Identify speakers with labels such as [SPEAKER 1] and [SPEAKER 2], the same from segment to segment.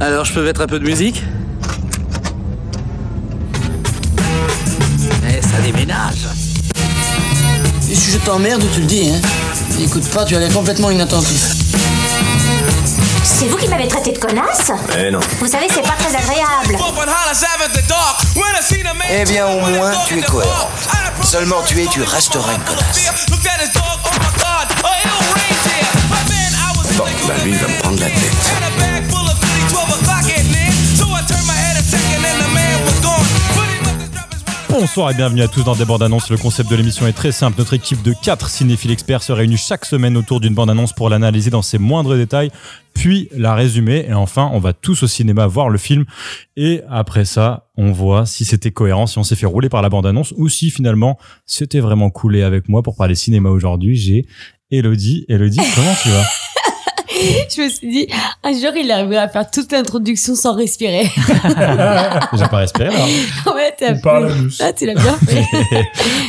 [SPEAKER 1] Alors je peux mettre un peu de musique Eh, ça déménage
[SPEAKER 2] Et si je t'emmerde, tu le dis, hein. Écoute pas, tu as l'air complètement inattentif.
[SPEAKER 3] C'est vous qui m'avez traité de connasse
[SPEAKER 4] Eh non.
[SPEAKER 3] Vous savez, c'est pas très agréable.
[SPEAKER 4] Eh bien, au moins, tu es cohérent. Seulement tu es, tu resteras une connasse. oh
[SPEAKER 5] Bon, bah
[SPEAKER 4] ben,
[SPEAKER 5] lui, il va me prendre la tête.
[SPEAKER 6] Bonsoir et bienvenue à tous dans des bandes annonces. Le concept de l'émission est très simple. Notre équipe de 4 cinéphiles experts se réunit chaque semaine autour d'une bande annonce pour l'analyser dans ses moindres détails, puis la résumer. Et enfin, on va tous au cinéma voir le film. Et après ça, on voit si c'était cohérent, si on s'est fait rouler par la bande annonce ou si finalement c'était vraiment cool. Et avec moi pour parler cinéma aujourd'hui, j'ai Elodie. Elodie, comment tu vas
[SPEAKER 7] Je me suis dit, un jour, il arrivera à faire toute l'introduction sans respirer.
[SPEAKER 6] J'ai pas respiré là.
[SPEAKER 7] ouais, t'as
[SPEAKER 8] On parle
[SPEAKER 7] fait-
[SPEAKER 8] russe.
[SPEAKER 7] Ah, tu l'as bien fait.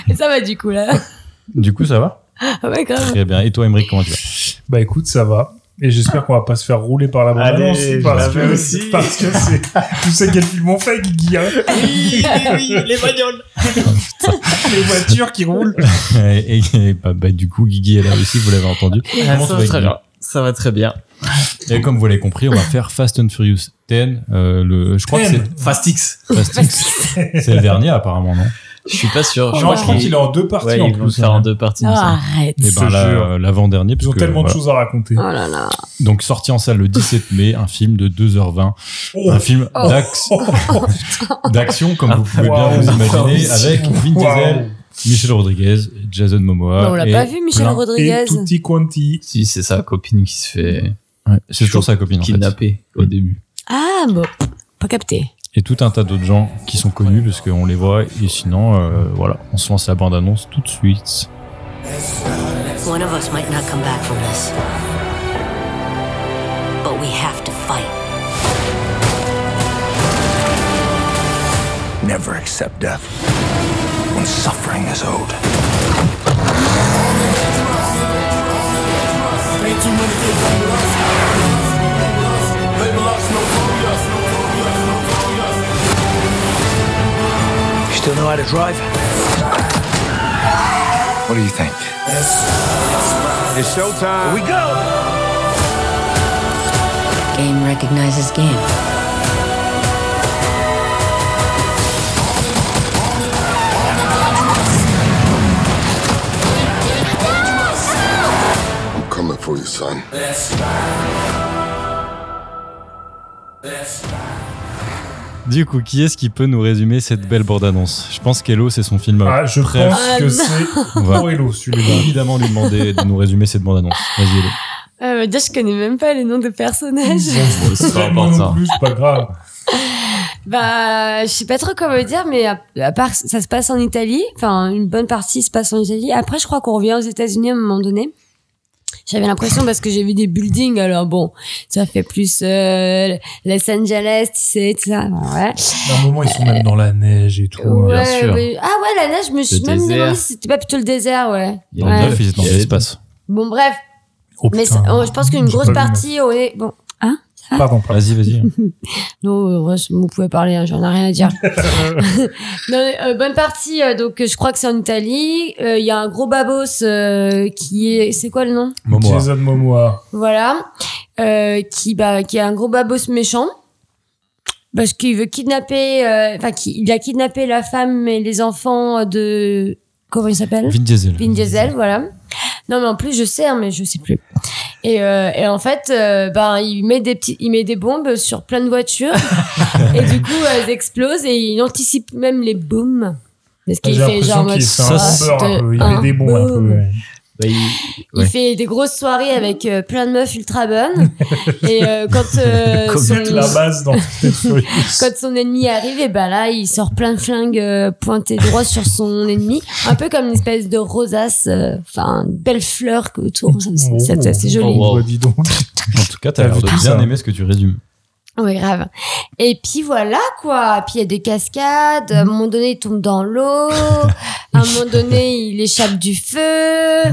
[SPEAKER 7] Et ça va du coup, là.
[SPEAKER 6] Du coup, ça va
[SPEAKER 7] Ah ouais, grave.
[SPEAKER 6] Très bien. Et toi, Emmerich, comment tu vas
[SPEAKER 8] Bah écoute, ça va. Et j'espère qu'on va pas se faire rouler par la bande
[SPEAKER 9] Allez,
[SPEAKER 8] annonce.
[SPEAKER 9] je
[SPEAKER 8] Parce
[SPEAKER 9] l'avais
[SPEAKER 8] que,
[SPEAKER 9] aussi.
[SPEAKER 8] parce que c'est. Tu sais quel film on fait, Guigui hein
[SPEAKER 9] Oui, oui, les bagnoles.
[SPEAKER 8] Les voitures qui roulent.
[SPEAKER 6] Et, et- et bah, bah, du coup, Guigui est là aussi, vous l'avez entendu. Comment tu
[SPEAKER 9] ça va très
[SPEAKER 6] vas, Guigui
[SPEAKER 9] bien. Ça va très bien.
[SPEAKER 6] Et comme vous l'avez compris, on va faire Fast and Furious 10. euh, le, je crois que
[SPEAKER 8] Ten.
[SPEAKER 6] c'est
[SPEAKER 9] Fast X.
[SPEAKER 6] Fast X. c'est le dernier apparemment, non
[SPEAKER 9] Je suis pas sûr.
[SPEAKER 8] Genre, je crois qu'il est en deux
[SPEAKER 9] Ouais,
[SPEAKER 8] parties en
[SPEAKER 9] ils vont le
[SPEAKER 8] plus. hein.
[SPEAKER 9] faire en deux parties. il me
[SPEAKER 7] Oh,
[SPEAKER 9] semble.
[SPEAKER 7] arrête.
[SPEAKER 6] Et
[SPEAKER 8] Je
[SPEAKER 6] ben
[SPEAKER 8] te
[SPEAKER 6] là,
[SPEAKER 8] jure.
[SPEAKER 6] euh, l'avant-dernier,
[SPEAKER 8] Ils ont
[SPEAKER 6] puisque
[SPEAKER 8] tellement de
[SPEAKER 6] voilà.
[SPEAKER 8] choses à raconter.
[SPEAKER 7] Oh là là.
[SPEAKER 6] donc sorti en salle le 17 mai, un film de 2h20,
[SPEAKER 8] Oh.
[SPEAKER 6] un film d'ax- d'action comme vous pouvez bien
[SPEAKER 8] Waouh.
[SPEAKER 6] vous imaginer, avec Vin Diesel,
[SPEAKER 8] Waouh.
[SPEAKER 6] Michel Rodriguez, Jason Momoa.
[SPEAKER 7] Mais on l'a
[SPEAKER 6] et
[SPEAKER 7] pas vu, Michel
[SPEAKER 6] plein-
[SPEAKER 7] Rodriguez.
[SPEAKER 8] Et Tutti Quanti.
[SPEAKER 9] Si, c'est sa copine qui se fait
[SPEAKER 6] Ouais, c'est toujours sa copine en fait.
[SPEAKER 9] kidnapper au début.
[SPEAKER 7] Ah, bon. Pas capté.
[SPEAKER 6] et tout un tas d'autres gens qui sont connus parce qu'on les voit et sinon euh, voilà on se lance la bande annonce tout de suite
[SPEAKER 10] One of us might not come back from this. But we have to fight.
[SPEAKER 4] Never accept death when suffering is owed. You still know how to drive? What do you think? It's showtime. Here we go!
[SPEAKER 10] Game recognizes game.
[SPEAKER 11] I'm coming for you, son.
[SPEAKER 6] du coup qui est-ce qui peut nous résumer cette belle bande annonce je pense qu'Elo c'est son film
[SPEAKER 8] Ah, je
[SPEAKER 6] Bref,
[SPEAKER 8] pense
[SPEAKER 7] Ah,
[SPEAKER 8] que
[SPEAKER 7] non.
[SPEAKER 8] c'est
[SPEAKER 6] on va
[SPEAKER 8] Corello celui-là.
[SPEAKER 6] évidemment lui demander de nous résumer cette bande annonce vas-y Elo
[SPEAKER 7] Ah, bah, déjà, je connais même pas les noms des
[SPEAKER 8] Mm.
[SPEAKER 7] personnages.
[SPEAKER 9] C'est pas
[SPEAKER 8] Moi non
[SPEAKER 9] important.
[SPEAKER 8] plus, c'est pas grave.
[SPEAKER 7] bah, je sais pas trop comment dire, mais à, à part, ça se passe en Italie. Enfin, une bonne partie se passe en Italie. Après, je crois qu'on revient aux États-Unis à un moment donné. J'avais l'impression parce que j'ai vu des buildings, alors bon, ça fait plus euh, Los Angeles, tu sais, tout ça. Ouais.
[SPEAKER 8] À un moment, ils sont même dans la neige et tout.
[SPEAKER 7] Ouais,
[SPEAKER 9] bien sûr.
[SPEAKER 7] oui. Ah ouais, la neige, je me suis
[SPEAKER 9] Le
[SPEAKER 7] même demandé
[SPEAKER 9] désert.
[SPEAKER 7] si c'était pas plutôt le désert, ouais.
[SPEAKER 9] Il y a
[SPEAKER 6] dans
[SPEAKER 7] Ouais.
[SPEAKER 6] le neuf ils étaient dans
[SPEAKER 9] Il y a-
[SPEAKER 6] l'espace
[SPEAKER 7] Bon, bref.
[SPEAKER 8] Oh,
[SPEAKER 7] mais
[SPEAKER 8] putain.
[SPEAKER 7] c'est- oh, je pense qu'une
[SPEAKER 8] J'ai
[SPEAKER 7] grosse
[SPEAKER 8] pas vu, mais-
[SPEAKER 7] partie, on est... Bon,
[SPEAKER 8] Pardon, pardon.
[SPEAKER 6] vas-y vas-y
[SPEAKER 7] non, euh, ouais, vous pouvez parler, hein, j'en ai rien à dire. non, mais, euh, bonne partie, euh, donc euh, je crois que c'est en Italie. Euh, Il y a un gros babos euh, qui est... C'est quoi le nom
[SPEAKER 6] Momoa
[SPEAKER 8] Jason Momoa.
[SPEAKER 7] Voilà. Euh, qui, bah, qui est un gros babos méchant. Parce qu'il veut kidnapper... euh, Enfin, qui- il a kidnappé la femme et les enfants de... Comment il s'appelle
[SPEAKER 6] hein. Vin Diesel
[SPEAKER 7] Vin Diesel, voilà. Non, mais en plus, je sais, hein, mais je sais plus. Et, euh, et en fait, euh, ben, il met des petits, il met des bombes sur plein de voitures. et du coup, elles explosent et il anticipe même les booms. Parce
[SPEAKER 8] Ah, J'ai
[SPEAKER 7] qu'il fait genre en
[SPEAKER 8] l'impression
[SPEAKER 7] mode
[SPEAKER 8] qu'il fait
[SPEAKER 7] Ah, de-
[SPEAKER 8] un beurre un peu. Il fait des bons un peu.
[SPEAKER 7] boom.
[SPEAKER 8] ouais.
[SPEAKER 9] Bah, il-
[SPEAKER 7] Il
[SPEAKER 9] Ouais.
[SPEAKER 7] fait des grosses soirées avec euh, plein de meufs ultra bonnes. et euh, quand, euh,
[SPEAKER 9] Comme
[SPEAKER 7] son,
[SPEAKER 8] la base dans
[SPEAKER 7] quand son ennemi arrive, et ben là, il sort plein de flingues euh, pointées droit sur son ennemi. Un peu comme une espèce de rosace, euh, enfin, une belle fleur que- autour. Ça, ça, ça, C'est joli.
[SPEAKER 9] Oh, wow.
[SPEAKER 8] Bah, dis donc.
[SPEAKER 6] en tout cas t'as
[SPEAKER 8] T'as
[SPEAKER 6] l'air
[SPEAKER 8] vu
[SPEAKER 6] de
[SPEAKER 8] tout
[SPEAKER 6] bien
[SPEAKER 8] ça
[SPEAKER 6] aimer ce que tu résumes
[SPEAKER 8] Oh,
[SPEAKER 7] Ouais, grave. Et puis voilà, quoi. Puis il y a des cascades. À un moment donné, il tombe dans l'eau. à un moment donné, il échappe du feu.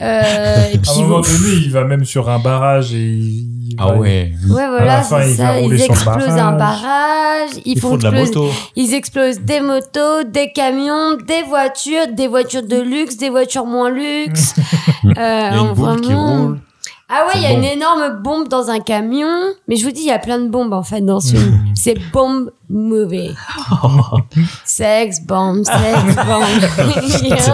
[SPEAKER 7] Euh, et puis,
[SPEAKER 8] À un
[SPEAKER 7] ils
[SPEAKER 8] moment
[SPEAKER 7] vont-
[SPEAKER 8] donné, il va même sur un barrage et il.
[SPEAKER 9] Ah
[SPEAKER 8] il va-
[SPEAKER 7] Ouais,
[SPEAKER 8] À
[SPEAKER 7] voilà,
[SPEAKER 8] la fin,
[SPEAKER 7] c'est
[SPEAKER 8] il va
[SPEAKER 7] ça. Ils
[SPEAKER 8] rouler sur le
[SPEAKER 7] explosent un
[SPEAKER 8] barrage.
[SPEAKER 7] barrage. Ils, font exploser- Ils explosent des motos, des camions, des voitures, des voitures de luxe, des voitures moins luxe. Euh,
[SPEAKER 9] Il y a une boule qui
[SPEAKER 7] vraiment-
[SPEAKER 9] roule.
[SPEAKER 7] Ah ouais,
[SPEAKER 9] C'est
[SPEAKER 7] il y a
[SPEAKER 9] bon.
[SPEAKER 7] une énorme bombe dans un camion. Mais je vous dis, il y a plein de bombes en fait dans
[SPEAKER 6] Hmm.
[SPEAKER 7] ce film. C'est bomb movie. Sex bomb, sex bomb. Yeah, sex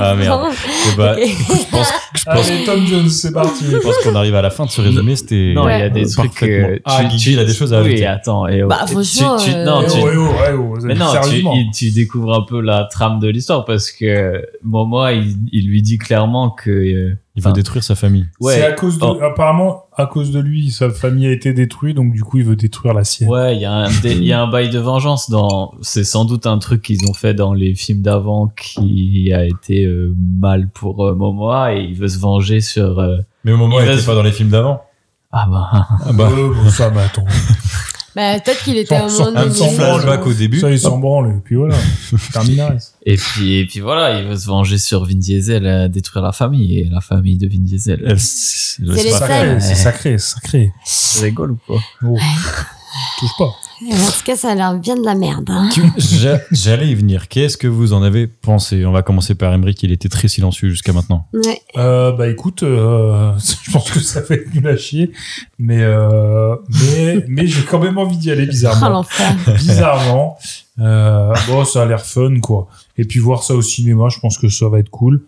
[SPEAKER 6] Ah, merde.
[SPEAKER 7] bomb.
[SPEAKER 6] Eh ben,
[SPEAKER 7] Et-
[SPEAKER 6] je pense, je pense-
[SPEAKER 8] Allez, Tom Jones, c'est parti. Eh
[SPEAKER 6] je pense qu'on arrive à la fin de ce résumé. C'était.
[SPEAKER 9] Non, il y a des
[SPEAKER 6] euh,
[SPEAKER 9] trucs.
[SPEAKER 6] parfaitement-
[SPEAKER 9] euh,
[SPEAKER 6] ah,
[SPEAKER 9] tu-
[SPEAKER 6] Guigui,
[SPEAKER 9] tu-
[SPEAKER 6] il a des choses à ajouter.
[SPEAKER 9] Oui, attends. et,
[SPEAKER 7] Bah,
[SPEAKER 9] tu-
[SPEAKER 7] franchement,
[SPEAKER 9] tu- tu-
[SPEAKER 7] euh,
[SPEAKER 9] non,
[SPEAKER 8] Eh
[SPEAKER 9] tu-
[SPEAKER 8] oh, eh oh, eh oh,
[SPEAKER 9] Mais non, tu,
[SPEAKER 8] sérieusement.
[SPEAKER 9] il- tu découvres un peu la trame de l'histoire parce que Momoa, il, il lui dit clairement que. euh,
[SPEAKER 6] Il veut détruire sa famille.
[SPEAKER 8] C'est
[SPEAKER 9] ouais,
[SPEAKER 8] à cause de,
[SPEAKER 9] Oh.
[SPEAKER 8] apparemment, à cause de lui, sa famille a été détruite, donc du coup, il veut détruire la sienne.
[SPEAKER 9] ouais, il y, a un dé- il y a un bail de vengeance dans. C'est sans doute un truc qu'ils ont fait dans les films d'avant qui a été euh, mal pour euh, Momoa et il veut se venger sur. euh,
[SPEAKER 6] Mais au moment,
[SPEAKER 9] Il
[SPEAKER 6] il
[SPEAKER 9] va
[SPEAKER 6] était
[SPEAKER 9] se-
[SPEAKER 6] pas dans les films d'avant.
[SPEAKER 9] ah bah.
[SPEAKER 6] Ah bah.
[SPEAKER 8] Euh, bon, ça, mais attends.
[SPEAKER 7] Bah, peut-être qu'il était
[SPEAKER 8] Sans-
[SPEAKER 7] un
[SPEAKER 8] sans-
[SPEAKER 7] moment
[SPEAKER 6] Un
[SPEAKER 8] Ils
[SPEAKER 6] petit
[SPEAKER 8] sont branlés.
[SPEAKER 6] flashback au début.
[SPEAKER 8] Ça, il s'en branle, et puis voilà. Terminaris.
[SPEAKER 9] Et puis, et puis voilà, il veut se venger sur Vin Diesel à détruire la famille et la famille de Vin Diesel.
[SPEAKER 6] Elle- C'est
[SPEAKER 7] C'est les seuls.
[SPEAKER 8] Sacré, c'est sacré, c'est sacré.
[SPEAKER 9] Elle rigole ou quoi
[SPEAKER 8] Oh. Touche pas.
[SPEAKER 7] En tout cas, ça a l'air bien de la merde. hein.
[SPEAKER 6] J'a- J'allais y venir. Qu'est-ce que vous en avez pensé On va commencer par Emmerich. Il était très silencieux jusqu'à maintenant.
[SPEAKER 7] Ouais.
[SPEAKER 8] Euh, bah écoute, euh, je pense que ça va être nul à chier, mais euh, mais mais j'ai quand même envie d'y aller
[SPEAKER 7] Oh
[SPEAKER 8] bizarrement.
[SPEAKER 7] l'enfer.
[SPEAKER 8] bizarrement, euh, bon ça a l'air fun quoi. Et puis voir ça au cinéma, je pense que ça va être cool.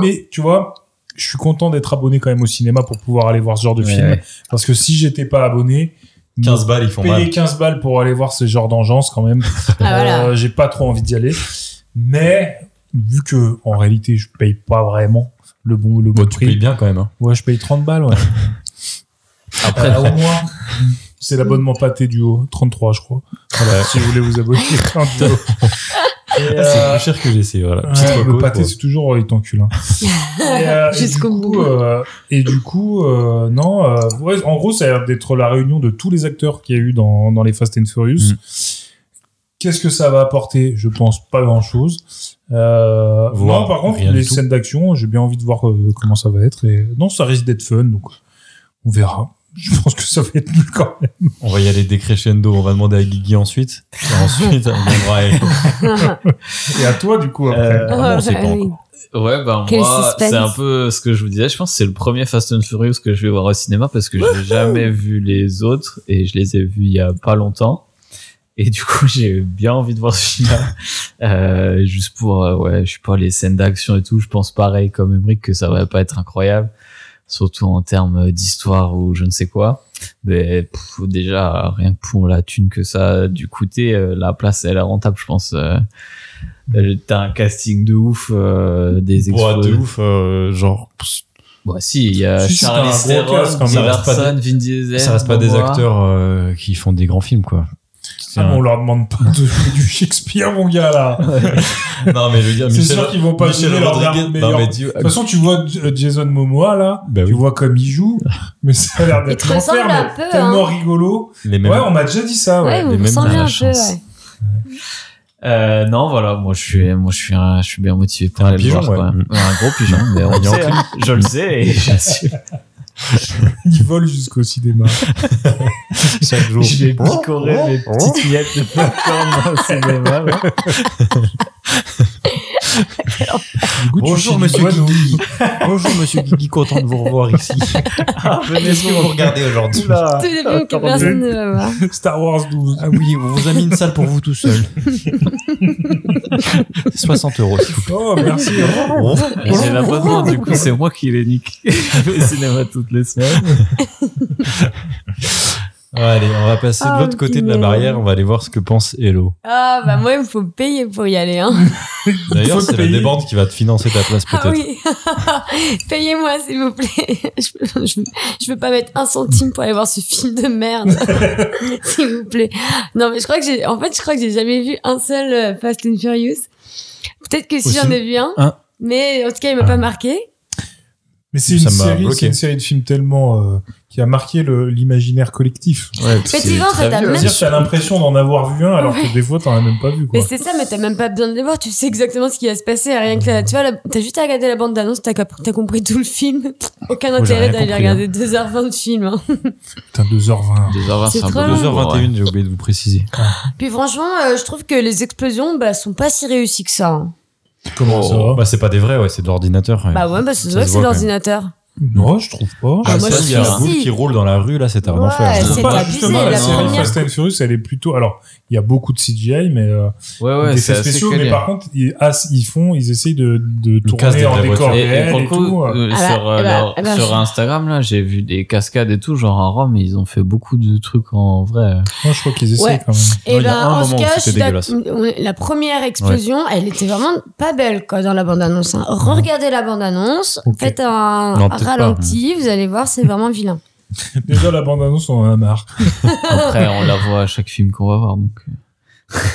[SPEAKER 8] Mais tu vois, je suis content d'être abonné quand même au cinéma pour pouvoir aller voir ce genre de
[SPEAKER 9] Ouais,
[SPEAKER 8] film,
[SPEAKER 9] ouais.
[SPEAKER 8] parce que si j'étais pas abonné,
[SPEAKER 6] 15 balles, ils font
[SPEAKER 8] payer
[SPEAKER 6] mal.
[SPEAKER 8] 15 balles pour aller voir ce genre d'engeance quand même.
[SPEAKER 7] Ah, voilà.
[SPEAKER 8] Euh, J'ai pas trop envie d'y aller. Mais vu que en réalité je paye pas vraiment le bon le bon
[SPEAKER 6] Bon, tu
[SPEAKER 8] prix.
[SPEAKER 6] payes bien quand même. hein.
[SPEAKER 8] Ouais, je paye 30 balles ouais.
[SPEAKER 9] Après,
[SPEAKER 8] Euh, au moins c'est l'abonnement pâté du haut, 33 je crois. Voilà, si vous voulez vous abonner. un du haut. Et, euh,
[SPEAKER 6] C'est plus cher que j'ai essayé. Voilà.
[SPEAKER 8] ouais,
[SPEAKER 6] Petite reco,
[SPEAKER 8] le pâté
[SPEAKER 6] quoi.
[SPEAKER 8] c'est toujours euh, il t'encule. hein. Et, euh, et
[SPEAKER 7] Jusqu'au
[SPEAKER 8] du coup,
[SPEAKER 7] bout.
[SPEAKER 8] euh, et du coup, euh, non. euh, ouais, en gros, ça a l'air d'être la réunion de tous les acteurs qu'il y a eu dans, dans les Fast and Furious.
[SPEAKER 6] Mm.
[SPEAKER 8] Qu'est-ce que ça va apporter Je pense pas grand-chose. Euh,
[SPEAKER 6] Voire
[SPEAKER 8] non, par contre,
[SPEAKER 6] rien
[SPEAKER 8] les
[SPEAKER 6] du tout.
[SPEAKER 8] scènes d'action, j'ai bien envie de voir euh, comment ça va être. Et non, ça risque d'être fun, donc on verra. Je pense que ça va être nul quand même.
[SPEAKER 6] On va y aller décrescendo. On va demander à Guigui ensuite. Et ensuite, on viendra à elle.
[SPEAKER 8] Et à toi, du coup, après.
[SPEAKER 6] Euh, ah bon, on sait
[SPEAKER 7] bah
[SPEAKER 6] pas
[SPEAKER 7] oui.
[SPEAKER 6] encore.
[SPEAKER 9] Ouais, bah
[SPEAKER 7] Quel
[SPEAKER 9] moi,
[SPEAKER 7] suspense.
[SPEAKER 9] c'est un peu ce que je vous disais. Je pense que c'est le premier Fast and Furious que je vais voir au cinéma parce que j'ai jamais vu les autres et je les ai vus il y a pas longtemps. Et du coup, j'ai bien envie de voir ce film-là. Euh, juste pour, euh, ouais, je sais pas, les scènes d'action et tout. Je pense pareil comme Emmerich que ça va pas être incroyable. Surtout en termes d'histoire ou je ne sais quoi. Mais pff, déjà, rien que pour la thune que ça a dû coûter, euh, la place, elle est rentable, je pense. Euh, euh, T'as un casting de ouf, euh, des
[SPEAKER 6] Bois
[SPEAKER 9] expos.
[SPEAKER 6] de ouf. euh, Genre, pss,
[SPEAKER 9] Bon, si, il y a
[SPEAKER 8] Si, si,
[SPEAKER 9] Charlie
[SPEAKER 8] t'as un gros
[SPEAKER 9] Theron,
[SPEAKER 8] cast, quand même.
[SPEAKER 9] Brie
[SPEAKER 6] Ça reste pas
[SPEAKER 9] Larson, Vin Diesel.
[SPEAKER 6] ça reste pas des
[SPEAKER 9] Momoa.
[SPEAKER 6] acteurs euh, qui font des grands films, quoi. C'est
[SPEAKER 8] Ah,
[SPEAKER 6] un-
[SPEAKER 8] mais on leur demande pas de jouer du Shakespeare, mon gars, là.
[SPEAKER 6] Non, mais je veux dire,
[SPEAKER 8] C'est
[SPEAKER 6] Michel,
[SPEAKER 8] sûr qu'ils vont pas
[SPEAKER 6] Michel
[SPEAKER 8] donner leur
[SPEAKER 6] Rodriguez.
[SPEAKER 8] dernier
[SPEAKER 6] Non,
[SPEAKER 8] meilleur.
[SPEAKER 6] mais dis-
[SPEAKER 8] De toute façon, tu vois J- Jason Momoa là,
[SPEAKER 6] Bah oui.
[SPEAKER 8] tu vois comme il joue, mais ça a l'air
[SPEAKER 7] Il te
[SPEAKER 8] d'être l'enfer,
[SPEAKER 7] ressemble un
[SPEAKER 8] mais
[SPEAKER 7] peu,
[SPEAKER 8] tellement
[SPEAKER 7] hein.
[SPEAKER 8] rigolo.
[SPEAKER 6] les mêmes.
[SPEAKER 8] Ouais, on m'a déjà dit ça. Ouais.
[SPEAKER 7] Ouais, vous
[SPEAKER 6] les
[SPEAKER 7] vous
[SPEAKER 6] mêmes
[SPEAKER 7] ressemblez
[SPEAKER 6] dans la
[SPEAKER 7] un peu,
[SPEAKER 6] chance.
[SPEAKER 7] ouais.
[SPEAKER 9] Euh, non, voilà, moi je suis, moi je suis, un- je suis bien motivé pour
[SPEAKER 6] Un
[SPEAKER 9] aller le
[SPEAKER 6] pigeon,
[SPEAKER 9] voir,
[SPEAKER 6] ouais.
[SPEAKER 9] quand même. Un gros pigeon, mais on
[SPEAKER 6] Il
[SPEAKER 9] le
[SPEAKER 6] est en
[SPEAKER 9] sait, hein. je le sais et j'assume.
[SPEAKER 8] Il vole jusqu'au cinéma.
[SPEAKER 6] chaque jour.
[SPEAKER 9] Je vais picorer mes
[SPEAKER 6] Oh,
[SPEAKER 9] petites miettes de popcorn dans le cinéma. ouais.
[SPEAKER 8] Du coup, tu
[SPEAKER 6] Bonjour,
[SPEAKER 8] finis
[SPEAKER 6] monsieur
[SPEAKER 8] bonne
[SPEAKER 6] Guigui. Bonjour, monsieur Guigui, content de vous revoir ici.
[SPEAKER 9] Ah, venez
[SPEAKER 6] Qu'est-ce que vous regardez aujourd'hui
[SPEAKER 9] là.
[SPEAKER 7] Tous les films que
[SPEAKER 9] Attends,
[SPEAKER 7] personne ne va voir.
[SPEAKER 8] Star Wars 12.
[SPEAKER 6] Ah oui, on vous a mis une salle pour vous tout seul. 60 euros, s'il vous
[SPEAKER 8] Oh, merci.
[SPEAKER 9] mais- Et j'ai l'abonnement, du coup, c'est moi qui les nique. Je vais au cinéma toutes les semaines.
[SPEAKER 6] plaît. Allez, on va passer de
[SPEAKER 7] Ah,
[SPEAKER 6] l'autre côté de la
[SPEAKER 7] mais-
[SPEAKER 6] barrière, on va aller voir ce que pense Hello.
[SPEAKER 7] Ah, bah moi, il me faut payer pour y aller. Hein.
[SPEAKER 6] D'ailleurs,
[SPEAKER 8] Faut
[SPEAKER 6] c'est la
[SPEAKER 8] payer.
[SPEAKER 6] déborde qui va te financer ta place peut-être.
[SPEAKER 7] Ah oui. Payez-moi, s'il vous plaît. Je, je, je veux pas mettre un centime pour aller voir ce film de merde. s'il vous plaît. Non, mais je crois que j'ai, en fait, je crois que j'ai jamais vu un seul euh, Fast and Furious. Peut-être que si
[SPEAKER 6] Aussi.
[SPEAKER 7] j'en ai vu un.
[SPEAKER 6] Un. Ah.
[SPEAKER 7] Mais en tout cas, il m'a pas marqué.
[SPEAKER 8] Mais c'est une,
[SPEAKER 6] Ça m'a
[SPEAKER 8] série-
[SPEAKER 6] bloqué.
[SPEAKER 8] c'est une série de films tellement euh, qui a marqué le- l'imaginaire collectif.
[SPEAKER 9] Ouais,
[SPEAKER 7] Mais tu vois, en fait, t'as
[SPEAKER 8] cest
[SPEAKER 7] même-
[SPEAKER 8] dire t'as l'impression d'en avoir vu un alors que des fois t'en as même pas vu quoi.
[SPEAKER 7] Mais c'est ça, mais t'as même pas besoin de les voir, tu sais exactement ce qui va se passer. Rien que la- tu vois, la- t'as juste à regarder la bande d'annonce, t'as cap- t'as compris tout le film. Aucun
[SPEAKER 6] j'ai
[SPEAKER 7] intérêt
[SPEAKER 6] rien
[SPEAKER 7] d'aller
[SPEAKER 6] compris, hein.
[SPEAKER 7] regarder 2h20 de film. hein.
[SPEAKER 8] Putain 2h20.
[SPEAKER 9] 2h20,
[SPEAKER 7] C'est
[SPEAKER 9] c'est un
[SPEAKER 7] trop
[SPEAKER 9] peu
[SPEAKER 7] long.
[SPEAKER 6] 2h21, j'ai oublié de vous préciser.
[SPEAKER 7] Puis franchement, euh, je trouve que les explosions, bah, sont pas si réussies que ça. hein.
[SPEAKER 8] Comment ça
[SPEAKER 6] Bah, c'est pas des vrais, ouais, c'est de l'ordinateur. ouais.
[SPEAKER 7] Bah ouais, bah, c'est
[SPEAKER 6] Ça
[SPEAKER 7] vrai
[SPEAKER 6] se
[SPEAKER 7] que c'est
[SPEAKER 6] voit,
[SPEAKER 7] de
[SPEAKER 6] quand même.
[SPEAKER 7] l'ordinateur.
[SPEAKER 8] Non, je trouve pas.
[SPEAKER 7] Ah, moi,
[SPEAKER 6] ça,
[SPEAKER 7] je
[SPEAKER 6] il y a
[SPEAKER 7] suis
[SPEAKER 6] un boule
[SPEAKER 7] ici.
[SPEAKER 6] qui roule dans la rue, là, c'est un
[SPEAKER 7] Ouais,
[SPEAKER 6] enfer.
[SPEAKER 8] Je
[SPEAKER 7] c'est
[SPEAKER 8] trouve pas,
[SPEAKER 7] abusé,
[SPEAKER 8] justement,
[SPEAKER 7] la
[SPEAKER 8] la série
[SPEAKER 7] première.
[SPEAKER 8] Fast and Furious, elle est plutôt. Alors, il y a beaucoup de CGI, mais euh,
[SPEAKER 9] Ouais, ouais,
[SPEAKER 8] des
[SPEAKER 9] c'est
[SPEAKER 8] effets
[SPEAKER 9] assez
[SPEAKER 8] spéciaux, mais
[SPEAKER 9] calé.
[SPEAKER 8] par contre, ils, ah, ils font, ils essayent de, de
[SPEAKER 6] casse des
[SPEAKER 8] tourner en
[SPEAKER 6] vraies
[SPEAKER 8] décor
[SPEAKER 6] voitures.
[SPEAKER 9] Et, et
[SPEAKER 8] réel
[SPEAKER 9] pour
[SPEAKER 8] et,
[SPEAKER 9] le
[SPEAKER 8] tout.
[SPEAKER 9] coup,
[SPEAKER 8] euh.
[SPEAKER 9] euh,
[SPEAKER 7] Ah bah,
[SPEAKER 9] sur, euh,
[SPEAKER 7] eh bah,
[SPEAKER 9] leur-
[SPEAKER 7] eh bah,
[SPEAKER 9] sur
[SPEAKER 7] je-
[SPEAKER 9] Instagram, là, j'ai vu des cascades et tout. Genre à Rome, ils ont fait beaucoup de trucs en vrai.
[SPEAKER 8] Moi, je crois qu'ils essayent
[SPEAKER 7] Ouais.
[SPEAKER 8] quand même.
[SPEAKER 6] Non,
[SPEAKER 7] Et
[SPEAKER 6] il y a
[SPEAKER 7] ben,
[SPEAKER 6] un
[SPEAKER 7] en
[SPEAKER 6] moment
[SPEAKER 7] ce
[SPEAKER 6] où
[SPEAKER 7] cas, je
[SPEAKER 6] c'était
[SPEAKER 7] suis d'ac-
[SPEAKER 6] dégueulasse.
[SPEAKER 7] on- la première explosion, elle était vraiment pas belle quoi, dans la bande-annonce. hein. Regardez la bande-annonce,
[SPEAKER 8] Ok.
[SPEAKER 7] faites un
[SPEAKER 6] Non, peut-être pas, hein.
[SPEAKER 7] ralenti, vous allez voir, c'est vraiment vilain.
[SPEAKER 8] Déjà, la bande-annonce, on en a marre.
[SPEAKER 7] Oh.
[SPEAKER 9] Après, on la voit à chaque film qu'on va voir. Donc, euh.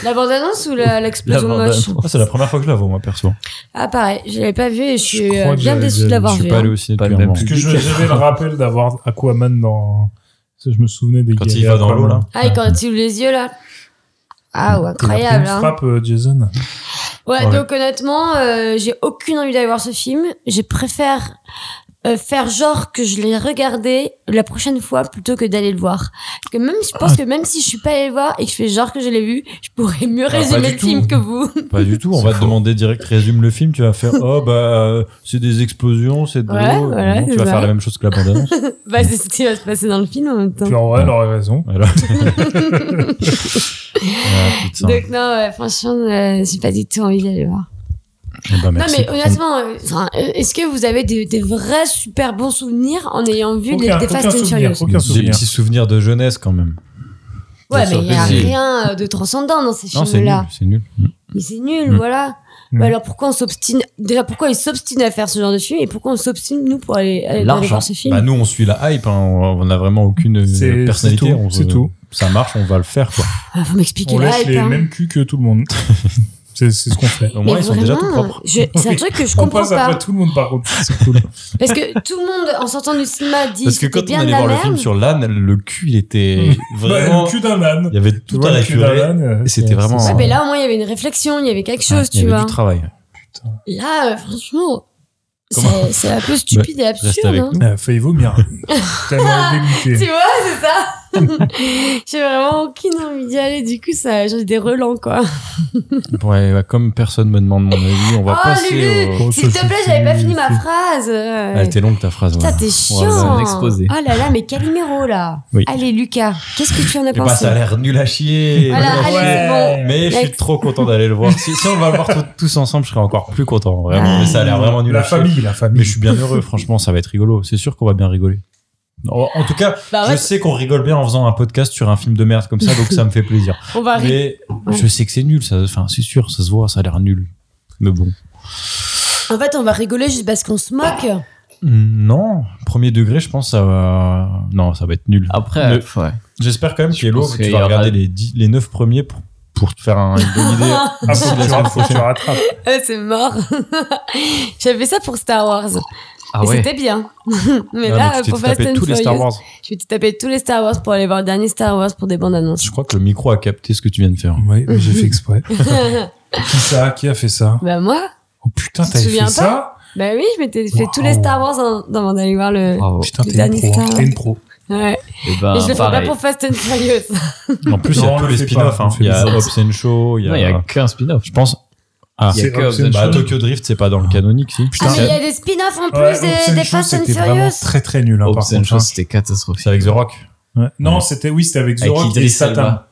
[SPEAKER 7] La bande-annonce ou la- l'explosion
[SPEAKER 9] La
[SPEAKER 7] moche
[SPEAKER 9] bande-annonce.
[SPEAKER 6] Ah, c'est la première fois que je la vois, moi, perso.
[SPEAKER 7] Ah pareil, je l'avais pas vu et je suis
[SPEAKER 8] crois
[SPEAKER 7] euh,
[SPEAKER 8] que
[SPEAKER 7] bien
[SPEAKER 8] j'avais
[SPEAKER 7] déçu
[SPEAKER 8] déjà
[SPEAKER 7] de l'avoir
[SPEAKER 6] Je suis
[SPEAKER 7] vu.
[SPEAKER 6] pas
[SPEAKER 7] hein.
[SPEAKER 6] allé au ciné
[SPEAKER 9] Pas le
[SPEAKER 6] depuis un
[SPEAKER 9] même
[SPEAKER 6] moment.
[SPEAKER 8] Parce que je- j'avais le rappel d'avoir Aquaman dans. ça, Je me souvenais des
[SPEAKER 6] Quand
[SPEAKER 8] gars-
[SPEAKER 6] il va dans l'eau, là.
[SPEAKER 7] Ah, et quand il ouvre les yeux là. Ah ouais,
[SPEAKER 8] T'as pris une
[SPEAKER 7] incroyable. hein.
[SPEAKER 8] frappe, euh, Jason.
[SPEAKER 7] Ouais,
[SPEAKER 6] Ouais.
[SPEAKER 7] donc honnêtement, euh, j'ai aucune envie d'aller voir ce film. Je préfère euh, faire genre que je l'ai regardé la prochaine fois plutôt que d'aller le voir. Parce que même, je pense que même si je suis pas allé le voir et que je fais genre que je l'ai vu, je pourrais mieux
[SPEAKER 6] pas
[SPEAKER 7] résumer
[SPEAKER 6] du
[SPEAKER 7] le
[SPEAKER 6] tout.
[SPEAKER 7] film que vous.
[SPEAKER 6] Pas du tout, on
[SPEAKER 9] C'est
[SPEAKER 6] va te
[SPEAKER 9] faux.
[SPEAKER 6] demander direct, résume le film, tu vas faire, oh bah, euh, c'est des explosions, c'est de l'eau.
[SPEAKER 7] Ouais, voilà,
[SPEAKER 6] Non, tu
[SPEAKER 7] c'est
[SPEAKER 6] vas
[SPEAKER 7] ça.
[SPEAKER 6] faire la même chose que la bande-annonce.
[SPEAKER 7] bah, c'est ce qui va se passer dans le film en même temps.
[SPEAKER 8] Puis en vrai, elle aurait raison.
[SPEAKER 6] Alors- Ah, putain.
[SPEAKER 7] Donc non, ouais, franchement, euh, j'ai pas du tout envie d'aller le voir.
[SPEAKER 6] Eh ben, merci
[SPEAKER 7] non mais
[SPEAKER 6] pour ton-
[SPEAKER 7] honnêtement, euh, enfin, euh, est-ce que vous avez des, des vrais super bons souvenirs en ayant vu
[SPEAKER 8] Aucun-
[SPEAKER 7] des, des Fast
[SPEAKER 8] aucun
[SPEAKER 7] and
[SPEAKER 8] souvenir,
[SPEAKER 7] Furious
[SPEAKER 8] aucun
[SPEAKER 6] Des
[SPEAKER 8] souvenir.
[SPEAKER 6] petits souvenirs de jeunesse quand même.
[SPEAKER 7] Ouais, mais il n'y a
[SPEAKER 9] surprise.
[SPEAKER 7] rien euh, de transcendant dans ces
[SPEAKER 6] Non, c'est nul,
[SPEAKER 7] films-là.
[SPEAKER 6] c'est nul.
[SPEAKER 7] Mais c'est nul,
[SPEAKER 6] Mm.
[SPEAKER 7] voilà.
[SPEAKER 8] Mm.
[SPEAKER 7] Bah alors pourquoi on s'obstine Déjà, pourquoi ils s'obstinent à faire ce genre de film et pourquoi on s'obstine, nous, pour aller, aller
[SPEAKER 9] L'argent.
[SPEAKER 7] voir ce film
[SPEAKER 6] Bah nous on suit la hype, hein, on on a vraiment aucune euh,
[SPEAKER 8] C'est-
[SPEAKER 6] personnalité.
[SPEAKER 8] c'est tout,
[SPEAKER 6] on se-
[SPEAKER 8] c'est tout.
[SPEAKER 6] Ça marche, on va le faire quoi.
[SPEAKER 7] Ah, Vous m'expliquez
[SPEAKER 8] On
[SPEAKER 7] là,
[SPEAKER 8] lèche les mêmes culs que tout le monde. C'est c'est ce qu'on fait.
[SPEAKER 6] Au moins ils sont déjà tout propres.
[SPEAKER 7] C'est un truc que je
[SPEAKER 8] On
[SPEAKER 7] comprends
[SPEAKER 8] passe
[SPEAKER 7] pas.
[SPEAKER 8] après tout le monde, par contre. C'est cool.
[SPEAKER 7] Parce que tout le monde, en sortant du cinéma, dit
[SPEAKER 6] Parce que
[SPEAKER 7] c'était
[SPEAKER 6] quand on
[SPEAKER 7] bien de
[SPEAKER 6] allait
[SPEAKER 7] la
[SPEAKER 6] voir le
[SPEAKER 7] merde.
[SPEAKER 6] film sur l'âne, le cul il était
[SPEAKER 8] Bah,
[SPEAKER 6] vraiment.
[SPEAKER 8] le cul d'un âne.
[SPEAKER 6] Il y avait tout
[SPEAKER 8] Tu vois,
[SPEAKER 6] à
[SPEAKER 8] le cul d'un
[SPEAKER 6] récurer.
[SPEAKER 8] âne, euh,
[SPEAKER 6] Et c'était
[SPEAKER 8] c'est-
[SPEAKER 6] vraiment.
[SPEAKER 8] c'est-
[SPEAKER 7] Ouais, Ah, mais là, au moins, il y avait une réflexion, il y avait quelque
[SPEAKER 6] Ah,
[SPEAKER 7] chose,
[SPEAKER 6] il y
[SPEAKER 7] tu
[SPEAKER 6] avait
[SPEAKER 7] vois.
[SPEAKER 6] du travail.
[SPEAKER 7] Là, euh, franchement,
[SPEAKER 6] Comment Bah,
[SPEAKER 7] c'est c'est un peu stupide et
[SPEAKER 6] Reste
[SPEAKER 7] absurde.
[SPEAKER 6] avec
[SPEAKER 7] hein.
[SPEAKER 6] nous.
[SPEAKER 8] Elle a failli vomir. Euh, Tellement
[SPEAKER 7] Tu
[SPEAKER 8] dégoûté.
[SPEAKER 7] vois, c'est ça. J'ai vraiment aucune envie d'y aller. Du coup, ça, j'ai des relents, quoi.
[SPEAKER 6] Ouais, bah, comme personne me demande mon avis, on va
[SPEAKER 7] Oh,
[SPEAKER 6] passer.
[SPEAKER 7] Lulu,
[SPEAKER 6] au-
[SPEAKER 8] Oh,
[SPEAKER 7] S'il
[SPEAKER 8] ça,
[SPEAKER 7] te plaît,
[SPEAKER 8] c'est
[SPEAKER 7] j'avais pas
[SPEAKER 8] fini,
[SPEAKER 7] fini ma
[SPEAKER 8] c'est-
[SPEAKER 7] phrase. euh.
[SPEAKER 6] Ah, Elle était longue ta phrase.
[SPEAKER 7] Putain,
[SPEAKER 6] ouais.
[SPEAKER 7] t'es
[SPEAKER 6] Ouais,
[SPEAKER 7] chiant.
[SPEAKER 6] ouais.
[SPEAKER 9] un exposé.
[SPEAKER 7] Ah là là, mais Calimero, là.
[SPEAKER 6] Oui.
[SPEAKER 7] Allez, Lucas, qu'est-ce que tu en as
[SPEAKER 6] Et bah,
[SPEAKER 7] pensé
[SPEAKER 6] ça a l'air nul à chier.
[SPEAKER 7] Voilà, allez, c'est bon.
[SPEAKER 6] Mais je suis
[SPEAKER 7] Next.
[SPEAKER 6] trop content d'aller le voir. Si, si on va le voir tout- tous ensemble, je serais encore plus content.
[SPEAKER 7] Ah.
[SPEAKER 6] Vraiment. Mais ça a l'air vraiment nul
[SPEAKER 8] La
[SPEAKER 6] à chier.
[SPEAKER 8] famille, la famille.
[SPEAKER 6] Mais je suis bien heureux, franchement, ça va être rigolo. C'est sûr qu'on va bien rigoler. En en tout cas,
[SPEAKER 7] Bah
[SPEAKER 6] je
[SPEAKER 7] ouais,
[SPEAKER 6] sais qu'on rigole bien en faisant un podcast sur un film de merde comme ça, donc ça me fait plaisir.
[SPEAKER 7] on va rigoler.
[SPEAKER 6] Mais je sais que c'est nul, ça, enfin, c'est sûr, ça se voit, ça a l'air nul. Mais bon.
[SPEAKER 7] En fait, on va rigoler juste parce qu'on se moque.
[SPEAKER 6] Hmm, Non, premier degré, je pense, ça va. Non, ça va être nul.
[SPEAKER 9] Après,
[SPEAKER 6] Le-
[SPEAKER 9] ouais.
[SPEAKER 6] J'espère quand même
[SPEAKER 9] Je
[SPEAKER 6] que Hello,
[SPEAKER 9] pense
[SPEAKER 6] tu
[SPEAKER 9] qu'il y
[SPEAKER 6] vas
[SPEAKER 9] aura-
[SPEAKER 6] regarder les, dix- les 9 premiers pour, pour te faire un- une bonne idée.
[SPEAKER 8] Ah, faut que tu ra- faut que tu rattrapes.
[SPEAKER 7] Eh, c'est mort. J'avais fait ça pour Star Wars.
[SPEAKER 9] Ah
[SPEAKER 7] Et
[SPEAKER 9] ouais.
[SPEAKER 7] C'était bien. mais
[SPEAKER 6] Ah,
[SPEAKER 7] là,
[SPEAKER 6] donc tu
[SPEAKER 7] pour
[SPEAKER 6] t'es
[SPEAKER 7] Fast
[SPEAKER 6] tapé
[SPEAKER 7] and
[SPEAKER 6] tous les Star
[SPEAKER 7] Furious,
[SPEAKER 6] Wars.
[SPEAKER 7] je vais te taper tous les Star Wars pour aller voir le dernier Star Wars pour des bandes annonces.
[SPEAKER 6] Je crois que le micro a capté ce que tu viens de faire.
[SPEAKER 8] Oui, mais j'ai fait exprès. Qui ça Qui a fait ça
[SPEAKER 7] bah, moi
[SPEAKER 8] Oh putain,
[SPEAKER 7] Tu te
[SPEAKER 8] t'avais
[SPEAKER 7] souviens
[SPEAKER 8] fait ça
[SPEAKER 7] Bah oui, je m'étais fait tous les
[SPEAKER 8] Waouh.
[SPEAKER 7] Star Wars en- avant d'aller voir le.
[SPEAKER 9] Bravo.
[SPEAKER 8] Putain,
[SPEAKER 7] Le
[SPEAKER 8] t'es une
[SPEAKER 7] dernier
[SPEAKER 8] pro. hein.
[SPEAKER 7] Star.
[SPEAKER 8] T'es une pro.
[SPEAKER 7] Ouais.
[SPEAKER 9] Et ben,
[SPEAKER 7] Et je le fais pas
[SPEAKER 9] pareil.
[SPEAKER 7] pour Fast and Furious.
[SPEAKER 6] En plus, il y
[SPEAKER 8] Non,
[SPEAKER 6] a
[SPEAKER 8] on
[SPEAKER 6] tous
[SPEAKER 8] le
[SPEAKER 6] les
[SPEAKER 8] fait
[SPEAKER 6] spin-offs.
[SPEAKER 8] pas, on
[SPEAKER 6] hein.
[SPEAKER 8] fait
[SPEAKER 6] Il y a
[SPEAKER 8] pas.
[SPEAKER 6] Hobbs and Shaw, il y
[SPEAKER 9] Non, il n'y a
[SPEAKER 6] a.
[SPEAKER 9] qu'un spin-off.
[SPEAKER 6] Je pense. Ah,
[SPEAKER 9] Il y a
[SPEAKER 8] C'est
[SPEAKER 9] que Bah,
[SPEAKER 8] Hobbs and
[SPEAKER 9] Hobbs and
[SPEAKER 6] Bah,
[SPEAKER 9] Shaw.
[SPEAKER 6] Tokyo Drift, c'est pas dans le canonique, si.
[SPEAKER 7] Ah, mais il y
[SPEAKER 6] C'est-
[SPEAKER 7] a des spin-offs en plus
[SPEAKER 8] Ouais,
[SPEAKER 7] des,
[SPEAKER 8] Hobbs
[SPEAKER 7] des
[SPEAKER 8] and Shaw,
[SPEAKER 7] Fast and
[SPEAKER 8] c'était vraiment
[SPEAKER 7] Furious.
[SPEAKER 8] très très nul. hein,
[SPEAKER 9] Hobbs
[SPEAKER 8] par
[SPEAKER 9] and
[SPEAKER 8] contre,
[SPEAKER 9] Shaw,
[SPEAKER 8] hein.
[SPEAKER 9] c'était catastrophique.
[SPEAKER 6] c'est avec The Rock.
[SPEAKER 8] Ouais. Non, c'était oui, c'était avec The
[SPEAKER 9] Avec
[SPEAKER 8] Rock et
[SPEAKER 9] Idris
[SPEAKER 8] Satan.
[SPEAKER 9] Elba.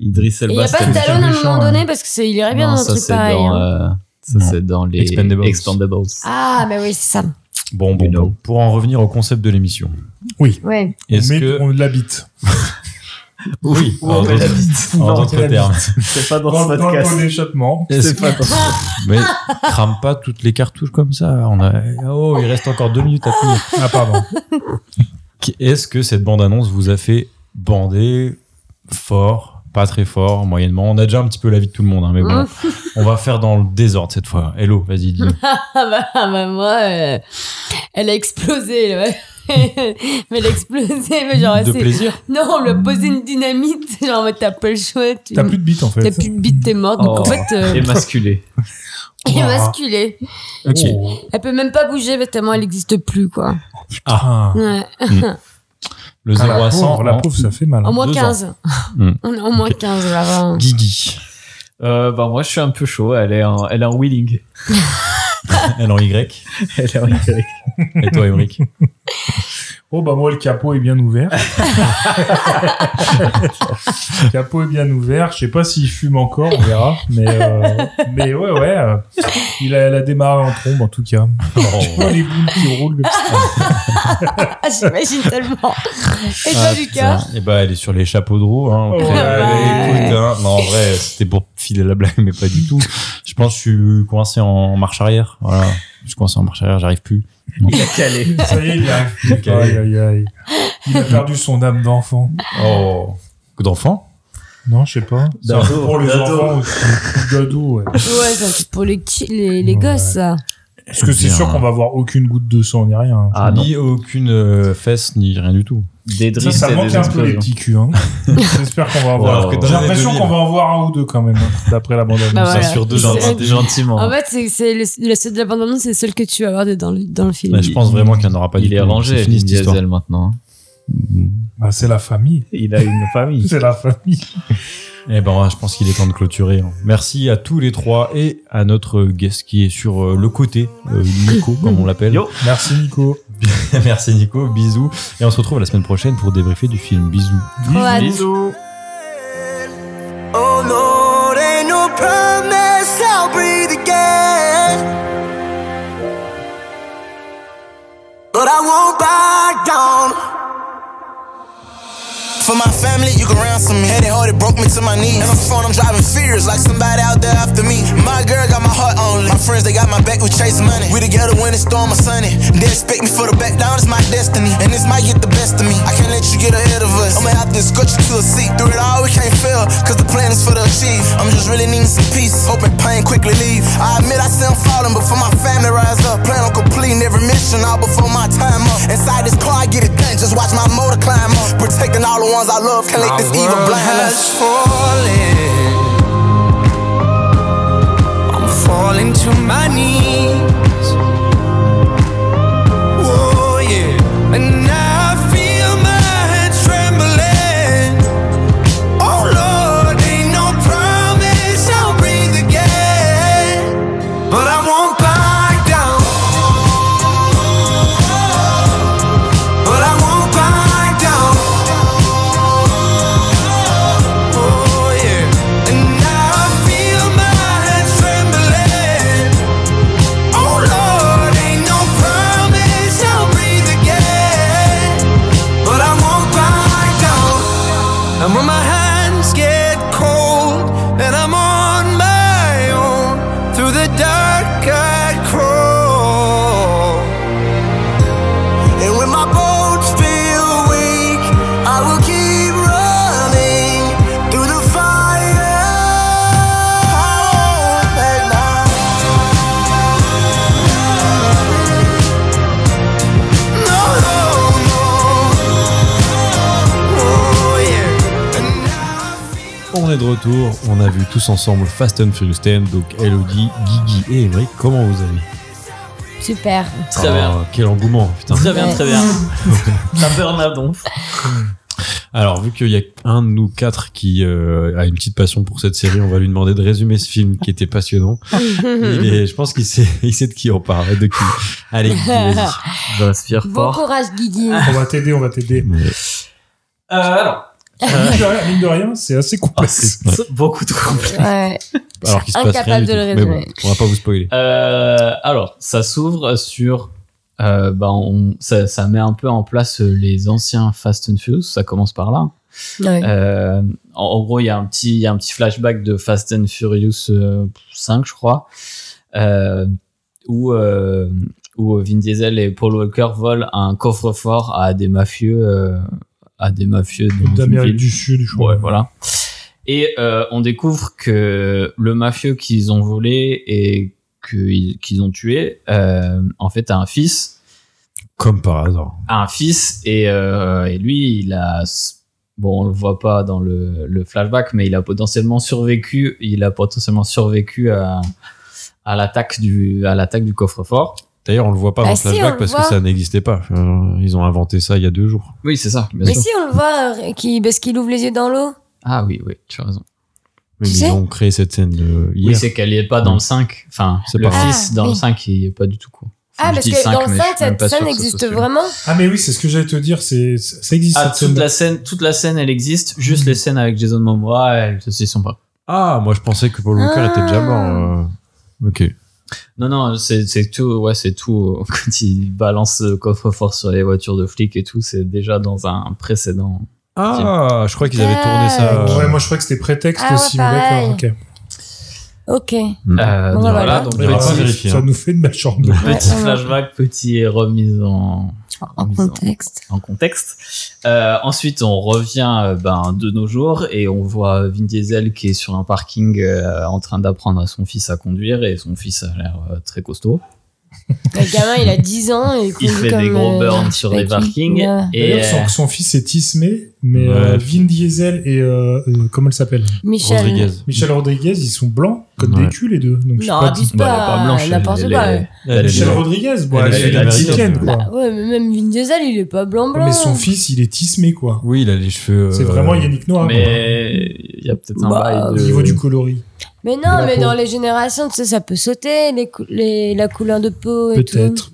[SPEAKER 9] Idris
[SPEAKER 7] Et
[SPEAKER 9] Elba.
[SPEAKER 7] il n'y a pas
[SPEAKER 9] c'était-
[SPEAKER 7] Stallone à un
[SPEAKER 8] méchant,
[SPEAKER 7] moment
[SPEAKER 8] hein.
[SPEAKER 7] donné parce que c'est il irait Ah, bien
[SPEAKER 9] Non,
[SPEAKER 7] dans un
[SPEAKER 9] ça,
[SPEAKER 7] truc
[SPEAKER 9] c'est
[SPEAKER 7] pareil.
[SPEAKER 9] dans,
[SPEAKER 7] hein.
[SPEAKER 9] euh, Ça,
[SPEAKER 6] Non.
[SPEAKER 9] c'est dans les
[SPEAKER 6] Expendables.
[SPEAKER 9] Expendables.
[SPEAKER 7] Ah, bah oui, c'est ça.
[SPEAKER 6] Bon, bon,
[SPEAKER 9] You know.
[SPEAKER 6] bon. Pour en revenir au concept de l'émission.
[SPEAKER 7] Ouais.
[SPEAKER 6] Est-ce
[SPEAKER 8] Mais
[SPEAKER 6] que.
[SPEAKER 8] on l'habite.
[SPEAKER 6] Oui,
[SPEAKER 9] on
[SPEAKER 6] en
[SPEAKER 9] met la
[SPEAKER 6] d'autres- en d'autres termes.
[SPEAKER 9] C'est pas
[SPEAKER 8] Dans, dans le pot d'échappement.
[SPEAKER 6] Est-ce que- Mais crame pas toutes les cartouches comme ça. On a... Oh, il reste encore deux minutes à finir.
[SPEAKER 8] Ah, pardon.
[SPEAKER 6] Qu- Est-ce que cette bande-annonce vous a fait bander fort, pas très fort, moyennement On a déjà un petit peu l'avis de tout le monde, hein, mais bon. on va faire dans le désordre cette fois. Hello, vas-y, dis.
[SPEAKER 7] Ah bah, ah bah moi, euh, elle a explosé. là, ouais. mais l'exploser, mais genre,
[SPEAKER 6] De
[SPEAKER 7] c'est-
[SPEAKER 6] plaisir.
[SPEAKER 7] Non, on lui a posé une dynamite, genre, mais t'as pas le choix. Tu...
[SPEAKER 8] T'as plus de bite en fait.
[SPEAKER 7] T'as plus de bite, t'es morte. Donc en
[SPEAKER 9] Oh,
[SPEAKER 7] fait, euh,
[SPEAKER 9] Émasculé.
[SPEAKER 7] elle est
[SPEAKER 8] Ah.
[SPEAKER 7] masculée.
[SPEAKER 6] Ok.
[SPEAKER 8] Oh,
[SPEAKER 7] Elle peut même pas bouger parce que tellement elle n'existe plus, quoi.
[SPEAKER 6] Ah,
[SPEAKER 7] Ouais.
[SPEAKER 6] le 0
[SPEAKER 8] ah, la
[SPEAKER 6] à 100.
[SPEAKER 8] pauvre, la
[SPEAKER 6] en-
[SPEAKER 8] pauvre, ça fait mal. hein.
[SPEAKER 7] Au moins
[SPEAKER 6] deux ans.
[SPEAKER 7] 15.
[SPEAKER 6] Hmm.
[SPEAKER 7] On est au moins 15 là vraiment.
[SPEAKER 6] Guigui.
[SPEAKER 9] Euh, bah, moi, je suis un peu chaud. Elle est en, elle est en wheeling.
[SPEAKER 6] Elle en Y.
[SPEAKER 9] Elle est en Y.
[SPEAKER 6] Et toi, Émeric
[SPEAKER 8] Oh bah moi le capot est bien ouvert. le capot est bien ouvert. Je sais pas s'il fume encore, on verra. Mais euh, mais ouais ouais. euh, il a, elle a démarré en trombe en tout cas.
[SPEAKER 9] Oh.
[SPEAKER 8] Tu vois les boules qui roulent. comme ça.
[SPEAKER 7] Ah, j'imagine tellement.
[SPEAKER 9] Ah,
[SPEAKER 7] Et toi, Lucas
[SPEAKER 6] Et bah, elle est sur les chapeaux de roue. Hein.
[SPEAKER 8] Ouais.
[SPEAKER 6] Après, allez,
[SPEAKER 7] Ouais.
[SPEAKER 6] écoute, hein. Non, en vrai, c'était pour filer la blague, mais pas du tout. Je pense que je suis coincé en marche arrière. Voilà. Je suis coincé en marche arrière, j'arrive plus.
[SPEAKER 9] Il a calé.
[SPEAKER 8] Ça y est, il arrive plus.
[SPEAKER 6] Ok.
[SPEAKER 8] Aïe, aïe, aïe. Il a perdu son âme d'enfant.
[SPEAKER 6] Oh. Coup d'enfant
[SPEAKER 8] Non, je sais pas. C'est un peu
[SPEAKER 9] D'ado,
[SPEAKER 8] pour les
[SPEAKER 9] d'ado.
[SPEAKER 8] enfants aussi. D'ado, ouais.
[SPEAKER 7] Ouais, ça, c'est pour les, petits- les, les
[SPEAKER 8] Ouais.
[SPEAKER 7] gosses, ça.
[SPEAKER 8] Parce que c'est
[SPEAKER 6] Bien.
[SPEAKER 8] sûr qu'on va avoir aucune goutte de sang ni rien.
[SPEAKER 9] Ah non.
[SPEAKER 6] Ni aucune euh, fesse, ni rien du tout.
[SPEAKER 9] Des
[SPEAKER 8] Ça,
[SPEAKER 9] drills
[SPEAKER 8] ça
[SPEAKER 9] et
[SPEAKER 8] manque
[SPEAKER 9] des
[SPEAKER 8] un peu les
[SPEAKER 9] explosions.
[SPEAKER 8] petits culs. Hein. J'espère qu'on va avoir.
[SPEAKER 6] Alors que dans
[SPEAKER 8] J'ai
[SPEAKER 6] les années
[SPEAKER 8] l'impression
[SPEAKER 6] 2000,
[SPEAKER 8] qu'on va en voir un ou deux quand même, hein, d'après la bande
[SPEAKER 7] Bah
[SPEAKER 8] annonce.
[SPEAKER 7] voilà.
[SPEAKER 6] sur deux,
[SPEAKER 7] C'est- Ah
[SPEAKER 6] j'en ai
[SPEAKER 9] Gentil- Gentiment.
[SPEAKER 7] En fait, c'est, c'est le, le seul de la bande-annonce, c'est le seul que tu vas avoir dans le, dans le film.
[SPEAKER 6] Là, je pense vraiment qu'il n'y en aura pas du
[SPEAKER 9] il
[SPEAKER 6] tout.
[SPEAKER 9] est
[SPEAKER 6] C'est
[SPEAKER 9] rangé,
[SPEAKER 6] fini
[SPEAKER 9] Vin
[SPEAKER 6] cette histoire.
[SPEAKER 9] Diesel, maintenant. hein.
[SPEAKER 8] Bah, c'est la famille.
[SPEAKER 9] Il a une famille.
[SPEAKER 8] C'est la famille.
[SPEAKER 6] Eh ben, je pense qu'il est temps de clôturer. hein. Merci à tous les trois et à notre guest qui est sur euh, le côté, euh, Nico, comme on l'appelle.
[SPEAKER 9] Yo.
[SPEAKER 8] Merci Nico.
[SPEAKER 6] Merci Nico, bisous. Et on se retrouve la semaine prochaine pour débriefer du film. Bisous.
[SPEAKER 7] hâte.
[SPEAKER 9] Bisous.
[SPEAKER 2] Oh Lord, ain't no promise I'll breathe again. But I won't back down. For my family, you can ransom me. Head and heart, it broke me to my knees. And my phone, I'm driving fears like somebody out there after me. My girl got my heart only. My friends, they got my back, we chase money. We together when it's storm or sunny. They expect me for the back down, it's my destiny. And this might get the best of me. I can't let you get ahead of us. I'ma have to escort you to a seat. Through it all, we can't fail, cause the plan is for the achieve. I'm just really needing some peace, hoping pain quickly leave. I admit I say I'm falling, but for my family, rise up. Plan on completing every mission all before my time up. Inside this car, I get it done. Just watch my motor climb up. Protecting all the ones I love, can't let this evil blind us.
[SPEAKER 4] I'm falling to my knees. Oh yeah, and I feel my head trembling. Oh Lord, ain't no promise I'll breathe again, but I won't back down. But I won't back down. Oh yeah, and I feel my head trembling. Oh Lord, ain't no promise I'll breathe again, but I won't back down. And when my hands get cold and I'm on my own through the dark, I crawl.
[SPEAKER 2] And when my bones feel weak, I will keep running through the fire. I won't back down.
[SPEAKER 4] No, no, no. Oh yeah, and I feel.
[SPEAKER 6] On est de retour. On a vu tous ensemble Fast and Furious 10. Donc Elodie, Guigui et Émeric, comment vous allez
[SPEAKER 7] Super.
[SPEAKER 9] Très
[SPEAKER 6] Oh,
[SPEAKER 9] bien.
[SPEAKER 6] Quel engouement, putain.
[SPEAKER 9] Très bien, très bien. Ça burn à donf.
[SPEAKER 6] Alors, vu qu'il y a un de nous quatre qui euh, a une petite passion pour cette série, on va lui demander de résumer ce film qui était passionnant. Il est- je pense qu'il sait, il sait de qui on parle, et de qui. Allez, Guigui, vas-y.
[SPEAKER 9] J'inspire
[SPEAKER 7] Bon
[SPEAKER 9] fort.
[SPEAKER 7] courage, Guigui.
[SPEAKER 8] On va t'aider, on va t'aider.
[SPEAKER 9] Euh, alors.
[SPEAKER 8] Mine de rien, mine de rien, c'est assez
[SPEAKER 9] Oh,
[SPEAKER 8] complexe.
[SPEAKER 9] c'est beaucoup trop complexe.
[SPEAKER 7] Ouais.
[SPEAKER 6] Alors qu'il se passe rien
[SPEAKER 7] Incapable
[SPEAKER 6] du
[SPEAKER 7] de
[SPEAKER 6] tout.
[SPEAKER 7] le
[SPEAKER 6] Mais bon,
[SPEAKER 7] résumer.
[SPEAKER 6] on va pas vous spoiler.
[SPEAKER 9] Euh, alors, ça s'ouvre sur. euh, bah, on, ça, ça met un peu en place euh, les anciens Fast and Furious. Ça commence par là.
[SPEAKER 7] Ouais.
[SPEAKER 9] Euh, en, en gros, il y a un petit, il y a un petit flashback de Fast and Furious euh, 5, je crois, euh, où euh, où Vin Diesel et Paul Walker volent un coffre-fort à des mafieux, euh, à des mafieux dans une
[SPEAKER 8] D'Amérique
[SPEAKER 9] ville.
[SPEAKER 8] du Sud, je crois.
[SPEAKER 9] Ouais, voilà. Et euh, on découvre que le mafieux qu'ils ont volé et que- qu'ils ont tué, euh, en fait, a un fils
[SPEAKER 12] Comme par hasard.
[SPEAKER 9] a un fils et, euh, et lui, il a. Bon, on le voit pas dans le, le flashback, mais il a potentiellement survécu. Il a potentiellement survécu à, à l'attaque du à l'attaque du coffre-fort.
[SPEAKER 6] D'ailleurs, on le voit pas
[SPEAKER 7] Bah
[SPEAKER 6] dans le
[SPEAKER 7] si, on
[SPEAKER 6] flashback
[SPEAKER 7] le
[SPEAKER 6] parce
[SPEAKER 7] voit.
[SPEAKER 6] que ça n'existait pas. Euh, Ils ont inventé ça il y a deux jours.
[SPEAKER 9] Oui, c'est ça. bien
[SPEAKER 7] Mais
[SPEAKER 9] sûr.
[SPEAKER 7] si, on le voit euh, qui, parce qu'il ouvre les yeux dans l'eau.
[SPEAKER 9] Ah oui, oui, tu as raison.
[SPEAKER 6] Mais
[SPEAKER 7] Tu
[SPEAKER 6] ils
[SPEAKER 7] sais
[SPEAKER 6] ont créé cette scène euh, hier.
[SPEAKER 9] Oui, c'est qu'elle y est pas dans le 5. Enfin,
[SPEAKER 6] C'est
[SPEAKER 9] le
[SPEAKER 6] pas grave.
[SPEAKER 9] fils dans
[SPEAKER 7] Ah,
[SPEAKER 9] le
[SPEAKER 7] oui.
[SPEAKER 9] 5, il y est pas du tout quoi. Enfin,
[SPEAKER 7] Ah,
[SPEAKER 9] je
[SPEAKER 7] parce
[SPEAKER 9] dis
[SPEAKER 7] que dans
[SPEAKER 9] mais
[SPEAKER 7] le
[SPEAKER 9] je suis
[SPEAKER 7] 5,
[SPEAKER 9] même
[SPEAKER 7] cette
[SPEAKER 9] pas sûr
[SPEAKER 7] scène
[SPEAKER 9] que ce soit
[SPEAKER 7] existe
[SPEAKER 9] celui-là.
[SPEAKER 7] vraiment.
[SPEAKER 8] Ah, mais oui, c'est ce que j'allais te dire, c'est, ça existe
[SPEAKER 9] Ah,
[SPEAKER 8] cette
[SPEAKER 9] toute
[SPEAKER 8] scène.
[SPEAKER 9] la scène, toute la scène, elle existe. Juste les scènes avec Jason Momoa, elles se sont pas.
[SPEAKER 6] Ah, moi je pensais que Paul Walker
[SPEAKER 7] Ah.
[SPEAKER 6] était déjà mort. euh. Ok.
[SPEAKER 9] Non, non, c'est c'est tout. Ouais, c'est tout. euh, Quand il balance le coffre-fort sur les voitures de flics et tout, c'est déjà dans un précédent.
[SPEAKER 6] Ah, je crois qu'ils avaient tourné ça. euh,
[SPEAKER 8] Ouais, moi je crois que c'était prétexte
[SPEAKER 7] Ah ouais,
[SPEAKER 8] aussi, mais
[SPEAKER 7] pareil.
[SPEAKER 8] d'accord, ok.
[SPEAKER 7] Ok.
[SPEAKER 9] Euh,
[SPEAKER 6] hmm.
[SPEAKER 7] Bon,
[SPEAKER 9] donc
[SPEAKER 7] bah
[SPEAKER 9] voilà,
[SPEAKER 7] voilà.
[SPEAKER 9] donc
[SPEAKER 6] On ira pas
[SPEAKER 9] petit,
[SPEAKER 6] vérifier.
[SPEAKER 8] Ah, Ça
[SPEAKER 6] hein.
[SPEAKER 8] nous fait de la chambre.
[SPEAKER 9] petit
[SPEAKER 7] Ouais.
[SPEAKER 9] flashback, petit remise en,
[SPEAKER 7] En
[SPEAKER 9] remise en-
[SPEAKER 7] contexte.
[SPEAKER 9] en contexte. Euh, ensuite, on revient euh, ben, de nos jours et on voit Vin Diesel qui est sur un parking euh, en train d'apprendre à son fils à conduire et son fils a l'air euh, très costaud.
[SPEAKER 7] Le gamin, il a 10 ans et il
[SPEAKER 9] Il
[SPEAKER 7] conduit
[SPEAKER 9] fait
[SPEAKER 7] comme,
[SPEAKER 9] des gros
[SPEAKER 7] euh,
[SPEAKER 9] burns
[SPEAKER 7] je
[SPEAKER 9] sur
[SPEAKER 7] sais
[SPEAKER 9] des
[SPEAKER 7] pas qui.
[SPEAKER 9] parkings.
[SPEAKER 7] Ouais.
[SPEAKER 9] Et,
[SPEAKER 8] D'ailleurs, son,
[SPEAKER 9] euh,
[SPEAKER 8] son fils est Ismé, mais
[SPEAKER 6] Ouais.
[SPEAKER 8] euh, Vin Diesel et euh, euh, comment elle s'appelle
[SPEAKER 7] Michel.
[SPEAKER 6] Rodriguez.
[SPEAKER 8] Michel Rodriguez, ils sont blancs comme
[SPEAKER 6] Ouais.
[SPEAKER 8] des culs les deux. Donc, je sais
[SPEAKER 7] Non,
[SPEAKER 8] pas,
[SPEAKER 7] abuse
[SPEAKER 9] bah, elle est pas
[SPEAKER 7] pas,
[SPEAKER 9] blanche,
[SPEAKER 7] n'importe
[SPEAKER 9] elle
[SPEAKER 7] quoi.
[SPEAKER 9] est-
[SPEAKER 6] Elle est
[SPEAKER 8] Michel
[SPEAKER 6] noire.
[SPEAKER 8] Rodriguez, bon,
[SPEAKER 6] Elle
[SPEAKER 8] elle
[SPEAKER 6] est
[SPEAKER 8] est américaine,
[SPEAKER 6] américaine.
[SPEAKER 8] quoi.
[SPEAKER 7] Ah Ouais, mais même Vin Diesel, il est pas blanc-blanc.
[SPEAKER 8] Mais son fils, il est Ismé, quoi.
[SPEAKER 6] Oui, il a les cheveux. euh,
[SPEAKER 8] C'est vraiment Yannick Noir. quoi.
[SPEAKER 9] mais euh, il y a peut-être un
[SPEAKER 7] Bah,
[SPEAKER 9] bail
[SPEAKER 8] Au
[SPEAKER 9] de...
[SPEAKER 8] niveau du coloris.
[SPEAKER 7] Mais
[SPEAKER 8] de
[SPEAKER 7] non,
[SPEAKER 8] la
[SPEAKER 7] mais
[SPEAKER 8] peau.
[SPEAKER 7] dans les générations, tu sais, ça peut sauter, les cou- les- la couleur de peau et tout.
[SPEAKER 8] Peut-être.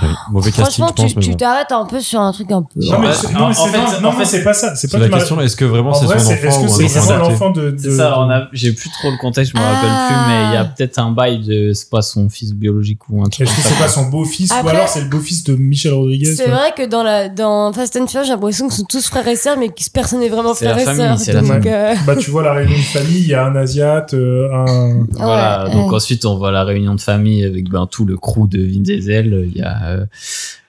[SPEAKER 6] ouais, Mauvais casting,
[SPEAKER 7] Franchement,
[SPEAKER 6] je pense.
[SPEAKER 7] tu tu
[SPEAKER 6] mais bon.
[SPEAKER 7] t'arrêtes un peu sur un truc un peu.
[SPEAKER 8] Non, mais
[SPEAKER 9] Ouais.
[SPEAKER 8] c'est- non, mais
[SPEAKER 9] euh, En
[SPEAKER 8] c'est
[SPEAKER 9] fait,
[SPEAKER 8] pas-
[SPEAKER 9] en
[SPEAKER 8] non, mais
[SPEAKER 9] fait-
[SPEAKER 8] c'est pas ça. C'est
[SPEAKER 6] C'est
[SPEAKER 8] pas
[SPEAKER 6] la
[SPEAKER 8] du mal-
[SPEAKER 6] question, est-ce que vraiment
[SPEAKER 8] En
[SPEAKER 6] c'est son
[SPEAKER 8] vrai,
[SPEAKER 6] enfant
[SPEAKER 8] c'est- est-ce que
[SPEAKER 6] ou un
[SPEAKER 8] c'est
[SPEAKER 6] enfant
[SPEAKER 8] vraiment
[SPEAKER 6] adopté
[SPEAKER 8] l'enfant de.
[SPEAKER 9] C'est
[SPEAKER 8] de-
[SPEAKER 9] ça, on a- j'ai plus trop le contexte, je me rappelle plus, mais il y a peut-être un bail de c'est pas son fils biologique ou un truc
[SPEAKER 8] Est-ce que
[SPEAKER 9] comme
[SPEAKER 8] c'est
[SPEAKER 9] ça.
[SPEAKER 8] pas son beau-fils ou
[SPEAKER 7] Après-
[SPEAKER 8] alors c'est le beau-fils de Michel Rodriguez
[SPEAKER 7] C'est
[SPEAKER 8] ouais.
[SPEAKER 7] vrai que dans, la, dans Fast and Furious, j'ai l'impression qu'ils sont tous frères et sœurs, mais que personne n'est vraiment
[SPEAKER 9] C'est la
[SPEAKER 7] frère et
[SPEAKER 9] famille,
[SPEAKER 7] sœur.
[SPEAKER 9] c'est la
[SPEAKER 7] donc,
[SPEAKER 8] famille.
[SPEAKER 7] euh,
[SPEAKER 8] Bah, tu vois, la réunion de famille, il y a un Asiate, euh, un.
[SPEAKER 9] Voilà,
[SPEAKER 7] Ouais,
[SPEAKER 9] donc
[SPEAKER 7] ouais.
[SPEAKER 9] ensuite on voit la réunion de famille avec ben, tout le crew de Vin Diesel, il y a euh,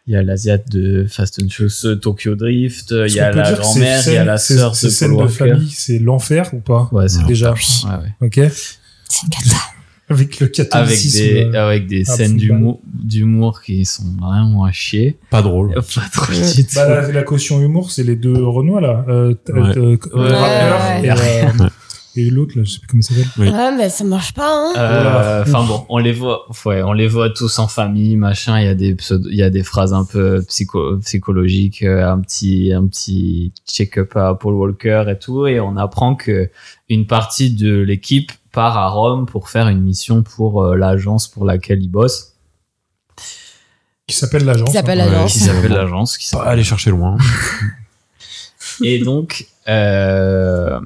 [SPEAKER 9] il y a l'asiate de Fast and Furious euh, Tokyo Drift, il
[SPEAKER 8] Est-ce
[SPEAKER 9] y a
[SPEAKER 8] qu'on peut
[SPEAKER 9] la
[SPEAKER 8] dire que ces
[SPEAKER 9] grand-mère, il y a
[SPEAKER 8] scènes-
[SPEAKER 9] la
[SPEAKER 8] ces-
[SPEAKER 9] sœur
[SPEAKER 8] ces
[SPEAKER 9] de Paul
[SPEAKER 8] scènes de
[SPEAKER 9] Walker.
[SPEAKER 8] famille, Ah c'est l'enfer ou pas
[SPEAKER 9] Ouais, c'est
[SPEAKER 8] Déjà,
[SPEAKER 9] ouais, ouais.
[SPEAKER 8] ok
[SPEAKER 7] c'est une cata.
[SPEAKER 8] Avec le
[SPEAKER 9] Avec
[SPEAKER 8] catholicisme.
[SPEAKER 9] des,
[SPEAKER 8] euh,
[SPEAKER 9] avec des
[SPEAKER 8] Ah,
[SPEAKER 9] scènes
[SPEAKER 8] c'est
[SPEAKER 9] d'humour d'humour qui sont vraiment à chier.
[SPEAKER 6] Pas drôle.
[SPEAKER 9] Pas trop du tout.
[SPEAKER 8] bah, la, la caution humour, c'est les deux Renois, là. Euh, t-
[SPEAKER 6] Ouais.
[SPEAKER 8] euh, t- euh,
[SPEAKER 9] Ouais.
[SPEAKER 8] le rappeur et, euh, et l'autre, là, je sais plus comment il s'appelle.
[SPEAKER 6] Oui.
[SPEAKER 7] Ouais, mais ça marche pas, hein.
[SPEAKER 9] Euh, Enfin bon, on les voit, ouais, on les voit tous en famille, machin. Il y a des pseudo- il y a des phrases un peu psycho, psychologiques, euh, un petit, un petit check-up à Paul Walker et tout, et on apprend que une partie de l'équipe part à Rome pour faire une mission pour euh, l'agence pour laquelle ils bossent,
[SPEAKER 8] Qui s'appelle l'agence.
[SPEAKER 7] Ils appellent
[SPEAKER 8] hein.
[SPEAKER 7] l'agence.
[SPEAKER 9] Euh, qui s'appelle l'agence, qui
[SPEAKER 6] Pas
[SPEAKER 9] s'appelle-
[SPEAKER 6] aller chercher loin.
[SPEAKER 9] Et donc, euh,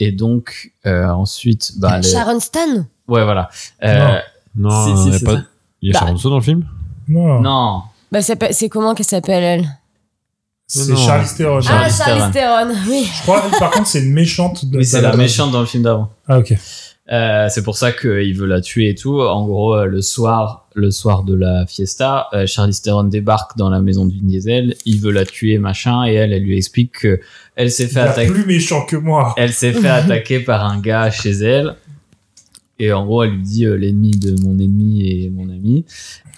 [SPEAKER 9] et donc euh, ensuite, bah, les-
[SPEAKER 7] Sharon Stan
[SPEAKER 9] ouais, voilà. Euh, Si,
[SPEAKER 6] Non,
[SPEAKER 9] si,
[SPEAKER 6] il y a
[SPEAKER 9] c'est
[SPEAKER 6] pas-
[SPEAKER 9] ça.
[SPEAKER 6] il y a
[SPEAKER 7] Bah.
[SPEAKER 6] Sharon Stone dans le film
[SPEAKER 8] Non,
[SPEAKER 9] non.
[SPEAKER 7] bah, ça peut- C'est comment qu'elle s'appelle, elle
[SPEAKER 8] c'est
[SPEAKER 6] Non.
[SPEAKER 8] Charlize Theron.
[SPEAKER 9] Charlize
[SPEAKER 7] Ah, Charlize Theron, oui.
[SPEAKER 8] Je crois, par contre, c'est une méchante. de-
[SPEAKER 9] Mais c'est
[SPEAKER 8] de-
[SPEAKER 9] la méchante dans le film d'avant.
[SPEAKER 8] Ah, ok.
[SPEAKER 9] Euh, c'est pour ça qu'il veut la tuer et tout. En gros, euh, le soir, le soir de la fiesta, euh, Charlize Theron débarque dans la maison de Vin Diesel. Il veut la tuer, machin, et elle, elle lui explique que elle s'est fait
[SPEAKER 8] Il y a
[SPEAKER 9] attaquer.
[SPEAKER 8] plus méchant que moi.
[SPEAKER 9] Elle s'est fait attaquer par un gars chez elle. Et en gros, elle lui dit euh, l'ennemi de mon ennemi est mon ami.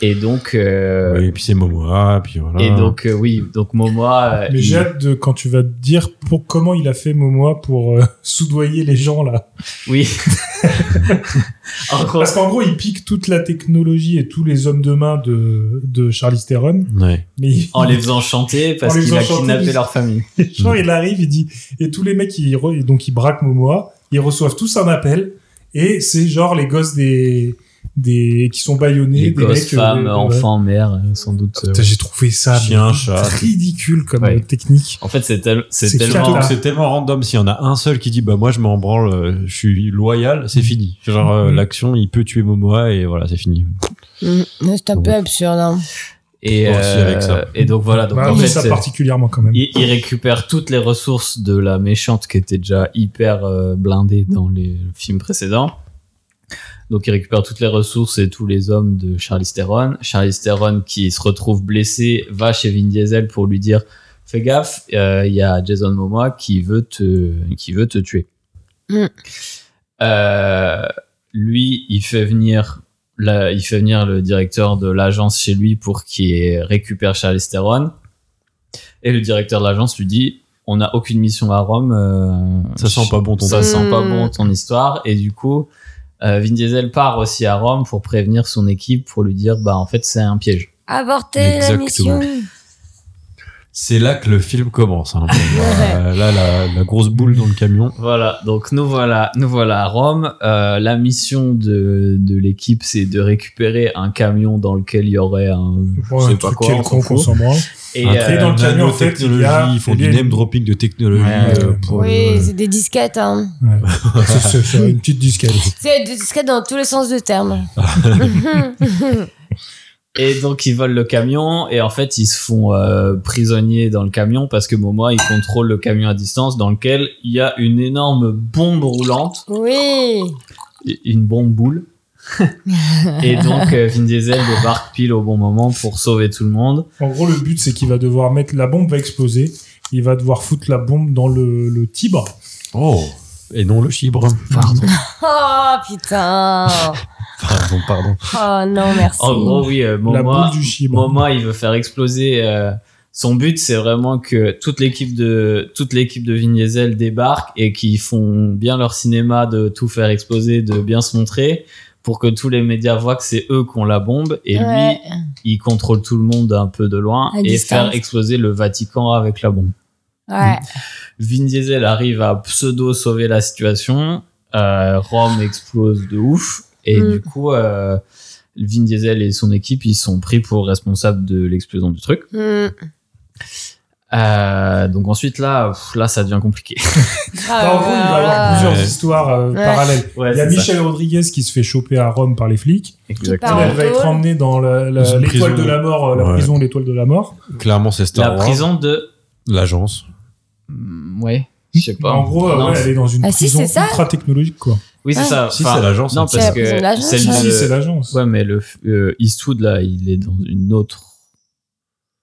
[SPEAKER 9] Et donc, euh,
[SPEAKER 6] Oui, Et puis c'est Momoa, puis voilà.
[SPEAKER 9] et donc euh, oui, donc Momoa. euh,
[SPEAKER 8] Mais
[SPEAKER 9] il-
[SPEAKER 8] j'ai hâte de quand tu vas te dire pour comment il a fait Momoa pour euh, soudoyer les gens là.
[SPEAKER 9] Oui. en gros,
[SPEAKER 8] Parce qu'en gros, il pique toute la technologie et tous les hommes de main de, de Charlize Theron.
[SPEAKER 6] Ouais.
[SPEAKER 8] Mais il-
[SPEAKER 9] en les faisant chanter parce
[SPEAKER 8] En les
[SPEAKER 9] qu'il a
[SPEAKER 8] faisant chanter,
[SPEAKER 9] kidnappé
[SPEAKER 8] ils-
[SPEAKER 9] leur famille.
[SPEAKER 8] Genre, il arrive, il dit, et tous les mecs, ils, re- et donc ils braquent Momoa, ils reçoivent tous un appel, et c'est genre les gosses des, des qui sont baillonnés,
[SPEAKER 9] Les
[SPEAKER 8] des
[SPEAKER 9] gosses,
[SPEAKER 8] mecs. euh,
[SPEAKER 9] femmes,
[SPEAKER 8] ouais.
[SPEAKER 9] enfants, mères, euh, sans doute. euh,
[SPEAKER 8] Putain, J'ai trouvé ça
[SPEAKER 6] Chien,
[SPEAKER 8] mais
[SPEAKER 6] chat.
[SPEAKER 8] ridicule comme
[SPEAKER 9] Ouais.
[SPEAKER 8] technique.
[SPEAKER 9] En fait, c'est tel- c'est
[SPEAKER 8] C'est
[SPEAKER 6] Surtout
[SPEAKER 9] tellement.
[SPEAKER 6] que c'est tellement random. S'il y en a un seul qui dit bah moi je m'en branle, euh, je suis loyal, c'est fini. Genre euh,
[SPEAKER 8] Mhm.
[SPEAKER 6] l'action, il peut tuer Momoa et voilà c'est fini.
[SPEAKER 7] Mm, C'est un peu absurde, hein.
[SPEAKER 9] Et,
[SPEAKER 6] Bon, si,
[SPEAKER 9] euh,
[SPEAKER 6] avec ça.
[SPEAKER 9] et donc voilà. Donc
[SPEAKER 8] Bah,
[SPEAKER 9] en
[SPEAKER 8] mais
[SPEAKER 9] fait,
[SPEAKER 8] ça
[SPEAKER 9] c'est-
[SPEAKER 8] particulièrement quand même.
[SPEAKER 9] il, il récupère toutes les ressources de la méchante qui était déjà hyper euh, blindée dans les films précédents. Donc il récupère toutes les ressources et tous les hommes de Charlize Theron. Charlize Theron qui se retrouve blessée va chez Vin Diesel pour lui dire fais gaffe, euh, il y a Jason Momoa qui veut te qui veut te tuer.
[SPEAKER 7] Mm.
[SPEAKER 9] Euh, lui, il fait venir là, il fait venir le directeur de l'agence chez lui pour qu'il récupère Charlie Theron. Et le directeur de l'agence lui dit on n'a aucune mission à Rome. euh,
[SPEAKER 6] Ça sent pas bon, ton
[SPEAKER 9] ça
[SPEAKER 6] truc.
[SPEAKER 9] sent pas
[SPEAKER 6] Hmm.
[SPEAKER 9] bon ton histoire. Et du coup, euh, Vin Diesel part aussi à Rome pour prévenir son équipe pour lui dire bah en fait c'est un piège.
[SPEAKER 7] Avorter la
[SPEAKER 6] Exactement.
[SPEAKER 7] mission.
[SPEAKER 6] C'est là que le film commence. hein. Euh, là, la, la grosse boule dans le camion.
[SPEAKER 9] Voilà, donc nous voilà, nous voilà à Rome. Euh, la mission de, de l'équipe, c'est de récupérer un camion dans lequel il y aurait un, je
[SPEAKER 8] Ouais,
[SPEAKER 9] sais
[SPEAKER 8] un
[SPEAKER 9] pas
[SPEAKER 8] truc
[SPEAKER 9] quoi, on s'en
[SPEAKER 8] quelconque, on
[SPEAKER 9] fout.
[SPEAKER 8] s'en branle.
[SPEAKER 9] Et,
[SPEAKER 6] Un
[SPEAKER 9] euh,
[SPEAKER 6] truc
[SPEAKER 8] dans le camion, en fait, il y a-
[SPEAKER 6] nanotechnologie, ils font
[SPEAKER 8] il y a
[SPEAKER 6] du
[SPEAKER 8] une-
[SPEAKER 6] name dropping de technologie.
[SPEAKER 9] Ouais.
[SPEAKER 6] euh, pour
[SPEAKER 7] Oui,
[SPEAKER 6] le-
[SPEAKER 7] c'est des disquettes. Hein.
[SPEAKER 8] C'est- c'est- c'est une petite disquette.
[SPEAKER 7] C'est des disquettes dans tous les sens du terme.
[SPEAKER 9] Et donc ils volent le camion et en fait ils se font euh, prisonniers dans le camion parce que Momoa il contrôle le camion à distance dans lequel il y a une énorme bombe roulante,
[SPEAKER 7] oui.
[SPEAKER 9] une bombe boule. Et donc euh, Vin Diesel débarque pile au bon moment pour sauver tout le monde.
[SPEAKER 8] En gros, le but, c'est qu'il va devoir mettre la bombe va exploser. Il va devoir foutre la bombe dans le, le Tibre.
[SPEAKER 6] Oh, et non le chibre.
[SPEAKER 9] Pardon.
[SPEAKER 7] Oh putain.
[SPEAKER 6] pardon, pardon.
[SPEAKER 7] Oh non, merci.
[SPEAKER 9] En gros, oui, euh, Momoa,
[SPEAKER 8] boule du chibre.
[SPEAKER 9] Momoa, il veut faire exploser. euh, son but, c'est vraiment que toute l'équipe de toute l'équipe de Vin Diesel débarque et qu'ils font bien leur cinéma de tout faire exploser, de bien se montrer, pour que tous les médias voient que c'est eux qui ont la bombe et
[SPEAKER 7] Ouais.
[SPEAKER 9] lui, il contrôle tout le monde un peu de loin
[SPEAKER 7] À
[SPEAKER 9] et
[SPEAKER 7] distance.
[SPEAKER 9] faire exploser le Vatican avec la bombe.
[SPEAKER 7] Ouais.
[SPEAKER 9] Vin Diesel arrive à pseudo sauver la situation. Euh, Rome explose de ouf. Et
[SPEAKER 7] Mm.
[SPEAKER 9] du coup, euh, Vin Diesel et son équipe, ils sont pris pour responsables de l'explosion du truc.
[SPEAKER 7] Hmm.
[SPEAKER 9] Euh, donc ensuite, là, pff, là, ça devient compliqué.
[SPEAKER 8] Bah, en gros, il va y avoir
[SPEAKER 7] Ah.
[SPEAKER 8] plusieurs
[SPEAKER 9] Ouais.
[SPEAKER 8] histoires euh,
[SPEAKER 7] Ouais.
[SPEAKER 8] parallèles.
[SPEAKER 9] Ouais,
[SPEAKER 8] il y a
[SPEAKER 9] c'est ça.
[SPEAKER 8] Michel Rodriguez qui se fait choper à Rome par les flics.
[SPEAKER 7] Ah,
[SPEAKER 8] Elle, elle va
[SPEAKER 7] drôle.
[SPEAKER 8] être emmenée dans la-
[SPEAKER 6] Dans
[SPEAKER 8] la-
[SPEAKER 6] une
[SPEAKER 8] l'étoile
[SPEAKER 6] prison.
[SPEAKER 8] de la mort, euh, la
[SPEAKER 6] Ouais.
[SPEAKER 8] prison, l'étoile de la mort.
[SPEAKER 6] Clairement, c'est
[SPEAKER 9] La
[SPEAKER 6] Star Wars.
[SPEAKER 9] prison de...
[SPEAKER 6] L'agence.
[SPEAKER 9] Hmm, Ouais, je sais pas.
[SPEAKER 8] En gros, euh,
[SPEAKER 9] Non,
[SPEAKER 8] ouais, elle est dans une
[SPEAKER 7] Ah, si,
[SPEAKER 8] prison
[SPEAKER 7] c'est ça
[SPEAKER 8] ultra technologique, quoi.
[SPEAKER 9] Oui, c'est
[SPEAKER 7] Ah.
[SPEAKER 9] ça.
[SPEAKER 6] Si,
[SPEAKER 9] Enfin,
[SPEAKER 6] c'est l'agence,
[SPEAKER 9] Non,
[SPEAKER 6] hein.
[SPEAKER 9] parce
[SPEAKER 7] C'est la
[SPEAKER 9] que...
[SPEAKER 7] prison de l'agence,
[SPEAKER 9] celle
[SPEAKER 8] Si,
[SPEAKER 7] ouais.
[SPEAKER 9] de-
[SPEAKER 8] si, c'est l'agence.
[SPEAKER 9] Ouais, mais le, euh, Eastwood, là, il est dans une autre...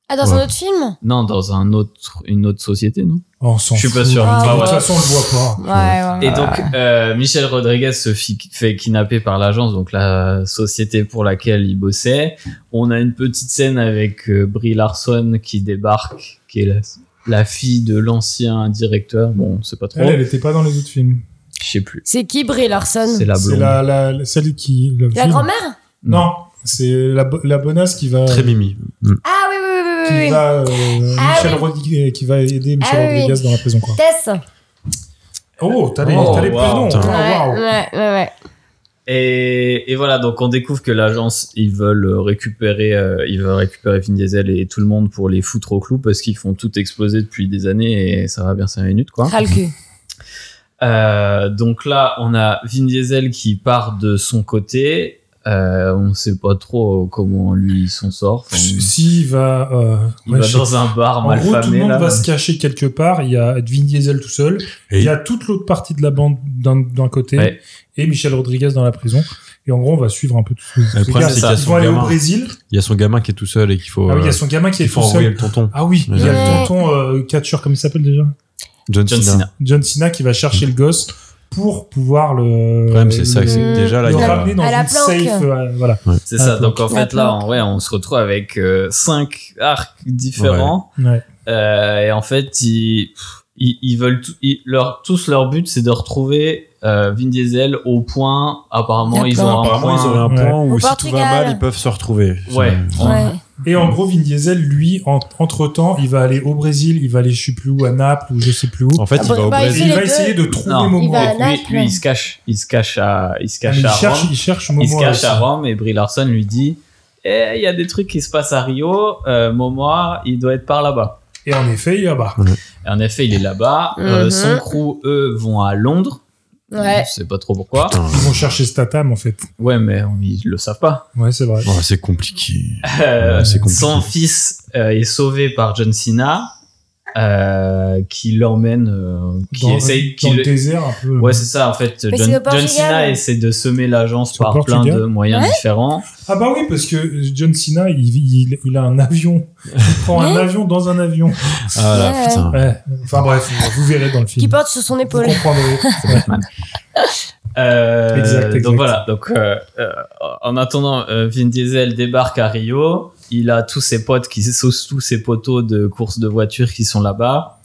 [SPEAKER 7] Ah, dans
[SPEAKER 6] Ouais.
[SPEAKER 7] un autre film
[SPEAKER 9] Non, dans un autre, une autre société, non
[SPEAKER 8] Oh, on s'en
[SPEAKER 9] Je suis pas
[SPEAKER 8] fout.
[SPEAKER 9] sûr.
[SPEAKER 8] De
[SPEAKER 7] Ah,
[SPEAKER 8] toute
[SPEAKER 7] ouais.
[SPEAKER 8] façon, on le voit
[SPEAKER 7] Ouais, ouais.
[SPEAKER 9] Et donc, euh, Michel Rodriguez se fit- fait kidnapper par l'agence, donc la société pour laquelle il bossait. On a une petite scène avec euh, Brie Larson qui débarque, qui est la, la fille de l'ancien directeur. Bon, c'est pas
[SPEAKER 8] pas.
[SPEAKER 9] trop.
[SPEAKER 7] Oh.
[SPEAKER 8] Elle, elle était pas dans les autres films.
[SPEAKER 9] Je sais plus.
[SPEAKER 7] C'est qui Brie Larson
[SPEAKER 9] C'est la
[SPEAKER 8] C'est
[SPEAKER 9] blonde.
[SPEAKER 8] la, la, la- celle qui.
[SPEAKER 7] La
[SPEAKER 8] fille-
[SPEAKER 7] grand-mère
[SPEAKER 8] Non, c'est la, bo- la bonasse qui va.
[SPEAKER 6] Très mimi.
[SPEAKER 7] Ah oui, oui, oui,
[SPEAKER 8] qui
[SPEAKER 7] oui, oui. oui.
[SPEAKER 8] va, euh,
[SPEAKER 7] Ah
[SPEAKER 8] Michel
[SPEAKER 7] oui.
[SPEAKER 8] Rodriguez- qui va aider Michel
[SPEAKER 7] Ah oui.
[SPEAKER 8] Rodriguez dans la prison quoi.
[SPEAKER 7] Tess.
[SPEAKER 8] Oh, t'as les,
[SPEAKER 9] Oh,
[SPEAKER 8] t'as les
[SPEAKER 9] wow.
[SPEAKER 8] prénoms.
[SPEAKER 6] Putain.
[SPEAKER 8] Ah,
[SPEAKER 7] ouais,
[SPEAKER 8] waouh.
[SPEAKER 7] ouais, ouais, ouais.
[SPEAKER 9] Et, et voilà, donc on découvre que l'agence, ils veulent récupérer, euh, ils veulent récupérer Vin Diesel et tout le monde pour les foutre au clou parce qu'ils font tout exploser depuis des années et ça va bien 5 minutes, quoi.
[SPEAKER 7] Ras le cul.
[SPEAKER 9] Euh, donc là, on a Vin Diesel qui part de son côté. Euh, on sait pas trop comment lui il s'en sort. Enfin,
[SPEAKER 6] Mmh.
[SPEAKER 8] Si il va, euh,
[SPEAKER 9] il
[SPEAKER 8] ouais,
[SPEAKER 9] va
[SPEAKER 8] je sais
[SPEAKER 9] dans un bar
[SPEAKER 8] En
[SPEAKER 9] mal
[SPEAKER 8] gros, tout le
[SPEAKER 9] famé
[SPEAKER 8] monde
[SPEAKER 9] là.
[SPEAKER 8] va se cacher quelque part. Il y a Vin Diesel tout seul.
[SPEAKER 6] Et-
[SPEAKER 8] Il y a toute l'autre partie de la bande d'un d'un côté
[SPEAKER 9] Ouais.
[SPEAKER 8] et Michel Rodriguez dans la prison. Et en gros, on va suivre un peu tout ce
[SPEAKER 6] Le
[SPEAKER 8] ces
[SPEAKER 6] problème,
[SPEAKER 8] gars.
[SPEAKER 6] c'est qu'il y a
[SPEAKER 8] Ils
[SPEAKER 6] son
[SPEAKER 8] vont aller au
[SPEAKER 6] gamin.
[SPEAKER 8] Brésil.
[SPEAKER 6] Il y a son gamin qui est tout seul et qu'il faut,
[SPEAKER 8] Ah oui, il y
[SPEAKER 6] euh,
[SPEAKER 8] a son gamin qui est
[SPEAKER 6] qu'il faut
[SPEAKER 8] tout
[SPEAKER 6] envoyer
[SPEAKER 8] seul.
[SPEAKER 6] le tonton.
[SPEAKER 8] Ah oui, il y a
[SPEAKER 7] Ouais.
[SPEAKER 8] le tonton euh, catcheur, comme il s'appelle déjà
[SPEAKER 6] John,
[SPEAKER 9] John
[SPEAKER 6] Cena.
[SPEAKER 9] Cena.
[SPEAKER 8] John Cena qui va chercher le gosse pour pouvoir le.
[SPEAKER 6] Le problème, c'est ça. c'est que
[SPEAKER 7] Mm.
[SPEAKER 6] Déjà, là,
[SPEAKER 8] le
[SPEAKER 6] il y a-
[SPEAKER 8] ramener dans
[SPEAKER 7] À la
[SPEAKER 8] une
[SPEAKER 7] planque.
[SPEAKER 8] safe. euh, voilà.
[SPEAKER 9] C'est ça.
[SPEAKER 8] Ah,
[SPEAKER 9] Donc en fait
[SPEAKER 7] Ah,
[SPEAKER 9] là, on, ouais, on se retrouve avec euh, cinq arcs différents.
[SPEAKER 8] Ouais.
[SPEAKER 9] Euh, et en fait, ils, ils, ils veulent tout- ils- leur, tous leur but, c'est de retrouver euh, Vin Diesel au point. Apparemment, ils ont un
[SPEAKER 6] Apparemment,
[SPEAKER 9] point.
[SPEAKER 6] ils ont un
[SPEAKER 8] Ouais.
[SPEAKER 6] point où
[SPEAKER 7] Au
[SPEAKER 6] si tout va
[SPEAKER 7] Portugal.
[SPEAKER 6] mal, ils peuvent se retrouver.
[SPEAKER 9] Ouais.
[SPEAKER 7] Ouais.
[SPEAKER 8] Et en gros, Vin Diesel, lui, en- entre-temps, il va aller au Brésil, il va aller je sais plus où, à Naples ou je sais plus où.
[SPEAKER 6] En fait,
[SPEAKER 7] Ah
[SPEAKER 6] il
[SPEAKER 7] bah,
[SPEAKER 6] va au
[SPEAKER 7] bah, il
[SPEAKER 8] Et
[SPEAKER 6] Brésil.
[SPEAKER 7] fait
[SPEAKER 8] il
[SPEAKER 7] les
[SPEAKER 8] va
[SPEAKER 7] deux.
[SPEAKER 8] essayer de trouver
[SPEAKER 9] Non.
[SPEAKER 8] Momo.
[SPEAKER 7] Il va à
[SPEAKER 9] Donc, lui,
[SPEAKER 7] Naples.
[SPEAKER 9] lui, il se cache, il se cache à, il se
[SPEAKER 8] Ah, mais
[SPEAKER 9] cache
[SPEAKER 8] il
[SPEAKER 9] à
[SPEAKER 8] cherche,
[SPEAKER 9] Rome.
[SPEAKER 8] il cherche euh,
[SPEAKER 9] il se
[SPEAKER 8] Momo.
[SPEAKER 9] cache
[SPEAKER 8] aussi.
[SPEAKER 9] à Rome et Brie Larson lui dit Eh, il y a des trucs qui se passent à Rio, euh, Momoa, il doit être par là-bas.
[SPEAKER 8] Et en effet, ah bah, il est là-bas.
[SPEAKER 9] Et en effet, il est là-bas. Euh,
[SPEAKER 7] Mhm.
[SPEAKER 9] son crew, eux, vont à Londres.
[SPEAKER 7] Ouais.
[SPEAKER 9] Je sais pas trop pourquoi.
[SPEAKER 6] Putain,
[SPEAKER 8] Ils vont chercher Statham, en fait.
[SPEAKER 9] Ouais, mais on- ils le savent pas.
[SPEAKER 8] Ouais, c'est vrai.
[SPEAKER 6] oh, c'est compliqué.
[SPEAKER 9] Euh,
[SPEAKER 6] Ouais, c'est compliqué.
[SPEAKER 9] son fils euh, est sauvé par John Cena, euh, qui l'emmène, euh, qui
[SPEAKER 8] dans
[SPEAKER 9] essaye, qui
[SPEAKER 8] dans le
[SPEAKER 9] le-
[SPEAKER 8] désert, un peu.
[SPEAKER 9] Ouais, c'est ça, en fait.
[SPEAKER 7] Mais
[SPEAKER 9] John,
[SPEAKER 7] c'est au
[SPEAKER 9] John
[SPEAKER 7] Portugal.
[SPEAKER 9] Cena essaie de semer l'agence
[SPEAKER 8] C'est au
[SPEAKER 9] par plein
[SPEAKER 8] Portugal.
[SPEAKER 9] de moyens différents.
[SPEAKER 8] Ah bah oui, parce que John Cena, il, il, il a un avion. Il prend un
[SPEAKER 7] Mais-
[SPEAKER 8] avion dans un avion.
[SPEAKER 6] Ah là,
[SPEAKER 7] Ouais.
[SPEAKER 6] putain.
[SPEAKER 8] Ouais. Enfin bref, vous verrez dans le
[SPEAKER 7] Qui
[SPEAKER 8] film.
[SPEAKER 7] porte sur son
[SPEAKER 8] Vous
[SPEAKER 7] épaule.
[SPEAKER 8] comprendrez. Ouais.
[SPEAKER 9] Euh,
[SPEAKER 8] Exact, exact.
[SPEAKER 9] Donc voilà. Donc euh, euh, en attendant, euh, Vin Diesel débarque à Rio. Il a tous ses potes qui tous tous ses poteaux de course de voiture qui sont là-bas.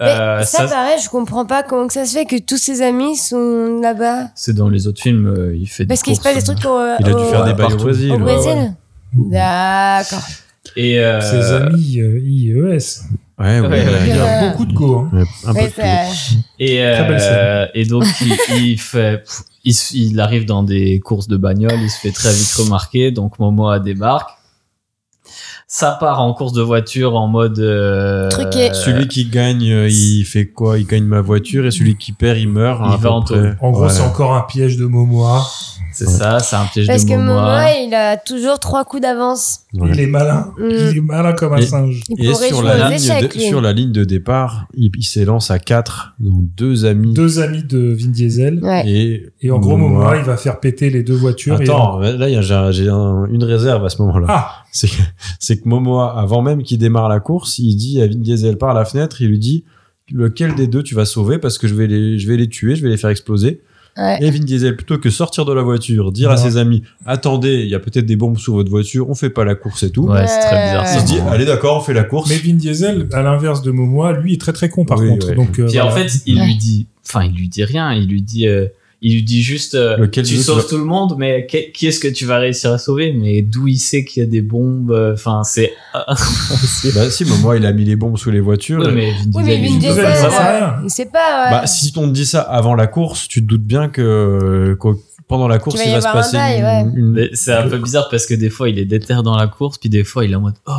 [SPEAKER 9] Euh,
[SPEAKER 7] ça,
[SPEAKER 9] ça-
[SPEAKER 7] pareil, je comprends pas comment que ça se fait que tous ses amis sont là-bas.
[SPEAKER 9] c'est dans les autres films, euh, il fait. des
[SPEAKER 7] Parce qu'il se
[SPEAKER 9] courses,
[SPEAKER 7] passe des trucs
[SPEAKER 9] euh,
[SPEAKER 7] au,
[SPEAKER 9] Il a dû
[SPEAKER 7] au-
[SPEAKER 9] faire des bails au
[SPEAKER 7] partout.
[SPEAKER 9] Brésil, euh,
[SPEAKER 7] Au
[SPEAKER 9] ouais,
[SPEAKER 7] Brésil D'accord.
[SPEAKER 9] Et euh,
[SPEAKER 8] Ses amis euh, IES.
[SPEAKER 6] Ouais, ouais,
[SPEAKER 9] ouais.
[SPEAKER 8] Il y a
[SPEAKER 7] Ouais.
[SPEAKER 8] beaucoup de go. hein.
[SPEAKER 6] Un peu
[SPEAKER 7] Ouais,
[SPEAKER 6] de tout.
[SPEAKER 7] ça-
[SPEAKER 9] Et,
[SPEAKER 8] Très belle
[SPEAKER 9] euh, et donc, il, il fait, pff, il, se- il arrive dans des courses de bagnole, il se fait très vite remarquer. Donc, Momoa débarque. Ça part en course de voiture en mode. euh,
[SPEAKER 7] Truqué.
[SPEAKER 6] Celui qui gagne, euh, il fait quoi Il gagne ma voiture et celui qui perd, il meurt. hein,
[SPEAKER 9] Il
[SPEAKER 6] à
[SPEAKER 9] va
[SPEAKER 6] peu
[SPEAKER 9] en
[SPEAKER 6] près.
[SPEAKER 9] taule.
[SPEAKER 8] En gros,
[SPEAKER 6] Ouais.
[SPEAKER 8] c'est encore un piège de Momoa.
[SPEAKER 9] C'est ça, c'est un piège
[SPEAKER 7] Parce
[SPEAKER 9] de
[SPEAKER 7] que
[SPEAKER 9] Momoa.
[SPEAKER 7] Momoa, il a toujours trois coups d'avance.
[SPEAKER 6] Ouais.
[SPEAKER 8] Il est malin.
[SPEAKER 7] Mm.
[SPEAKER 8] Il est malin comme un
[SPEAKER 6] Et-
[SPEAKER 8] singe.
[SPEAKER 7] Il
[SPEAKER 6] Et
[SPEAKER 7] pourrait
[SPEAKER 6] sur
[SPEAKER 7] jouer aux
[SPEAKER 6] la, ligne
[SPEAKER 7] échecs.
[SPEAKER 6] de,
[SPEAKER 7] lui.
[SPEAKER 6] sur la ligne de départ, il, il s'élance à 4, donc deux amis.
[SPEAKER 8] Deux amis de Vin Diesel.
[SPEAKER 7] Ouais.
[SPEAKER 6] Et,
[SPEAKER 8] Et en gros, Momoa,
[SPEAKER 6] Momoa-
[SPEAKER 8] il va faire péter les deux voitures. et-
[SPEAKER 6] Attends, là, il y a- j'ai un- j'ai un- une réserve à ce moment-là.
[SPEAKER 8] Ah,
[SPEAKER 6] C'est que, c'est que Momoa, avant même qu'il démarre la course, il dit à Vin Diesel par la fenêtre, il lui dit lequel des deux tu vas sauver parce que je vais les, je vais les tuer, je vais les faire exploser.
[SPEAKER 7] Ouais.
[SPEAKER 6] Et Vin Diesel, plutôt que sortir de la voiture, dire à
[SPEAKER 8] Ouais.
[SPEAKER 6] ses amis attendez, il y a peut-être des bombes sous votre voiture, on fait pas la course et tout.
[SPEAKER 9] Ouais, c'est très bizarre.
[SPEAKER 6] Il se dit
[SPEAKER 9] ça.
[SPEAKER 6] allez d'accord, on fait la course.
[SPEAKER 8] mais Vin Diesel, à l'inverse de Momoa, lui, est très très con par
[SPEAKER 6] Oui,
[SPEAKER 8] contre.
[SPEAKER 6] ouais.
[SPEAKER 8] Donc, euh,
[SPEAKER 9] Puis en
[SPEAKER 8] voilà.
[SPEAKER 9] fait, il
[SPEAKER 7] Ouais.
[SPEAKER 9] lui dit. Enfin, il lui dit rien. Il lui dit. euh, il lui dit juste. euh,
[SPEAKER 6] Lequel
[SPEAKER 9] tu
[SPEAKER 6] des deux
[SPEAKER 9] sauves
[SPEAKER 6] tu vas-
[SPEAKER 9] tout le monde, mais que- qui est-ce que tu vas réussir à sauver Mais d'où il sait qu'il y a des bombes euh, Enfin, c'est.
[SPEAKER 6] Bah si, Momoa, il a mis les bombes sous les voitures.
[SPEAKER 9] Ouais, mais Vin
[SPEAKER 7] Oui, mais
[SPEAKER 9] Diesel,
[SPEAKER 7] Vin
[SPEAKER 9] il-
[SPEAKER 8] Diesel,
[SPEAKER 7] Diesel,
[SPEAKER 8] ça
[SPEAKER 7] euh,
[SPEAKER 8] sert à rien.
[SPEAKER 7] il sait pas. ouais.
[SPEAKER 6] Bah, si on te dit ça avant la course, tu te doutes bien que, qu'au- pendant la course,
[SPEAKER 7] Qu'il va
[SPEAKER 6] il
[SPEAKER 7] y
[SPEAKER 6] va se
[SPEAKER 7] avoir un
[SPEAKER 6] passer
[SPEAKER 7] bail,
[SPEAKER 6] une-
[SPEAKER 7] ouais.
[SPEAKER 6] une-
[SPEAKER 9] Mais c'est un peu bizarre parce que des fois il est déter dans la course, puis des fois il est en mode oh,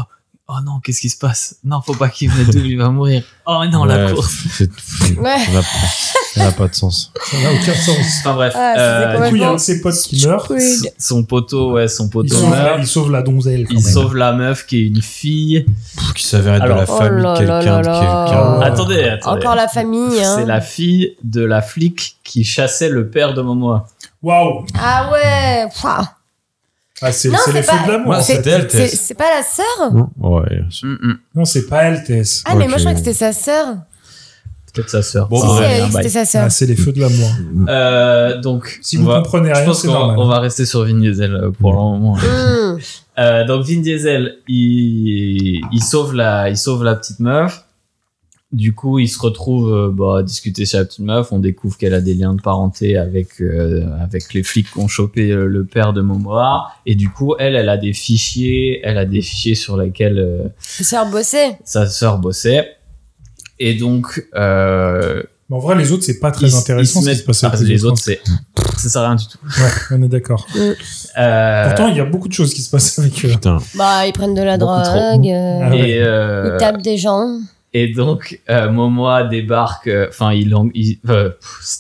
[SPEAKER 9] oh non, qu'est-ce qui se passe Non, faut pas qu'il me double, il va mourir. Oh non, la
[SPEAKER 6] Ouais,
[SPEAKER 9] course.
[SPEAKER 6] c'est-
[SPEAKER 7] Ouais.
[SPEAKER 6] Ça n'a- ça n'a pas de sens.
[SPEAKER 8] ça n'a aucun sens.
[SPEAKER 9] Enfin bref,
[SPEAKER 7] Ah,
[SPEAKER 9] euh,
[SPEAKER 7] c'était
[SPEAKER 8] Du coup, il y
[SPEAKER 7] complètement
[SPEAKER 8] a un de ses potes qui meurt.
[SPEAKER 7] stupide.
[SPEAKER 9] s- son poteau, ouais, son
[SPEAKER 8] Il
[SPEAKER 9] poteau
[SPEAKER 8] sauve, la,
[SPEAKER 9] meurt.
[SPEAKER 8] il sauve la donzelle. quand
[SPEAKER 9] Il
[SPEAKER 8] même.
[SPEAKER 9] sauve la meuf qui est une fille.
[SPEAKER 6] Pff, Qui s'avère être
[SPEAKER 9] Alors-
[SPEAKER 6] de la
[SPEAKER 7] Oh
[SPEAKER 6] famille
[SPEAKER 7] là
[SPEAKER 6] de quelqu'un.
[SPEAKER 7] là
[SPEAKER 6] de
[SPEAKER 7] là.
[SPEAKER 8] Oh.
[SPEAKER 6] quelqu'un.
[SPEAKER 7] Ouais.
[SPEAKER 9] Attendez, attendez.
[SPEAKER 7] Encore la famille. Hein.
[SPEAKER 9] C'est la fille de la flic qui chassait le père de Momoa.
[SPEAKER 8] Waouh!
[SPEAKER 7] Ah ouais. pouah.
[SPEAKER 8] Ah, c'est
[SPEAKER 7] Non,
[SPEAKER 8] c'est
[SPEAKER 7] c'est
[SPEAKER 8] les
[SPEAKER 7] pas-
[SPEAKER 8] feux de l'amour. en fait.
[SPEAKER 6] c'était elle,
[SPEAKER 7] C'est
[SPEAKER 6] Tess.
[SPEAKER 7] c'est pas la sœur
[SPEAKER 6] Non Ouais. c'est-
[SPEAKER 9] Mm, mm.
[SPEAKER 8] Non, c'est pas elle, Tess.
[SPEAKER 7] Ah, mais moi je
[SPEAKER 6] Ok.
[SPEAKER 7] croyais que c'était sa sœur.
[SPEAKER 9] Peut-être sa sœur.
[SPEAKER 6] Bon,
[SPEAKER 7] Si,
[SPEAKER 6] bah,
[SPEAKER 7] si,
[SPEAKER 6] ouais,
[SPEAKER 7] elle
[SPEAKER 9] un
[SPEAKER 7] dit que
[SPEAKER 9] bail.
[SPEAKER 7] c'était sa sœur.
[SPEAKER 8] Ah, c'est les feux de l'amour.
[SPEAKER 9] Euh, donc,
[SPEAKER 8] Si
[SPEAKER 9] on
[SPEAKER 8] vous
[SPEAKER 9] va-
[SPEAKER 8] comprenez
[SPEAKER 9] je
[SPEAKER 8] rien,
[SPEAKER 9] pense
[SPEAKER 8] c'est
[SPEAKER 9] qu'on on
[SPEAKER 8] normal. Mm.
[SPEAKER 9] va rester sur Vin Diesel euh, pour le moment.
[SPEAKER 7] Hum.
[SPEAKER 9] Euh, donc Vin Diesel, il, il sauve la, il sauve la petite meuf. Du coup, il se retrouve euh, bah, à discuter chez la petite meuf. On découvre qu'elle a des liens de parenté avec euh, avec les flics qui ont chopé euh, le père de Momoa. Et du coup, elle, elle a des fichiers, elle a des fichiers sur lesquels euh,
[SPEAKER 7] Sœur bossée.
[SPEAKER 9] sa sœur bossait. Et donc, euh,
[SPEAKER 8] Mais en vrai, les autres, c'est pas très
[SPEAKER 9] ils-
[SPEAKER 8] intéressant
[SPEAKER 9] ils
[SPEAKER 8] ce
[SPEAKER 9] se
[SPEAKER 8] qui se passe
[SPEAKER 9] mettent-
[SPEAKER 8] avec
[SPEAKER 9] ah, les autres,
[SPEAKER 8] hein.
[SPEAKER 9] c'est ça sert à rien du tout.
[SPEAKER 8] Ouais, on est d'accord.
[SPEAKER 9] Euh,
[SPEAKER 8] Pourtant, il y a beaucoup de choses qui se passent avec euh, eux.
[SPEAKER 6] Putain.
[SPEAKER 7] Bah, ils prennent de la
[SPEAKER 9] Beaucoup
[SPEAKER 7] drogue. euh,
[SPEAKER 8] Ah ouais.
[SPEAKER 9] et, euh,
[SPEAKER 7] Ils tapent des gens.
[SPEAKER 9] Et donc, euh, Momoa débarque, euh, enfin, il, en- il euh, pff, c'est-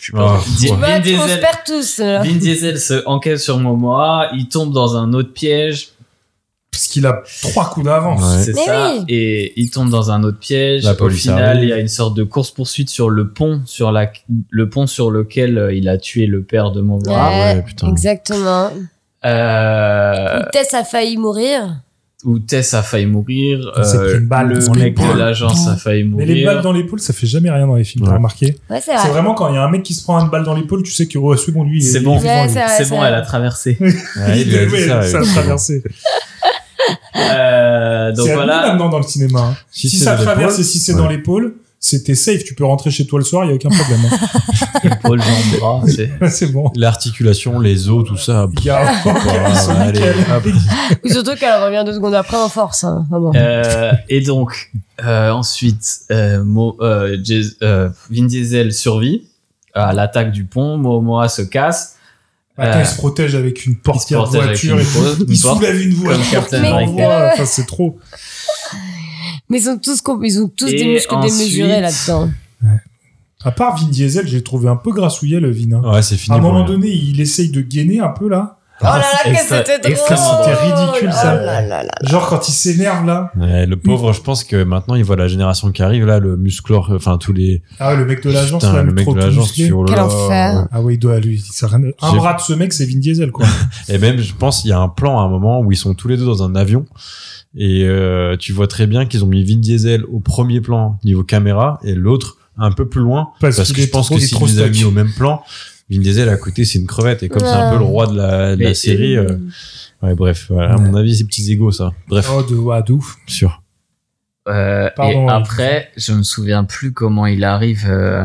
[SPEAKER 9] je sais
[SPEAKER 6] Ah,
[SPEAKER 9] pas. Di-
[SPEAKER 7] Tu vois,
[SPEAKER 9] Vin,
[SPEAKER 7] on se
[SPEAKER 9] Diesel,
[SPEAKER 7] perd tous. là.
[SPEAKER 9] Vin Diesel se enquête sur Momoa, il tombe dans un autre piège,
[SPEAKER 8] Parce qu'il a trois coups d'avance.
[SPEAKER 6] Ouais.
[SPEAKER 9] c'est
[SPEAKER 7] Mais
[SPEAKER 9] ça,
[SPEAKER 7] oui.
[SPEAKER 9] et il tombe dans un autre piège.
[SPEAKER 6] La
[SPEAKER 9] Au
[SPEAKER 6] police
[SPEAKER 9] final,
[SPEAKER 6] arrive.
[SPEAKER 9] il y a une sorte de course-poursuite sur le pont, sur la, le pont sur lequel euh, il a tué le père de Momoa.
[SPEAKER 6] Ah ouais, putain.
[SPEAKER 7] Exactement.
[SPEAKER 9] Euh,
[SPEAKER 7] Tess a failli mourir.
[SPEAKER 9] où Tess a failli mourir, euh,
[SPEAKER 8] Il s'est pris une balle
[SPEAKER 9] le
[SPEAKER 8] dans les
[SPEAKER 9] mec de
[SPEAKER 8] bras.
[SPEAKER 9] l'agence a failli
[SPEAKER 8] Mais
[SPEAKER 9] mourir.
[SPEAKER 8] les balles dans l'épaule, ça fait jamais rien dans les films, t'as
[SPEAKER 6] Ouais.
[SPEAKER 8] remarqué
[SPEAKER 7] Ouais, c'est
[SPEAKER 8] C'est
[SPEAKER 7] vrai.
[SPEAKER 8] vraiment quand il y a un mec qui se prend une balle dans l'épaule, tu sais que oh, c'est bon, lui, il est-
[SPEAKER 9] C'est
[SPEAKER 8] il
[SPEAKER 9] bon.
[SPEAKER 8] est vivant,
[SPEAKER 7] Ah Ouais,
[SPEAKER 8] lui.
[SPEAKER 7] c'est vrai,
[SPEAKER 9] C'est bon,
[SPEAKER 7] vrai.
[SPEAKER 9] elle a traversé.
[SPEAKER 6] Ouais,
[SPEAKER 8] Il
[SPEAKER 6] il a
[SPEAKER 8] est-
[SPEAKER 6] dit
[SPEAKER 8] ouais,
[SPEAKER 6] ça,
[SPEAKER 8] ça
[SPEAKER 6] ouais.
[SPEAKER 8] a traversé.
[SPEAKER 9] Euh, donc
[SPEAKER 8] C'est voilà.
[SPEAKER 9] voilà.
[SPEAKER 8] maintenant dans le cinéma. hein. Si,
[SPEAKER 6] c'est
[SPEAKER 8] ça
[SPEAKER 6] dans
[SPEAKER 8] traverse
[SPEAKER 6] l'épaule,
[SPEAKER 8] et si c'est dans
[SPEAKER 6] ouais.
[SPEAKER 8] l'épaule, c'était safe. Tu peux rentrer chez toi le soir, il y a aucun problème. hein.
[SPEAKER 9] Épaule, jambe, bras, c'est-
[SPEAKER 8] c'est bon.
[SPEAKER 6] L'articulation, les os, tout ça.
[SPEAKER 8] Il y a ils sont
[SPEAKER 6] Allez,
[SPEAKER 8] nickel.
[SPEAKER 6] hop.
[SPEAKER 7] Ou Surtout qu'elle revient deux secondes après en force. hein. Ah bon.
[SPEAKER 9] Euh, et donc, euh, ensuite, euh, Mo- euh, Jez- euh, Vin Diesel survit euh, à l'attaque du pont. Momoa se casse.
[SPEAKER 8] Attends,
[SPEAKER 9] Euh,
[SPEAKER 8] il se protège avec une portière de
[SPEAKER 9] protège avec
[SPEAKER 8] voiture.
[SPEAKER 9] une
[SPEAKER 8] et
[SPEAKER 9] porte-
[SPEAKER 8] tout.
[SPEAKER 9] une
[SPEAKER 8] Il soulève une
[SPEAKER 9] porte, comme
[SPEAKER 8] voiture.
[SPEAKER 9] Captain
[SPEAKER 8] il
[SPEAKER 7] America.
[SPEAKER 8] l'envoie. Enfin, c'est trop.
[SPEAKER 7] Mais ils ont tous, com- ils ont tous
[SPEAKER 9] Et
[SPEAKER 7] des muscles
[SPEAKER 9] ensuite-
[SPEAKER 7] démesurés là-dedans.
[SPEAKER 8] À part Vin Diesel, j'ai trouvé un peu grassouillet le Vin. hein.
[SPEAKER 6] Ouais, c'est fini.
[SPEAKER 8] À un
[SPEAKER 6] pour
[SPEAKER 8] moment
[SPEAKER 6] lui.
[SPEAKER 8] donné, il essaye de gainer un peu là.
[SPEAKER 7] Oh là là, que
[SPEAKER 9] Ah, Extra-
[SPEAKER 7] c'était drôle
[SPEAKER 9] extrêmement-
[SPEAKER 8] C'était ridicule, ça.
[SPEAKER 7] Oh là là là.
[SPEAKER 8] Genre quand il s'énerve là.
[SPEAKER 6] Ouais, le pauvre, je pense que maintenant, il voit la génération qui arrive, là, le musclor, enfin, tous les.
[SPEAKER 8] Ah ouais, le mec de l'agence
[SPEAKER 6] Putain,
[SPEAKER 8] là,
[SPEAKER 6] le mec
[SPEAKER 8] trop
[SPEAKER 6] de l'agence,
[SPEAKER 8] musclé.
[SPEAKER 6] tu- oh là
[SPEAKER 7] Quel
[SPEAKER 6] là.
[SPEAKER 7] enfer.
[SPEAKER 8] Ah ouais, il doit lui. ça rien- Un
[SPEAKER 6] J'ai-
[SPEAKER 8] bras de ce mec, c'est Vin Diesel quoi.
[SPEAKER 6] Et même, je pense, il y a un plan à un moment où ils sont tous les deux dans un avion. Et euh, tu vois très bien qu'ils ont mis Vin Diesel au premier plan niveau caméra et l'autre un peu plus loin.
[SPEAKER 8] Parce
[SPEAKER 6] Parce,
[SPEAKER 8] qu'il
[SPEAKER 6] que
[SPEAKER 8] est
[SPEAKER 6] je pense
[SPEAKER 8] trop-
[SPEAKER 6] que
[SPEAKER 8] il est
[SPEAKER 6] s'ils
[SPEAKER 8] trop
[SPEAKER 6] les avaient mis
[SPEAKER 8] stock.
[SPEAKER 6] au même plan, Vin Diesel à côté, c'est une crevette. Et comme
[SPEAKER 7] Ouais.
[SPEAKER 6] c'est un peu le roi de la, de la
[SPEAKER 9] Et-
[SPEAKER 6] série.
[SPEAKER 9] et-
[SPEAKER 6] euh, Ouais, bref, voilà, à mon avis, c'est petits égaux, ça. Bref,
[SPEAKER 8] Oh, de, ouais, de ouf.
[SPEAKER 6] sûr.
[SPEAKER 9] Euh,
[SPEAKER 8] Pardon,
[SPEAKER 9] et
[SPEAKER 8] oui.
[SPEAKER 9] après, je me souviens plus comment il arrive. euh,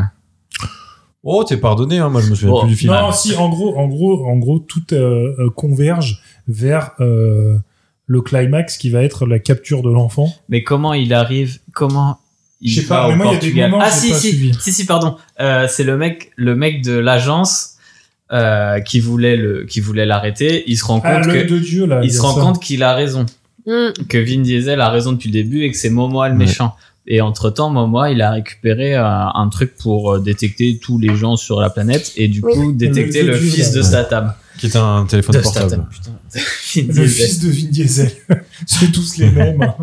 [SPEAKER 6] Oh, t'es pardonné, hein, moi, je me souviens
[SPEAKER 9] Oh.
[SPEAKER 6] plus du film.
[SPEAKER 8] Non, si, en gros, en gros, en gros, tout euh, euh, converge vers euh, le climax qui va être la capture de l'enfant.
[SPEAKER 9] Mais comment il arrive Comment il
[SPEAKER 8] Je sais pas,
[SPEAKER 9] va
[SPEAKER 8] mais
[SPEAKER 9] au
[SPEAKER 8] moi, il y a des
[SPEAKER 9] Portugal
[SPEAKER 8] moments,
[SPEAKER 9] Ah
[SPEAKER 8] j'ai
[SPEAKER 9] si
[SPEAKER 8] pas
[SPEAKER 9] si,
[SPEAKER 8] suivi.
[SPEAKER 9] si si, pardon. Euh, c'est le mec, le mec de l'agence euh, qui voulait le, qui voulait l'arrêter. Il se rend
[SPEAKER 8] Ah,
[SPEAKER 9] compte
[SPEAKER 8] l'œil
[SPEAKER 9] que,
[SPEAKER 8] de Dieu, là.
[SPEAKER 9] il se
[SPEAKER 8] y a
[SPEAKER 9] rend
[SPEAKER 8] ça.
[SPEAKER 9] compte qu'il a raison,
[SPEAKER 7] Hmm.
[SPEAKER 9] que Vin Diesel a raison depuis le début et que c'est Momoa le
[SPEAKER 6] Ouais.
[SPEAKER 9] méchant. Et entre temps, Momoa, il a récupéré euh, un truc pour euh, détecter tous les gens sur la planète et du
[SPEAKER 7] Oui.
[SPEAKER 9] coup détecter
[SPEAKER 8] Le
[SPEAKER 9] le,
[SPEAKER 8] Dieu,
[SPEAKER 9] fils
[SPEAKER 8] là.
[SPEAKER 9] de Statham.
[SPEAKER 6] Qui est un téléphone
[SPEAKER 9] De
[SPEAKER 6] portable.
[SPEAKER 9] Statham, putain. Vin
[SPEAKER 8] Le
[SPEAKER 9] Diesel.
[SPEAKER 8] fils de Vin Diesel. C'est tous les mêmes. hein.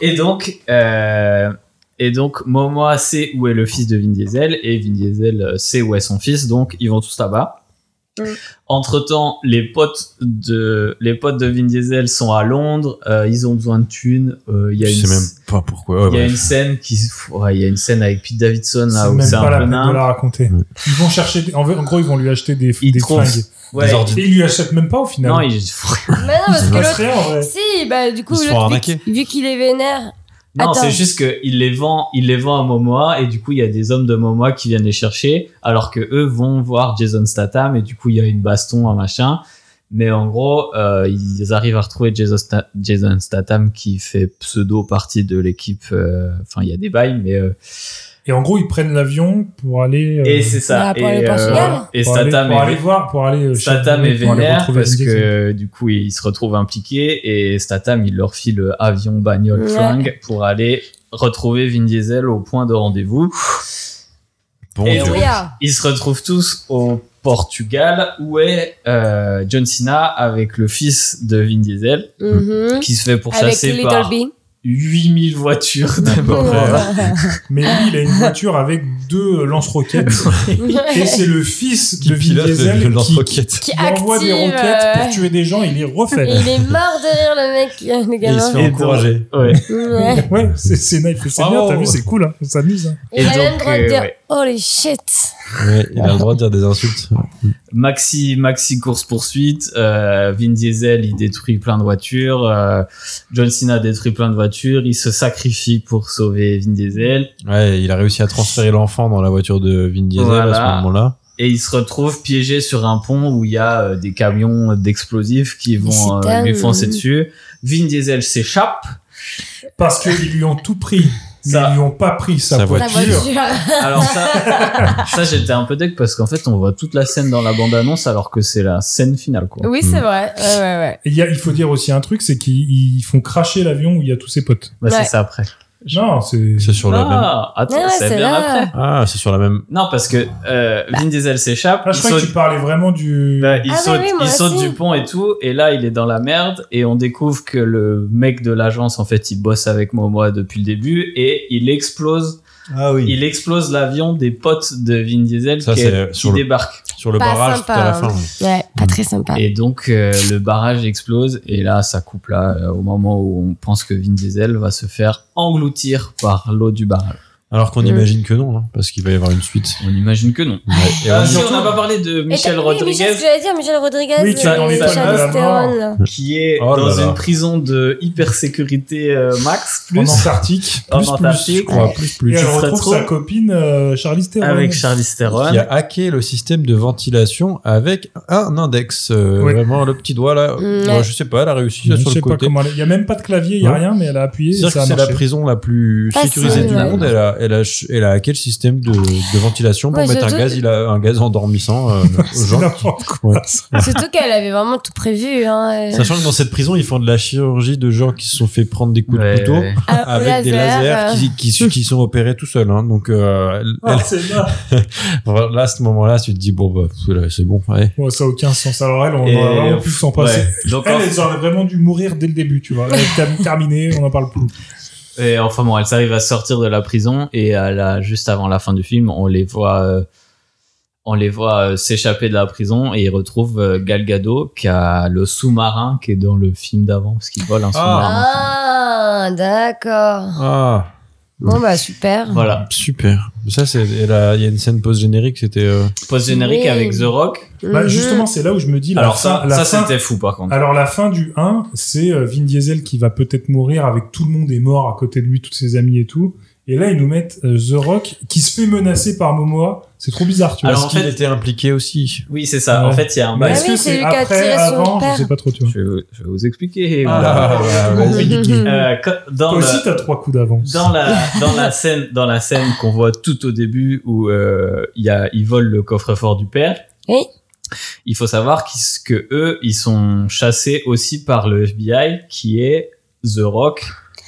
[SPEAKER 9] Et donc, euh, et donc, Momoa sait où est le fils de Vin Diesel et Vin Diesel euh, sait où est son fils, donc ils vont tous là-bas.
[SPEAKER 7] Mm.
[SPEAKER 9] Entre temps, les potes de les potes de Vin Diesel sont à Londres. euh, ils ont besoin de thunes. euh, Il y a
[SPEAKER 6] Je
[SPEAKER 9] une
[SPEAKER 6] sais même pas pourquoi. ouais,
[SPEAKER 9] il y a
[SPEAKER 6] bref.
[SPEAKER 9] une scène qui se- ouais, il y a une scène avec Pete Davidson là
[SPEAKER 8] C'est
[SPEAKER 9] où
[SPEAKER 8] même
[SPEAKER 9] c'est
[SPEAKER 8] pas
[SPEAKER 9] un
[SPEAKER 8] la
[SPEAKER 9] peu
[SPEAKER 8] peine de la
[SPEAKER 9] nain.
[SPEAKER 8] raconter.
[SPEAKER 6] Ouais.
[SPEAKER 8] Ils vont chercher. des- En, vrai, en gros, ils vont lui acheter des,
[SPEAKER 9] Ils
[SPEAKER 8] des
[SPEAKER 9] trouvent-
[SPEAKER 8] flingues.
[SPEAKER 9] Ouais.
[SPEAKER 6] Des ordi-
[SPEAKER 8] Et ils lui achètent même pas au final.
[SPEAKER 9] Non, il-
[SPEAKER 7] Bah non,
[SPEAKER 6] Ils
[SPEAKER 7] parce que
[SPEAKER 8] Il se passe
[SPEAKER 7] l'autre.
[SPEAKER 8] rien en vrai.
[SPEAKER 7] Si, bah du coup,
[SPEAKER 6] Ils se font
[SPEAKER 7] l'autre, vu
[SPEAKER 6] arnaquer.
[SPEAKER 7] qu'il- vu qu'il est vénère.
[SPEAKER 9] Non,
[SPEAKER 7] Attends.
[SPEAKER 9] c'est juste qu'il les vend, il les vend à Momoa et du coup il y a des hommes de Momoa qui viennent les chercher alors que eux vont voir Jason Statham et du coup il y a une baston, un machin. Mais en gros, euh, ils arrivent à retrouver Jason, Sta- Jason Statham qui fait pseudo partie de l'équipe. euh, Enfin, il y a des bails, mais euh,
[SPEAKER 8] Et en gros, ils prennent l'avion pour aller. euh,
[SPEAKER 9] et c'est ça.
[SPEAKER 7] Ah,
[SPEAKER 9] Et,
[SPEAKER 7] pour aller au Portugal
[SPEAKER 9] et
[SPEAKER 8] pour aller-
[SPEAKER 9] Statham
[SPEAKER 8] pour
[SPEAKER 9] est
[SPEAKER 8] aller voir, pour aller. euh,
[SPEAKER 9] Statham
[SPEAKER 8] chercher-
[SPEAKER 9] est
[SPEAKER 8] pour aller
[SPEAKER 9] vénère
[SPEAKER 8] retrouver
[SPEAKER 9] parce
[SPEAKER 8] Vin Diesel.
[SPEAKER 9] que du coup il se retrouve impliqué et Statham il leur file le avion, bagnole,
[SPEAKER 7] Ouais.
[SPEAKER 9] flingue pour aller retrouver Vin Diesel au point de rendez-vous.
[SPEAKER 6] Bon
[SPEAKER 9] Et
[SPEAKER 6] Dieu.
[SPEAKER 9] oui.
[SPEAKER 7] Oui, ah.
[SPEAKER 9] Ils se retrouvent tous au Portugal où est euh, John Cena avec le fils de Vin Diesel
[SPEAKER 7] Mhm.
[SPEAKER 9] qui se fait
[SPEAKER 7] Avec
[SPEAKER 9] pourchasser
[SPEAKER 7] Little
[SPEAKER 9] par
[SPEAKER 7] B.
[SPEAKER 9] 8000 voitures d'abord.
[SPEAKER 8] Mais lui, il a une voiture avec deux lance-roquettes. et c'est le fils
[SPEAKER 6] Qui
[SPEAKER 8] de Vin
[SPEAKER 6] pilote
[SPEAKER 8] Diesel
[SPEAKER 6] le
[SPEAKER 8] qui,
[SPEAKER 6] lance-roquette.
[SPEAKER 7] Qui
[SPEAKER 8] qui envoie des
[SPEAKER 7] active,
[SPEAKER 8] roquettes
[SPEAKER 7] euh,
[SPEAKER 8] pour tuer des gens. Il les
[SPEAKER 7] Et
[SPEAKER 8] refait.
[SPEAKER 7] il est mort de rire, le mec, euh, le
[SPEAKER 6] Et il se
[SPEAKER 7] gamin.
[SPEAKER 6] fait encourager.
[SPEAKER 9] Ouais.
[SPEAKER 7] Ouais.
[SPEAKER 8] ouais, c'est c'est nice. C'est bien.
[SPEAKER 6] Bravo.
[SPEAKER 8] T'as vu, c'est cool. Hein. On s'amuse. hein.
[SPEAKER 7] Il
[SPEAKER 9] Et
[SPEAKER 7] a même
[SPEAKER 9] donc,
[SPEAKER 7] le droit de
[SPEAKER 9] euh,
[SPEAKER 7] dire
[SPEAKER 9] ouais.
[SPEAKER 7] Holy shit.
[SPEAKER 6] Ouais, il a le droit de dire des insultes.
[SPEAKER 9] Maxi, Maxi course poursuite. euh, Vin Diesel, il détruit plein de voitures. euh, John Cena détruit plein de voitures. Il se sacrifie pour sauver Vin Diesel.
[SPEAKER 6] Ouais, il a réussi à transférer l'enfant dans la voiture de Vin Diesel à
[SPEAKER 9] Voilà.
[SPEAKER 6] ce moment-là.
[SPEAKER 9] Et il se retrouve piégé sur un pont où il y a euh, des camions d'explosifs qui
[SPEAKER 7] c'est
[SPEAKER 9] vont euh,
[SPEAKER 7] dingue.
[SPEAKER 9] lui foncer dessus. Vin Diesel s'échappe
[SPEAKER 8] Parce qu'ils lui ont tout pris. Mais
[SPEAKER 9] Ça-
[SPEAKER 8] ils lui ont pas pris sa,
[SPEAKER 6] Sa
[SPEAKER 7] La
[SPEAKER 8] voiture.
[SPEAKER 7] voiture.
[SPEAKER 9] Alors ça, ça j'étais un peu deck parce qu'en fait on voit toute la scène dans la bande annonce alors que c'est la scène finale quoi.
[SPEAKER 7] Oui, c'est vrai. Ouais, ouais, ouais.
[SPEAKER 8] Et il y a- il faut dire aussi un truc, c'est qu'ils ils font cracher l'avion où il y a tous ses potes.
[SPEAKER 9] Bah,
[SPEAKER 7] Ouais.
[SPEAKER 9] C'est ça après.
[SPEAKER 8] Non, c'est...
[SPEAKER 6] C'est sur la même.
[SPEAKER 9] Ah attends
[SPEAKER 7] Ouais,
[SPEAKER 9] c'est
[SPEAKER 7] c'est
[SPEAKER 9] bien
[SPEAKER 7] là.
[SPEAKER 9] après.
[SPEAKER 6] Ah, c'est sur la même.
[SPEAKER 9] Non parce que euh, Vin Diesel s'échappe,
[SPEAKER 8] Ah,
[SPEAKER 9] il
[SPEAKER 8] je crois que tu
[SPEAKER 9] saute,
[SPEAKER 8] parlais vraiment du...
[SPEAKER 9] bah, il
[SPEAKER 7] Ah,
[SPEAKER 9] saute,
[SPEAKER 7] oui, oui, moi
[SPEAKER 9] il saute
[SPEAKER 7] aussi.
[SPEAKER 9] du pont et tout et là il est dans la merde et on découvre que le mec de l'agence en fait il bosse avec Momoa depuis le début et il explose,
[SPEAKER 6] Ah oui.
[SPEAKER 9] il explose l'avion des potes de Vin Diesel
[SPEAKER 6] Ça,
[SPEAKER 9] qui,
[SPEAKER 6] c'est
[SPEAKER 9] qui
[SPEAKER 6] sur le-
[SPEAKER 9] débarque
[SPEAKER 6] Sur le
[SPEAKER 7] Pas
[SPEAKER 6] barrage
[SPEAKER 7] sympa,
[SPEAKER 6] tout à la
[SPEAKER 7] hein.
[SPEAKER 6] fin. ouais.
[SPEAKER 7] Ouais, pas très sympa.
[SPEAKER 9] Et donc euh, le barrage explose et là ça coupe là euh, au moment où on pense que Vin Diesel va se faire engloutir par l'eau du barrage.
[SPEAKER 6] Alors qu'on
[SPEAKER 7] Mm.
[SPEAKER 6] imagine que non, hein, parce qu'il va y avoir une suite.
[SPEAKER 9] On imagine que non.
[SPEAKER 6] Ouais, et
[SPEAKER 9] Ah,
[SPEAKER 6] on-
[SPEAKER 9] si, on n'a pas parlé de Michel
[SPEAKER 7] Oui, Michel, ce que
[SPEAKER 9] Rodriguez
[SPEAKER 7] j'allais dire, Michel Rodriguez.
[SPEAKER 8] Oui, qui
[SPEAKER 9] est dans
[SPEAKER 7] euh,
[SPEAKER 9] l'étoile de
[SPEAKER 7] Charlize
[SPEAKER 8] la mort.
[SPEAKER 7] Theron, là.
[SPEAKER 9] qui est
[SPEAKER 6] Oh là
[SPEAKER 9] dans
[SPEAKER 6] là.
[SPEAKER 9] une prison de hyper sécurité max
[SPEAKER 8] En
[SPEAKER 9] plus
[SPEAKER 8] Antarctique.
[SPEAKER 9] en
[SPEAKER 8] Plus, plus,
[SPEAKER 9] Antarctique.
[SPEAKER 8] je crois. Plus, plus.
[SPEAKER 9] Et
[SPEAKER 8] Et
[SPEAKER 9] elle
[SPEAKER 8] elle
[SPEAKER 9] se
[SPEAKER 8] retrouve
[SPEAKER 9] retrouve
[SPEAKER 8] sa copine euh, Charlize Theron.
[SPEAKER 9] avec Charlize Theron.
[SPEAKER 6] qui a hacké le système de ventilation avec un index. euh,
[SPEAKER 8] Ouais.
[SPEAKER 6] Vraiment, le petit doigt là,
[SPEAKER 7] Mm.
[SPEAKER 6] Bon, je sais pas, elle a réussi là,
[SPEAKER 8] Je
[SPEAKER 6] sur
[SPEAKER 8] sais
[SPEAKER 6] le
[SPEAKER 8] pas
[SPEAKER 6] côté.
[SPEAKER 8] comment elle- Il y a même pas de clavier, il y a
[SPEAKER 6] Ouais.
[SPEAKER 8] rien, mais elle a appuyé et
[SPEAKER 6] C'est-à-dire
[SPEAKER 8] ça
[SPEAKER 6] que
[SPEAKER 8] a
[SPEAKER 6] c'est la
[SPEAKER 8] marché.
[SPEAKER 6] prison la plus
[SPEAKER 7] Facile,
[SPEAKER 6] sécurisée du
[SPEAKER 7] ouais.
[SPEAKER 6] monde. Elle a, elle, a, ch- elle a hacké le système de, de ventilation pour
[SPEAKER 7] Ouais,
[SPEAKER 6] mettre un
[SPEAKER 7] surtout-
[SPEAKER 6] gaz, il a, un gaz endormissant euh, aux
[SPEAKER 8] C'est
[SPEAKER 6] gens.
[SPEAKER 8] n'importe quoi.
[SPEAKER 6] Ouais.
[SPEAKER 8] ça.
[SPEAKER 7] Surtout qu'elle avait vraiment tout prévu. Hein.
[SPEAKER 6] Sachant que dans cette prison, ils font de la chirurgie de gens qui se sont fait prendre des coups
[SPEAKER 9] Ouais,
[SPEAKER 6] de couteau
[SPEAKER 9] ouais.
[SPEAKER 7] Ah, au
[SPEAKER 6] avec des
[SPEAKER 7] laser,
[SPEAKER 6] lasers
[SPEAKER 7] euh, Oh.
[SPEAKER 6] qui, qui, qui sont opérés tout seuls. hein. Donc euh, elle-
[SPEAKER 8] Ah, c'est dingue.
[SPEAKER 6] elle- là, à ce moment-là, tu te dis, bon, bah, pff, là, c'est bon. ouais.
[SPEAKER 8] Bon, ça a aucun sens. Alors elle, on
[SPEAKER 9] Et-
[SPEAKER 8] aurait vraiment pu s'en passer.
[SPEAKER 9] Ouais. Donc, en-
[SPEAKER 8] Elle, elle aurait vraiment dû mourir dès le début, tu vois. Elle est term- terminée, on en parle plus.
[SPEAKER 9] Et enfin bon, elles arrivent à sortir de la prison et à la, juste avant la fin du film, on les voit, euh, on les voit euh, s'échapper de la prison et ils retrouvent euh, Gal Gadot qui a le sous-marin qui est
[SPEAKER 8] Ah.
[SPEAKER 9] dans le film d'avant parce qu'ils volent un sous-marin.
[SPEAKER 7] Ah, d'accord.
[SPEAKER 6] Ah,
[SPEAKER 7] Bon, bah, super.
[SPEAKER 9] Voilà.
[SPEAKER 6] Super. Ça, c'est la- il y a une scène post générique, c'était. euh,
[SPEAKER 9] Post générique
[SPEAKER 7] Oui.
[SPEAKER 9] avec The Rock.
[SPEAKER 7] Mhm.
[SPEAKER 8] Bah, justement, c'est là où je me dis. la
[SPEAKER 9] Alors
[SPEAKER 8] fin-
[SPEAKER 9] ça,
[SPEAKER 8] la
[SPEAKER 9] ça
[SPEAKER 8] fin- Ah.
[SPEAKER 9] c'était fou par contre.
[SPEAKER 8] Alors la fin du 1, c'est euh, Vin Diesel qui va peut-être mourir avec tout le monde est mort à côté de lui, tous ses amis et tout. Et là, ils nous mettent euh, The Rock qui se fait menacer par Momoa. C'est trop bizarre, tu vois.
[SPEAKER 9] Alors,
[SPEAKER 6] parce
[SPEAKER 9] en
[SPEAKER 6] qu'il
[SPEAKER 9] fait-
[SPEAKER 6] était impliqué aussi.
[SPEAKER 9] Oui, c'est ça. En
[SPEAKER 8] Ouais.
[SPEAKER 9] fait, il y a un
[SPEAKER 8] Bah,
[SPEAKER 9] mec-
[SPEAKER 8] est-ce
[SPEAKER 7] Ah
[SPEAKER 8] que
[SPEAKER 7] oui, c'est
[SPEAKER 8] c'est
[SPEAKER 7] lui qui a
[SPEAKER 8] après,
[SPEAKER 7] tiré sur le
[SPEAKER 8] avant Je
[SPEAKER 7] père.
[SPEAKER 8] sais pas trop, tu vois.
[SPEAKER 9] Je vais vous- je vais vous expliquer.
[SPEAKER 6] Ah, ouais, ouais, ouais.
[SPEAKER 9] Euh, quand- dans
[SPEAKER 8] Toi
[SPEAKER 9] le-
[SPEAKER 8] aussi, t'as trois coups d'avance.
[SPEAKER 9] dans la dans la scène dans la scène qu'on voit tout au début où euh, il y a ils volent le coffre-fort du père.
[SPEAKER 7] Oui.
[SPEAKER 9] Il faut savoir qu'ils- que eux ils sont chassés aussi par le FBI qui est The Rock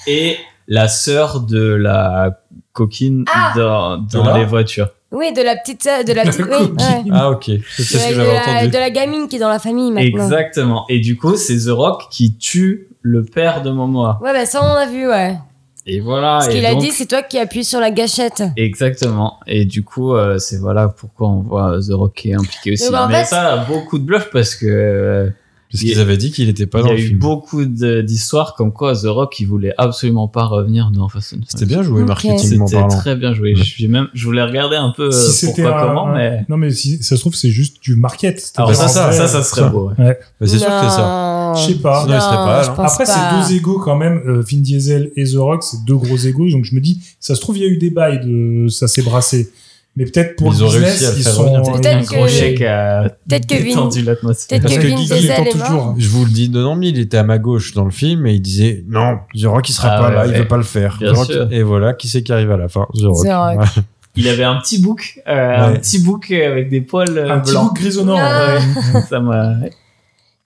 [SPEAKER 9] et la sœur de la coquine
[SPEAKER 7] Ah.
[SPEAKER 9] dans, dans
[SPEAKER 6] là
[SPEAKER 9] les voitures.
[SPEAKER 7] Oui, de la petite. euh, De la petite. Oui, ouais.
[SPEAKER 6] Ah, ok. C'est ce
[SPEAKER 7] Ouais,
[SPEAKER 6] que
[SPEAKER 7] de,
[SPEAKER 6] j'avais
[SPEAKER 7] la,
[SPEAKER 6] entendu.
[SPEAKER 7] de la gamine qui est dans la famille maintenant.
[SPEAKER 9] Exactement. Et du coup, c'est The Rock qui tue le père de Momoa.
[SPEAKER 7] Ouais, bah ça on a vu, ouais.
[SPEAKER 9] Et voilà.
[SPEAKER 7] Ce
[SPEAKER 9] et
[SPEAKER 7] qu'il a
[SPEAKER 9] donc-
[SPEAKER 7] dit, c'est toi qui appuies sur la gâchette.
[SPEAKER 9] Exactement. Et du coup, euh, c'est voilà pourquoi on voit euh, The Rock qui est impliqué aussi.
[SPEAKER 7] Mais en
[SPEAKER 9] Mais
[SPEAKER 7] fait-
[SPEAKER 9] ça, beaucoup de bluff parce que euh,
[SPEAKER 6] Parce
[SPEAKER 9] Il-
[SPEAKER 6] qu'ils avaient dit qu'il était pas
[SPEAKER 9] il y
[SPEAKER 6] dans
[SPEAKER 9] a
[SPEAKER 6] le
[SPEAKER 9] eu
[SPEAKER 6] film.
[SPEAKER 9] beaucoup de- d'histoires comme quoi The Rock il voulait absolument pas revenir dans Fast and Furious.
[SPEAKER 6] C'était bien joué,
[SPEAKER 7] Ok.
[SPEAKER 6] marketingment
[SPEAKER 9] C'était
[SPEAKER 6] parlant.
[SPEAKER 9] très bien joué.
[SPEAKER 6] Ouais.
[SPEAKER 9] J'ai même, je voulais regarder un peu euh,
[SPEAKER 8] Si c'était
[SPEAKER 9] pourquoi,
[SPEAKER 8] un-
[SPEAKER 9] comment,
[SPEAKER 8] un-
[SPEAKER 9] mais.
[SPEAKER 8] Non, mais si ça se trouve, c'est juste du market.
[SPEAKER 9] Alors ça, ça,
[SPEAKER 8] C'est-à-dire,
[SPEAKER 9] ça,
[SPEAKER 8] en
[SPEAKER 9] ça
[SPEAKER 8] vrai,
[SPEAKER 9] serait beau. ouais.
[SPEAKER 6] Bah, c'est sûr que c'est ça.
[SPEAKER 7] Non.
[SPEAKER 8] Je sais pas.
[SPEAKER 6] Sinon, il serait pas là.
[SPEAKER 7] Oh, je pense
[SPEAKER 8] Après,
[SPEAKER 7] pas.
[SPEAKER 8] c'est deux égos quand même. euh, Vin Diesel et The Rock, c'est deux gros égos. Donc je me dis, ça se trouve, il y a eu des bails de ça s'est brassé. Mais peut-être pour
[SPEAKER 6] Ils
[SPEAKER 8] le
[SPEAKER 6] ont
[SPEAKER 8] business,
[SPEAKER 6] réussi à le
[SPEAKER 8] ils
[SPEAKER 6] faire
[SPEAKER 8] sont.
[SPEAKER 6] revenir.
[SPEAKER 7] Peut-être
[SPEAKER 9] Un gros
[SPEAKER 7] que-
[SPEAKER 9] chèque a
[SPEAKER 7] peut-être que Vin-
[SPEAKER 9] euh, détendu l'atmosphère.
[SPEAKER 7] Peut-être
[SPEAKER 6] Parce
[SPEAKER 7] que
[SPEAKER 6] que
[SPEAKER 7] Vin
[SPEAKER 6] Guy, hein. il
[SPEAKER 7] Diesel est
[SPEAKER 8] dépend toujours.
[SPEAKER 7] mort.
[SPEAKER 6] Je vous le dis, non, non, mais il était à ma gauche dans le film et il disait non, The Rock il sera
[SPEAKER 9] Ah
[SPEAKER 6] pas
[SPEAKER 9] ouais,
[SPEAKER 6] là, il
[SPEAKER 9] ouais.
[SPEAKER 6] veut pas le faire.
[SPEAKER 9] Bien
[SPEAKER 6] The Rock-
[SPEAKER 9] sûr.
[SPEAKER 6] et voilà, qui c'est qui arrive à la fin The Rock.
[SPEAKER 7] The Rock.
[SPEAKER 6] Ouais.
[SPEAKER 9] Il avait un petit bouc, euh, un
[SPEAKER 6] Ouais.
[SPEAKER 9] petit bouc avec des poils euh,
[SPEAKER 8] Un petit
[SPEAKER 9] blancs.
[SPEAKER 8] look grisonnant.
[SPEAKER 7] Ah.
[SPEAKER 8] ouais.
[SPEAKER 9] Ça m'a.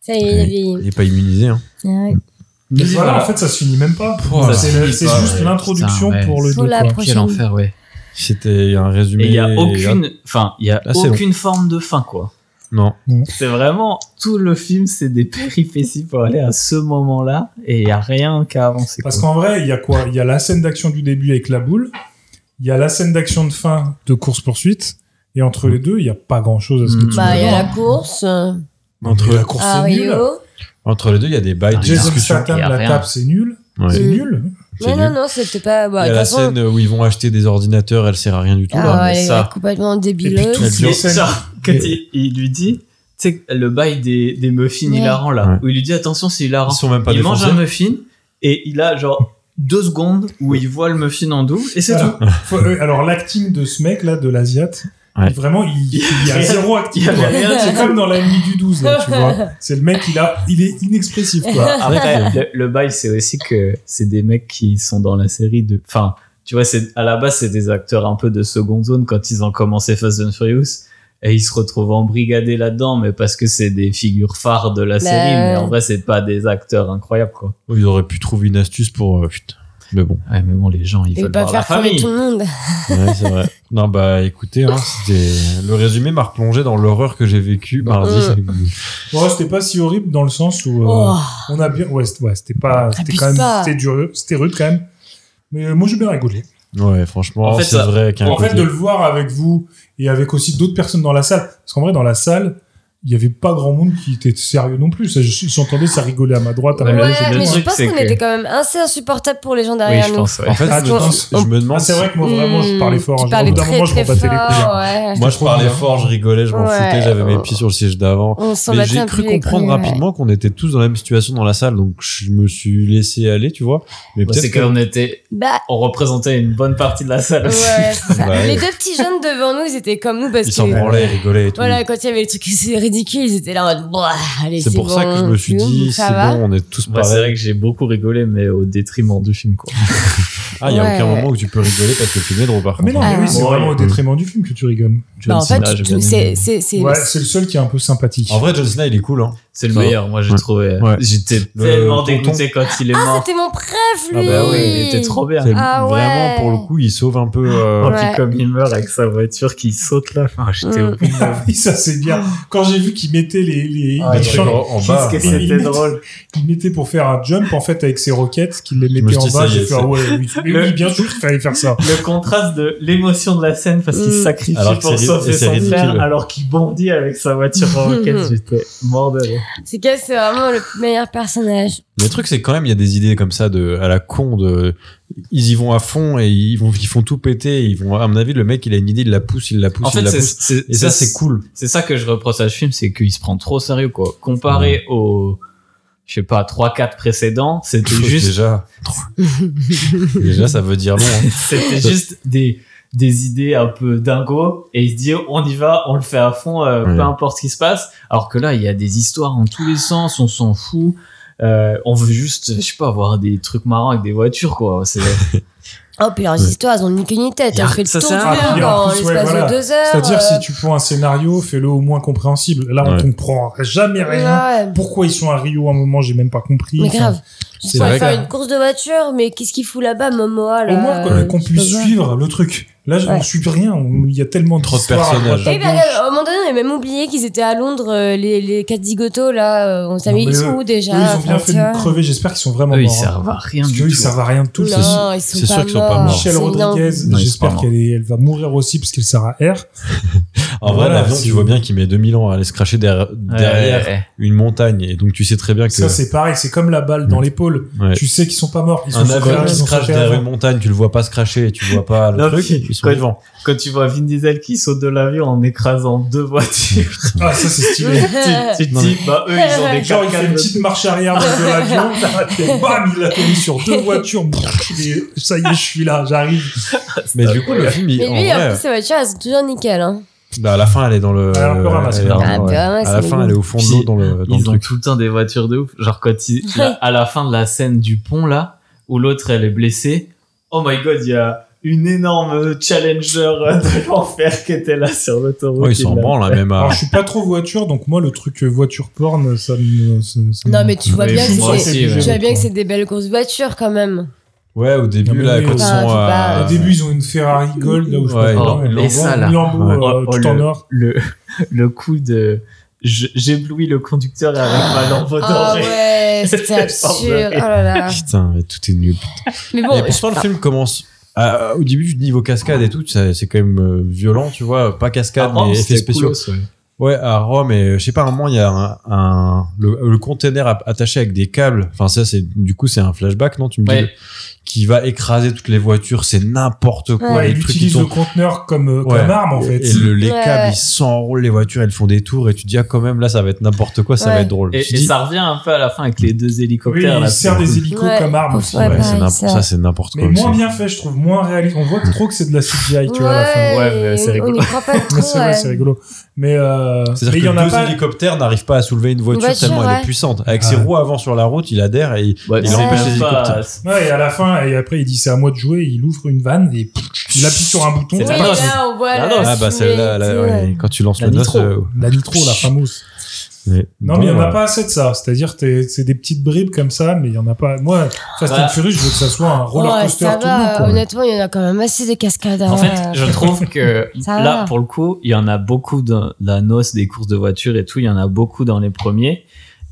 [SPEAKER 7] Ça y est, il est
[SPEAKER 6] Il est pas immunisé. Hein.
[SPEAKER 7] vieilli.
[SPEAKER 8] Mais voilà, en fait, ça se finit même pas.
[SPEAKER 6] Pouah.
[SPEAKER 9] Ça
[SPEAKER 8] C'est
[SPEAKER 9] se finit
[SPEAKER 8] c'est
[SPEAKER 9] pas,
[SPEAKER 8] juste
[SPEAKER 9] ouais.
[SPEAKER 8] l'introduction
[SPEAKER 9] Putain, ouais.
[SPEAKER 8] pour le
[SPEAKER 7] Faut
[SPEAKER 8] deux,
[SPEAKER 7] la
[SPEAKER 8] quoi.
[SPEAKER 7] prochaine. Quel enfer,
[SPEAKER 9] ouais.
[SPEAKER 6] C'était un résumé.
[SPEAKER 9] Et il y a aucune, enfin, il y a
[SPEAKER 6] Là, c'est
[SPEAKER 9] aucune forme de fin, quoi.
[SPEAKER 6] Non.
[SPEAKER 9] C'est vraiment tout le film, c'est des péripéties pour aller à ce moment-là, et il y a rien qu'à avancer.
[SPEAKER 8] Parce
[SPEAKER 9] quoi.
[SPEAKER 8] qu'en vrai, il y a quoi Il y a la scène d'action du début avec la boule. Il y a la scène d'action de fin de course poursuite. Et entre les deux, il n'y a pas grand chose à ce que
[SPEAKER 9] Mm.
[SPEAKER 8] tu
[SPEAKER 7] Bah,
[SPEAKER 8] veux
[SPEAKER 7] il y a
[SPEAKER 8] voir.
[SPEAKER 7] la course euh,
[SPEAKER 6] Entre,
[SPEAKER 8] la course,
[SPEAKER 7] à
[SPEAKER 8] c'est nul.
[SPEAKER 7] Rio.
[SPEAKER 6] entre les deux, il y a des bails de
[SPEAKER 9] J'ai-
[SPEAKER 8] Jason
[SPEAKER 6] discussion.
[SPEAKER 9] Ah oh. Il
[SPEAKER 8] Statham,
[SPEAKER 9] y a
[SPEAKER 8] la
[SPEAKER 9] rien.
[SPEAKER 8] tape, c'est nul.
[SPEAKER 6] Ouais.
[SPEAKER 8] C'est
[SPEAKER 6] Il
[SPEAKER 7] Mm.
[SPEAKER 8] nul.
[SPEAKER 6] C'est
[SPEAKER 7] Non, non,
[SPEAKER 6] nul.
[SPEAKER 7] non, c'était pas.
[SPEAKER 6] y
[SPEAKER 7] Bah,
[SPEAKER 6] a
[SPEAKER 7] de toute
[SPEAKER 6] la
[SPEAKER 7] façon.
[SPEAKER 6] scène où ils vont acheter des ordinateurs, elle sert à rien du tout. là.
[SPEAKER 7] Ah,
[SPEAKER 9] mais
[SPEAKER 7] elle
[SPEAKER 9] ça-
[SPEAKER 7] est complètement
[SPEAKER 8] Et puis
[SPEAKER 7] débileuse.
[SPEAKER 8] tout-
[SPEAKER 9] Mais
[SPEAKER 8] Sur scène.
[SPEAKER 9] genre, quand il, il lui dit, tu sais, le bail des, des muffins
[SPEAKER 7] Ouais.
[SPEAKER 9] hilarants, là,
[SPEAKER 6] Ouais.
[SPEAKER 9] où il lui dit, attention, c'est hilarant.
[SPEAKER 6] Ils sont même pas
[SPEAKER 9] il mange
[SPEAKER 6] défoncés.
[SPEAKER 9] un muffin, et il a genre deux secondes où il voit le muffin en double, et c'est tout.
[SPEAKER 8] Alors, faut- euh, alors, l'acting de ce mec là, de l'Asiat,
[SPEAKER 6] Ouais.
[SPEAKER 8] vraiment, il, il y a
[SPEAKER 9] Il y a-
[SPEAKER 8] zéro
[SPEAKER 9] Il
[SPEAKER 8] acting.
[SPEAKER 9] y avait
[SPEAKER 8] quoi.
[SPEAKER 9] rien.
[SPEAKER 8] C'est comme dans la nuit du 12 là, tu vois. C'est le mec, il a, il est inexpressif quoi.
[SPEAKER 9] Après, le, le bail, c'est aussi que c'est des mecs qui sont dans la série de. Enfin, tu vois, c'est à la base, c'est des acteurs un peu de seconde zone quand ils ont commencé Fast and Furious. Et ils se retrouvent embrigadés là-dedans, mais parce que c'est des figures phares de la
[SPEAKER 7] Bah,
[SPEAKER 9] série. Mais en
[SPEAKER 7] ouais.
[SPEAKER 9] vrai, c'est pas des acteurs incroyables, quoi.
[SPEAKER 6] Oh, Ils auraient pu trouver une astuce pour. euh, putain. Mais bon,
[SPEAKER 9] Ouais, mais bon, les gens, ils
[SPEAKER 7] Il
[SPEAKER 9] veulent
[SPEAKER 7] veut pas
[SPEAKER 9] voir la
[SPEAKER 7] faire crever
[SPEAKER 9] famille.
[SPEAKER 7] tout le monde.
[SPEAKER 6] ouais, c'est vrai. Non, bah écoutez, hein, c'était- le résumé m'a replongé dans l'horreur que j'ai vécue mardi.
[SPEAKER 7] Euh.
[SPEAKER 8] Ouais, c'était pas si horrible dans le sens où euh,
[SPEAKER 7] Oh.
[SPEAKER 8] on a bien, ouais, c'était- ouais, c'était pas, c'était
[SPEAKER 7] Abuse
[SPEAKER 8] quand même,
[SPEAKER 7] pas.
[SPEAKER 8] c'était dur, c'était rude quand même. Mais euh, moi j'ai bien rigolé.
[SPEAKER 6] Ouais, franchement,
[SPEAKER 9] En fait,
[SPEAKER 6] c'est
[SPEAKER 9] ça-
[SPEAKER 6] vrai qu'un
[SPEAKER 8] En fait,
[SPEAKER 6] côté-
[SPEAKER 8] de le voir avec vous et avec aussi d'autres personnes dans la salle, parce qu'en vrai, dans la salle, il y avait pas grand monde qui était sérieux non plus. Ça, je- j'entendais ça rigoler à ma droite, à ma
[SPEAKER 9] Ouais,
[SPEAKER 7] Ouais,
[SPEAKER 8] gauche. et
[SPEAKER 9] le
[SPEAKER 7] mais
[SPEAKER 8] tout.
[SPEAKER 7] je
[SPEAKER 9] truc,
[SPEAKER 7] pense
[SPEAKER 9] c'est
[SPEAKER 7] qu'on
[SPEAKER 9] que-
[SPEAKER 7] était quand même assez insupportable pour les gens
[SPEAKER 9] Oui,
[SPEAKER 7] derrière
[SPEAKER 9] je
[SPEAKER 7] nous.
[SPEAKER 9] pense, ouais.
[SPEAKER 6] En fait,
[SPEAKER 8] Ah,
[SPEAKER 6] je,
[SPEAKER 8] tu
[SPEAKER 6] me-
[SPEAKER 8] penses-
[SPEAKER 6] je me demande.
[SPEAKER 8] Ah, c'est
[SPEAKER 6] si-
[SPEAKER 8] vrai que moi, vraiment, je parlais
[SPEAKER 7] Hmm,
[SPEAKER 8] fort.
[SPEAKER 7] Tu
[SPEAKER 8] hein.
[SPEAKER 7] parlais
[SPEAKER 8] Au bout d'un
[SPEAKER 7] très
[SPEAKER 8] moment, je
[SPEAKER 7] très
[SPEAKER 8] me battais les couilles, hein.
[SPEAKER 7] fort, ouais.
[SPEAKER 6] Moi, je parlais fort, je rigolais, je m'en
[SPEAKER 7] Ouais.
[SPEAKER 6] foutais, j'avais mes pieds sur le siège d'avant.
[SPEAKER 7] On s'en
[SPEAKER 6] Mais
[SPEAKER 7] battait
[SPEAKER 6] j'ai
[SPEAKER 7] un
[SPEAKER 6] cru
[SPEAKER 7] peu les
[SPEAKER 6] comprendre
[SPEAKER 7] couilles, ouais.
[SPEAKER 6] rapidement qu'on était tous dans la même situation dans la salle, donc je me suis laissé aller, tu vois. Mais
[SPEAKER 9] Bah,
[SPEAKER 6] peut-être
[SPEAKER 9] c'est
[SPEAKER 6] que.
[SPEAKER 9] qu'on était.
[SPEAKER 7] Bah,
[SPEAKER 9] On représentait une bonne partie de la salle
[SPEAKER 7] ouais,
[SPEAKER 9] aussi.
[SPEAKER 7] c'est ça.
[SPEAKER 6] Bah, ouais.
[SPEAKER 7] Les deux petits jeunes devant nous, ils étaient comme nous parce
[SPEAKER 6] Ils
[SPEAKER 7] que.
[SPEAKER 6] s'en branlaient, ils rigolaient et tout.
[SPEAKER 7] Voilà, quand il y avait les trucs ridicules, ils étaient là en mode, Bah, allez,
[SPEAKER 6] c'est pour ça que je
[SPEAKER 7] bon,
[SPEAKER 6] me suis
[SPEAKER 7] c'est
[SPEAKER 6] dit, c'est
[SPEAKER 7] ça va.
[SPEAKER 6] bon, on est tous
[SPEAKER 9] Moi, Bah, c'est vrai
[SPEAKER 6] pareils.
[SPEAKER 9] que j'ai beaucoup rigolé, mais au détriment du film, quoi.
[SPEAKER 6] Ah, il n'y a
[SPEAKER 7] Ouais.
[SPEAKER 6] aucun moment où tu peux rigoler parce que le film est drôle, par
[SPEAKER 8] Mais non,
[SPEAKER 7] Ah
[SPEAKER 6] contre. Ah.
[SPEAKER 8] mais oui, c'est
[SPEAKER 9] Ouais.
[SPEAKER 8] vraiment au détriment du film que tu rigoles.
[SPEAKER 7] Bah, en
[SPEAKER 9] John
[SPEAKER 7] fait,
[SPEAKER 9] Cena, j'ai bien
[SPEAKER 7] tu-
[SPEAKER 9] aimé.
[SPEAKER 7] c'est. c'est- c'est-
[SPEAKER 8] Ouais, c'est le seul qui est un peu sympathique.
[SPEAKER 6] En vrai, John Cena, il est cool, hein.
[SPEAKER 9] C'est le
[SPEAKER 6] Ça va.
[SPEAKER 9] meilleur, moi j'ai
[SPEAKER 6] Ouais.
[SPEAKER 9] trouvé. euh,
[SPEAKER 6] Ouais.
[SPEAKER 9] J'étais
[SPEAKER 6] Le
[SPEAKER 9] tellement
[SPEAKER 6] tonton.
[SPEAKER 9] dégoûté quand il est mort.
[SPEAKER 7] Ah, C'était mon préf, lui
[SPEAKER 9] ah bah oui, il était trop bien. Oh,
[SPEAKER 6] C'est
[SPEAKER 7] Ah
[SPEAKER 6] Vraiment,
[SPEAKER 7] ouais.
[SPEAKER 6] pour le coup, il sauve un peu. euh,
[SPEAKER 9] Et
[SPEAKER 7] Ouais.
[SPEAKER 9] puis comme il meurt avec sa voiture qui saute là, enfin, j'étais
[SPEAKER 7] Mm.
[SPEAKER 9] au bout.
[SPEAKER 8] Ah oui, ça c'est bien.
[SPEAKER 7] Oh.
[SPEAKER 8] Quand j'ai vu qu'il mettait les, les,
[SPEAKER 6] Ah,
[SPEAKER 8] les
[SPEAKER 6] il est
[SPEAKER 8] champs-
[SPEAKER 6] en bas.
[SPEAKER 9] Qu'est-ce que
[SPEAKER 8] Ouais.
[SPEAKER 9] c'était
[SPEAKER 8] Il met-
[SPEAKER 9] drôle.
[SPEAKER 8] qu'il mettait pour faire un jump en fait avec ses roquettes, qu'il les
[SPEAKER 6] me suis
[SPEAKER 8] mettait en
[SPEAKER 6] dit,
[SPEAKER 8] bas,
[SPEAKER 6] ça y
[SPEAKER 8] j'ai
[SPEAKER 6] est,
[SPEAKER 8] fait ah ouais, oui, oui,
[SPEAKER 9] Le-
[SPEAKER 8] oui, bien sûr qu'il fallait faire ça.
[SPEAKER 9] Le contraste de l'émotion de la scène parce qu'il
[SPEAKER 7] Mm.
[SPEAKER 9] sacrifie
[SPEAKER 6] Alors que
[SPEAKER 9] pour
[SPEAKER 6] c'est-
[SPEAKER 9] sauver
[SPEAKER 6] et c'est
[SPEAKER 9] son
[SPEAKER 6] ridicule.
[SPEAKER 9] frère alors qu'il bondit avec sa voiture en roquette. J'étais mort de rire.
[SPEAKER 7] C'est que c'est vraiment le meilleur personnage.
[SPEAKER 6] Le truc, c'est quand même, il y a des idées comme ça de, à la con de, ils y vont à fond et ils vont ils font tout péter. Ils vont à mon avis le mec il a une idée, il la pousse, il la pousse,
[SPEAKER 9] En
[SPEAKER 6] il
[SPEAKER 9] fait,
[SPEAKER 6] la
[SPEAKER 9] c'est-
[SPEAKER 6] pousse.
[SPEAKER 9] c'est-
[SPEAKER 6] et ça c'est cool.
[SPEAKER 9] C'est ça que je reproche à ce film, c'est qu'il se prend trop au sérieux, quoi. Comparé aux, je sais pas, 3-4 précédents, c'était juste.
[SPEAKER 6] Déjà, déjà ça veut dire long. hein.
[SPEAKER 9] C'était juste des, des idées un peu dingo et il se dit on y va, on le fait à fond, euh,
[SPEAKER 6] Ouais.
[SPEAKER 9] peu importe ce qui se passe. Alors que là, il y a des histoires en tous les sens, on s'en fout. Euh, on veut juste, je sais pas, avoir des trucs marrants avec des voitures, quoi. C'est
[SPEAKER 7] Oh, puis leurs histoires, elles ont ni queue ni tête.
[SPEAKER 9] Y a-
[SPEAKER 7] Elles fait le
[SPEAKER 9] ça
[SPEAKER 7] tour
[SPEAKER 9] sert à
[SPEAKER 7] du
[SPEAKER 9] rien.
[SPEAKER 7] monde en
[SPEAKER 8] En plus, ouais,
[SPEAKER 7] l'espace
[SPEAKER 8] voilà.
[SPEAKER 7] de deux heures.
[SPEAKER 8] C'est-à-dire,
[SPEAKER 7] euh,
[SPEAKER 8] si tu prends un scénario, fais-le au moins compréhensible. Là, on
[SPEAKER 6] Ouais.
[SPEAKER 8] comprend jamais rien.
[SPEAKER 7] euh, Ouais.
[SPEAKER 8] Pourquoi ils sont à Rio à un moment, j'ai même pas compris.
[SPEAKER 7] Mais
[SPEAKER 8] Enfin,
[SPEAKER 7] grave.
[SPEAKER 8] c'est
[SPEAKER 7] On va
[SPEAKER 8] vrai
[SPEAKER 7] faire
[SPEAKER 8] que-
[SPEAKER 7] une course de voiture, mais qu'est-ce qu'il fout là-bas, Momoa là,
[SPEAKER 8] Au moins qu'on-
[SPEAKER 7] euh,
[SPEAKER 8] qu'on
[SPEAKER 7] je sais
[SPEAKER 8] puisse
[SPEAKER 7] pas.
[SPEAKER 8] suivre le truc. Là, je-
[SPEAKER 7] Ouais.
[SPEAKER 8] on suit rien. On- Il y a tellement
[SPEAKER 6] Trop de
[SPEAKER 8] d'histoires à
[SPEAKER 6] personnages.
[SPEAKER 8] droite, à
[SPEAKER 7] Et ben,
[SPEAKER 8] gauche.
[SPEAKER 7] regarde, à un moment donné, on a même oublié qu'ils étaient à Londres, euh, les, les quatre zigotos, là. euh, On savait,
[SPEAKER 8] Non, mais
[SPEAKER 7] ils sont
[SPEAKER 8] eux-
[SPEAKER 7] où déjà
[SPEAKER 8] eux, Ils ont bien
[SPEAKER 7] enfin,
[SPEAKER 8] fait
[SPEAKER 7] tu
[SPEAKER 8] de
[SPEAKER 7] vois.
[SPEAKER 8] nous crever. J'espère qu'ils sont vraiment
[SPEAKER 9] Eux, ils
[SPEAKER 8] morts. hein.
[SPEAKER 9] servent à rien
[SPEAKER 8] Parce
[SPEAKER 9] du
[SPEAKER 8] qu'eux,
[SPEAKER 9] tout.
[SPEAKER 8] ils servent à rien de tout.
[SPEAKER 7] Non,
[SPEAKER 6] C'est sûr-
[SPEAKER 7] ils sont
[SPEAKER 6] c'est sûr
[SPEAKER 7] pas
[SPEAKER 6] qu'ils sont pas morts.
[SPEAKER 8] Michel
[SPEAKER 7] C'est
[SPEAKER 8] Rodriguez,
[SPEAKER 9] Non, ils sont
[SPEAKER 8] j'espère
[SPEAKER 9] pas
[SPEAKER 8] qu'elle est- elle va mourir aussi parce qu'elle sert à R.
[SPEAKER 6] En vrai,
[SPEAKER 8] Voilà,
[SPEAKER 6] l'avion,
[SPEAKER 8] si
[SPEAKER 6] tu
[SPEAKER 8] vous-
[SPEAKER 6] vois bien qu'il met 2000 ans à aller se cracher derrière, derrière
[SPEAKER 9] Ouais.
[SPEAKER 6] une montagne. Et donc, tu sais très bien que
[SPEAKER 8] Ça, c'est pareil. C'est comme la balle dans l'épaule.
[SPEAKER 6] Ouais.
[SPEAKER 8] Tu sais qu'ils sont pas morts. Ils sont
[SPEAKER 6] un
[SPEAKER 8] sur
[SPEAKER 6] avion
[SPEAKER 8] Terre,
[SPEAKER 6] qui
[SPEAKER 8] ils
[SPEAKER 6] se
[SPEAKER 8] sont
[SPEAKER 6] crache
[SPEAKER 8] sur Terre.
[SPEAKER 6] derrière une montagne, tu le vois pas se cracher, tu vois pas le
[SPEAKER 9] Non,
[SPEAKER 6] truc,
[SPEAKER 9] puis-
[SPEAKER 6] ils sont
[SPEAKER 9] ouais.
[SPEAKER 6] vivants.
[SPEAKER 9] Quand tu vois Vin Diesel qui saute de l'avion en écrasant deux voitures,
[SPEAKER 8] Ah, ça, c'est stylé.
[SPEAKER 9] tu, tu te
[SPEAKER 6] Non,
[SPEAKER 9] dis, bah eux, ils ont des
[SPEAKER 8] Genre, il fait une petite marche arrière de l'avion, et bam, il atterrit sur deux voitures. Brrr, et ça y est, je suis là, j'arrive.
[SPEAKER 6] Mais du coup, le film, il,
[SPEAKER 7] Mais
[SPEAKER 6] en
[SPEAKER 7] lui, en
[SPEAKER 6] vrai,
[SPEAKER 7] plus, ses voitures, elles sont toujours nickel. Hein.
[SPEAKER 6] bah, à la fin, elle est dans le.
[SPEAKER 8] Elle est un peu ramasse,
[SPEAKER 6] elle est
[SPEAKER 8] là.
[SPEAKER 6] dans-
[SPEAKER 7] Ah,
[SPEAKER 6] ouais.
[SPEAKER 7] bah ouais,
[SPEAKER 6] à la
[SPEAKER 7] c'est
[SPEAKER 6] fin,
[SPEAKER 7] bon.
[SPEAKER 6] elle est au fond de
[SPEAKER 9] Puis,
[SPEAKER 6] l'eau dans le, dans le
[SPEAKER 9] ils ont
[SPEAKER 6] truc.
[SPEAKER 9] tout le temps des voitures de ouf. Genre quand ils, la- à la fin de la scène du pont là, où l'autre elle est blessée, oh my god, il y a une énorme challenger de l'enfer qui était là sur l'autoroute.
[SPEAKER 6] Ouais, ils
[SPEAKER 9] Il
[SPEAKER 6] s'en
[SPEAKER 9] l'a-
[SPEAKER 6] branlent, là, même euh, à.
[SPEAKER 8] Alors, je suis pas trop voiture, donc moi, le truc euh, voiture porn, ça me. ça- ça me-
[SPEAKER 7] Non, mais tu vois
[SPEAKER 9] Oui,
[SPEAKER 7] bien que
[SPEAKER 9] moi
[SPEAKER 7] c'est-
[SPEAKER 9] aussi, ouais.
[SPEAKER 7] tu vois bien que c'est des belles grosses voitures quand même.
[SPEAKER 6] Ouais, au
[SPEAKER 8] Non,
[SPEAKER 6] début,
[SPEAKER 8] mais
[SPEAKER 6] là,
[SPEAKER 8] oui,
[SPEAKER 6] quand
[SPEAKER 8] oui.
[SPEAKER 6] ils
[SPEAKER 7] Ah,
[SPEAKER 6] sont
[SPEAKER 7] faut pas-
[SPEAKER 6] à.
[SPEAKER 8] Au début, ils ont une Ferrari Gold, là où je
[SPEAKER 6] Ouais, Oh,
[SPEAKER 8] sais pas
[SPEAKER 6] ils
[SPEAKER 9] l'ont-
[SPEAKER 8] comment,
[SPEAKER 9] et ça,
[SPEAKER 8] Lambo-
[SPEAKER 9] là.
[SPEAKER 8] Lambo,
[SPEAKER 9] Ouais.
[SPEAKER 8] euh,
[SPEAKER 9] Oh,
[SPEAKER 8] tout
[SPEAKER 9] le-
[SPEAKER 8] en or.
[SPEAKER 9] Le, le coup de je- j'éblouis le conducteur avec ma lampe
[SPEAKER 7] Ah
[SPEAKER 9] dorée.
[SPEAKER 7] ouais, c'était absurde. Oh là là.
[SPEAKER 6] Putain, mais tout est nul.
[SPEAKER 7] Mais bon,
[SPEAKER 6] et pourtant, le film commence. à- au début, niveau cascade et tout, ça- c'est quand même euh, violent, tu vois. Pas cascade,
[SPEAKER 8] Ah, oh,
[SPEAKER 9] Avant,
[SPEAKER 6] mais
[SPEAKER 9] c'était
[SPEAKER 6] effets spéciaux.
[SPEAKER 9] coolos, ouais.
[SPEAKER 6] Ouais, à Rome, et euh, je sais pas, à un moment, il y a un, un- le, le container a- attaché avec des câbles. Enfin, ça, c'est du coup, c'est un flashback, non Tu me dis
[SPEAKER 9] Ouais.
[SPEAKER 6] le- qui va écraser toutes les voitures, c'est n'importe quoi.
[SPEAKER 8] Ouais,
[SPEAKER 6] les
[SPEAKER 8] il
[SPEAKER 6] trucs qui
[SPEAKER 8] utilise le conteneur comme, euh, comme arme, en fait.
[SPEAKER 6] Et le- les
[SPEAKER 7] Ouais,
[SPEAKER 6] câbles,
[SPEAKER 7] ouais.
[SPEAKER 6] ils s'enroulent, les voitures, elles font des tours, et tu te dis, ah, quand même, là, ça va être n'importe quoi, ça
[SPEAKER 7] Ouais.
[SPEAKER 6] va être drôle.
[SPEAKER 9] Et,
[SPEAKER 6] Tu
[SPEAKER 9] et
[SPEAKER 6] dis,
[SPEAKER 9] ça revient un peu à la fin avec les deux
[SPEAKER 8] Oui,
[SPEAKER 9] hélicoptères. là,
[SPEAKER 8] il sert
[SPEAKER 9] c'est-
[SPEAKER 8] des hélicos
[SPEAKER 7] Ouais.
[SPEAKER 8] comme arme
[SPEAKER 7] Ouais.
[SPEAKER 8] aussi.
[SPEAKER 6] ouais,
[SPEAKER 7] pareil,
[SPEAKER 6] c'est n'im-
[SPEAKER 7] ça.
[SPEAKER 6] ça, c'est n'importe
[SPEAKER 8] Mais
[SPEAKER 6] quoi.
[SPEAKER 8] moins
[SPEAKER 6] aussi.
[SPEAKER 8] bien fait, je trouve, moins réaliste. On voit trop que c'est de la CGI, tu vois, à la fin.
[SPEAKER 7] ouais,
[SPEAKER 9] Ouais, mais c'est
[SPEAKER 7] on
[SPEAKER 9] rigolo.
[SPEAKER 7] n'y croit pas trop.
[SPEAKER 8] Mais Ah, c'est vrai,
[SPEAKER 7] ouais.
[SPEAKER 8] c'est rigolo. Mais euh, mais
[SPEAKER 6] C'est-à-dire
[SPEAKER 8] il y en
[SPEAKER 6] que
[SPEAKER 8] a
[SPEAKER 6] deux
[SPEAKER 8] pas. Ah.
[SPEAKER 6] hélicoptères n'arrivent pas à soulever une voiture,
[SPEAKER 7] voiture,
[SPEAKER 6] tellement elle
[SPEAKER 7] ouais.
[SPEAKER 6] est puissante. Avec ses
[SPEAKER 8] Ouais.
[SPEAKER 6] roues avant sur la route, il adhère et il,
[SPEAKER 9] Ouais,
[SPEAKER 6] il
[SPEAKER 9] c'est
[SPEAKER 6] empêche
[SPEAKER 9] même
[SPEAKER 6] les
[SPEAKER 9] pas-
[SPEAKER 6] hélicoptères.
[SPEAKER 8] Ouais, et à la fin, et après, il dit c'est à moi de jouer, il ouvre une vanne et pff, il appuie sur un bouton.
[SPEAKER 9] C'est
[SPEAKER 7] Oui,
[SPEAKER 9] la noce.
[SPEAKER 7] là, on voit
[SPEAKER 9] La
[SPEAKER 7] la
[SPEAKER 9] noce.
[SPEAKER 6] Ah bah
[SPEAKER 7] fumée,
[SPEAKER 6] celle-là, là,
[SPEAKER 7] tu sais,
[SPEAKER 6] ouais,
[SPEAKER 7] ouais.
[SPEAKER 6] quand tu lances
[SPEAKER 9] La
[SPEAKER 6] le noce...
[SPEAKER 9] nitro.
[SPEAKER 6] euh,
[SPEAKER 8] La nitro, la fameuse.
[SPEAKER 6] mais
[SPEAKER 8] Non,
[SPEAKER 6] bon,
[SPEAKER 8] mais il n'y en a
[SPEAKER 6] euh,
[SPEAKER 8] pas assez de ça. C'est-à-dire, t'es- c'est des petites bribes comme ça, mais il n'y en a pas. Moi, Fast
[SPEAKER 9] Bah.
[SPEAKER 8] and Furious, je veux que ça soit un roller
[SPEAKER 7] Ouais,
[SPEAKER 8] coaster
[SPEAKER 7] ça
[SPEAKER 8] tout long,
[SPEAKER 7] va,
[SPEAKER 8] quoi.
[SPEAKER 7] honnêtement, il y en a quand même assez des cascades.
[SPEAKER 9] En
[SPEAKER 7] hein,
[SPEAKER 9] fait,
[SPEAKER 7] ouais.
[SPEAKER 9] je trouve que
[SPEAKER 7] Ça
[SPEAKER 9] là,
[SPEAKER 7] va.
[SPEAKER 9] pour le coup, il y en a beaucoup dans la noce des courses de voiture et tout. Il y en a beaucoup dans les premiers.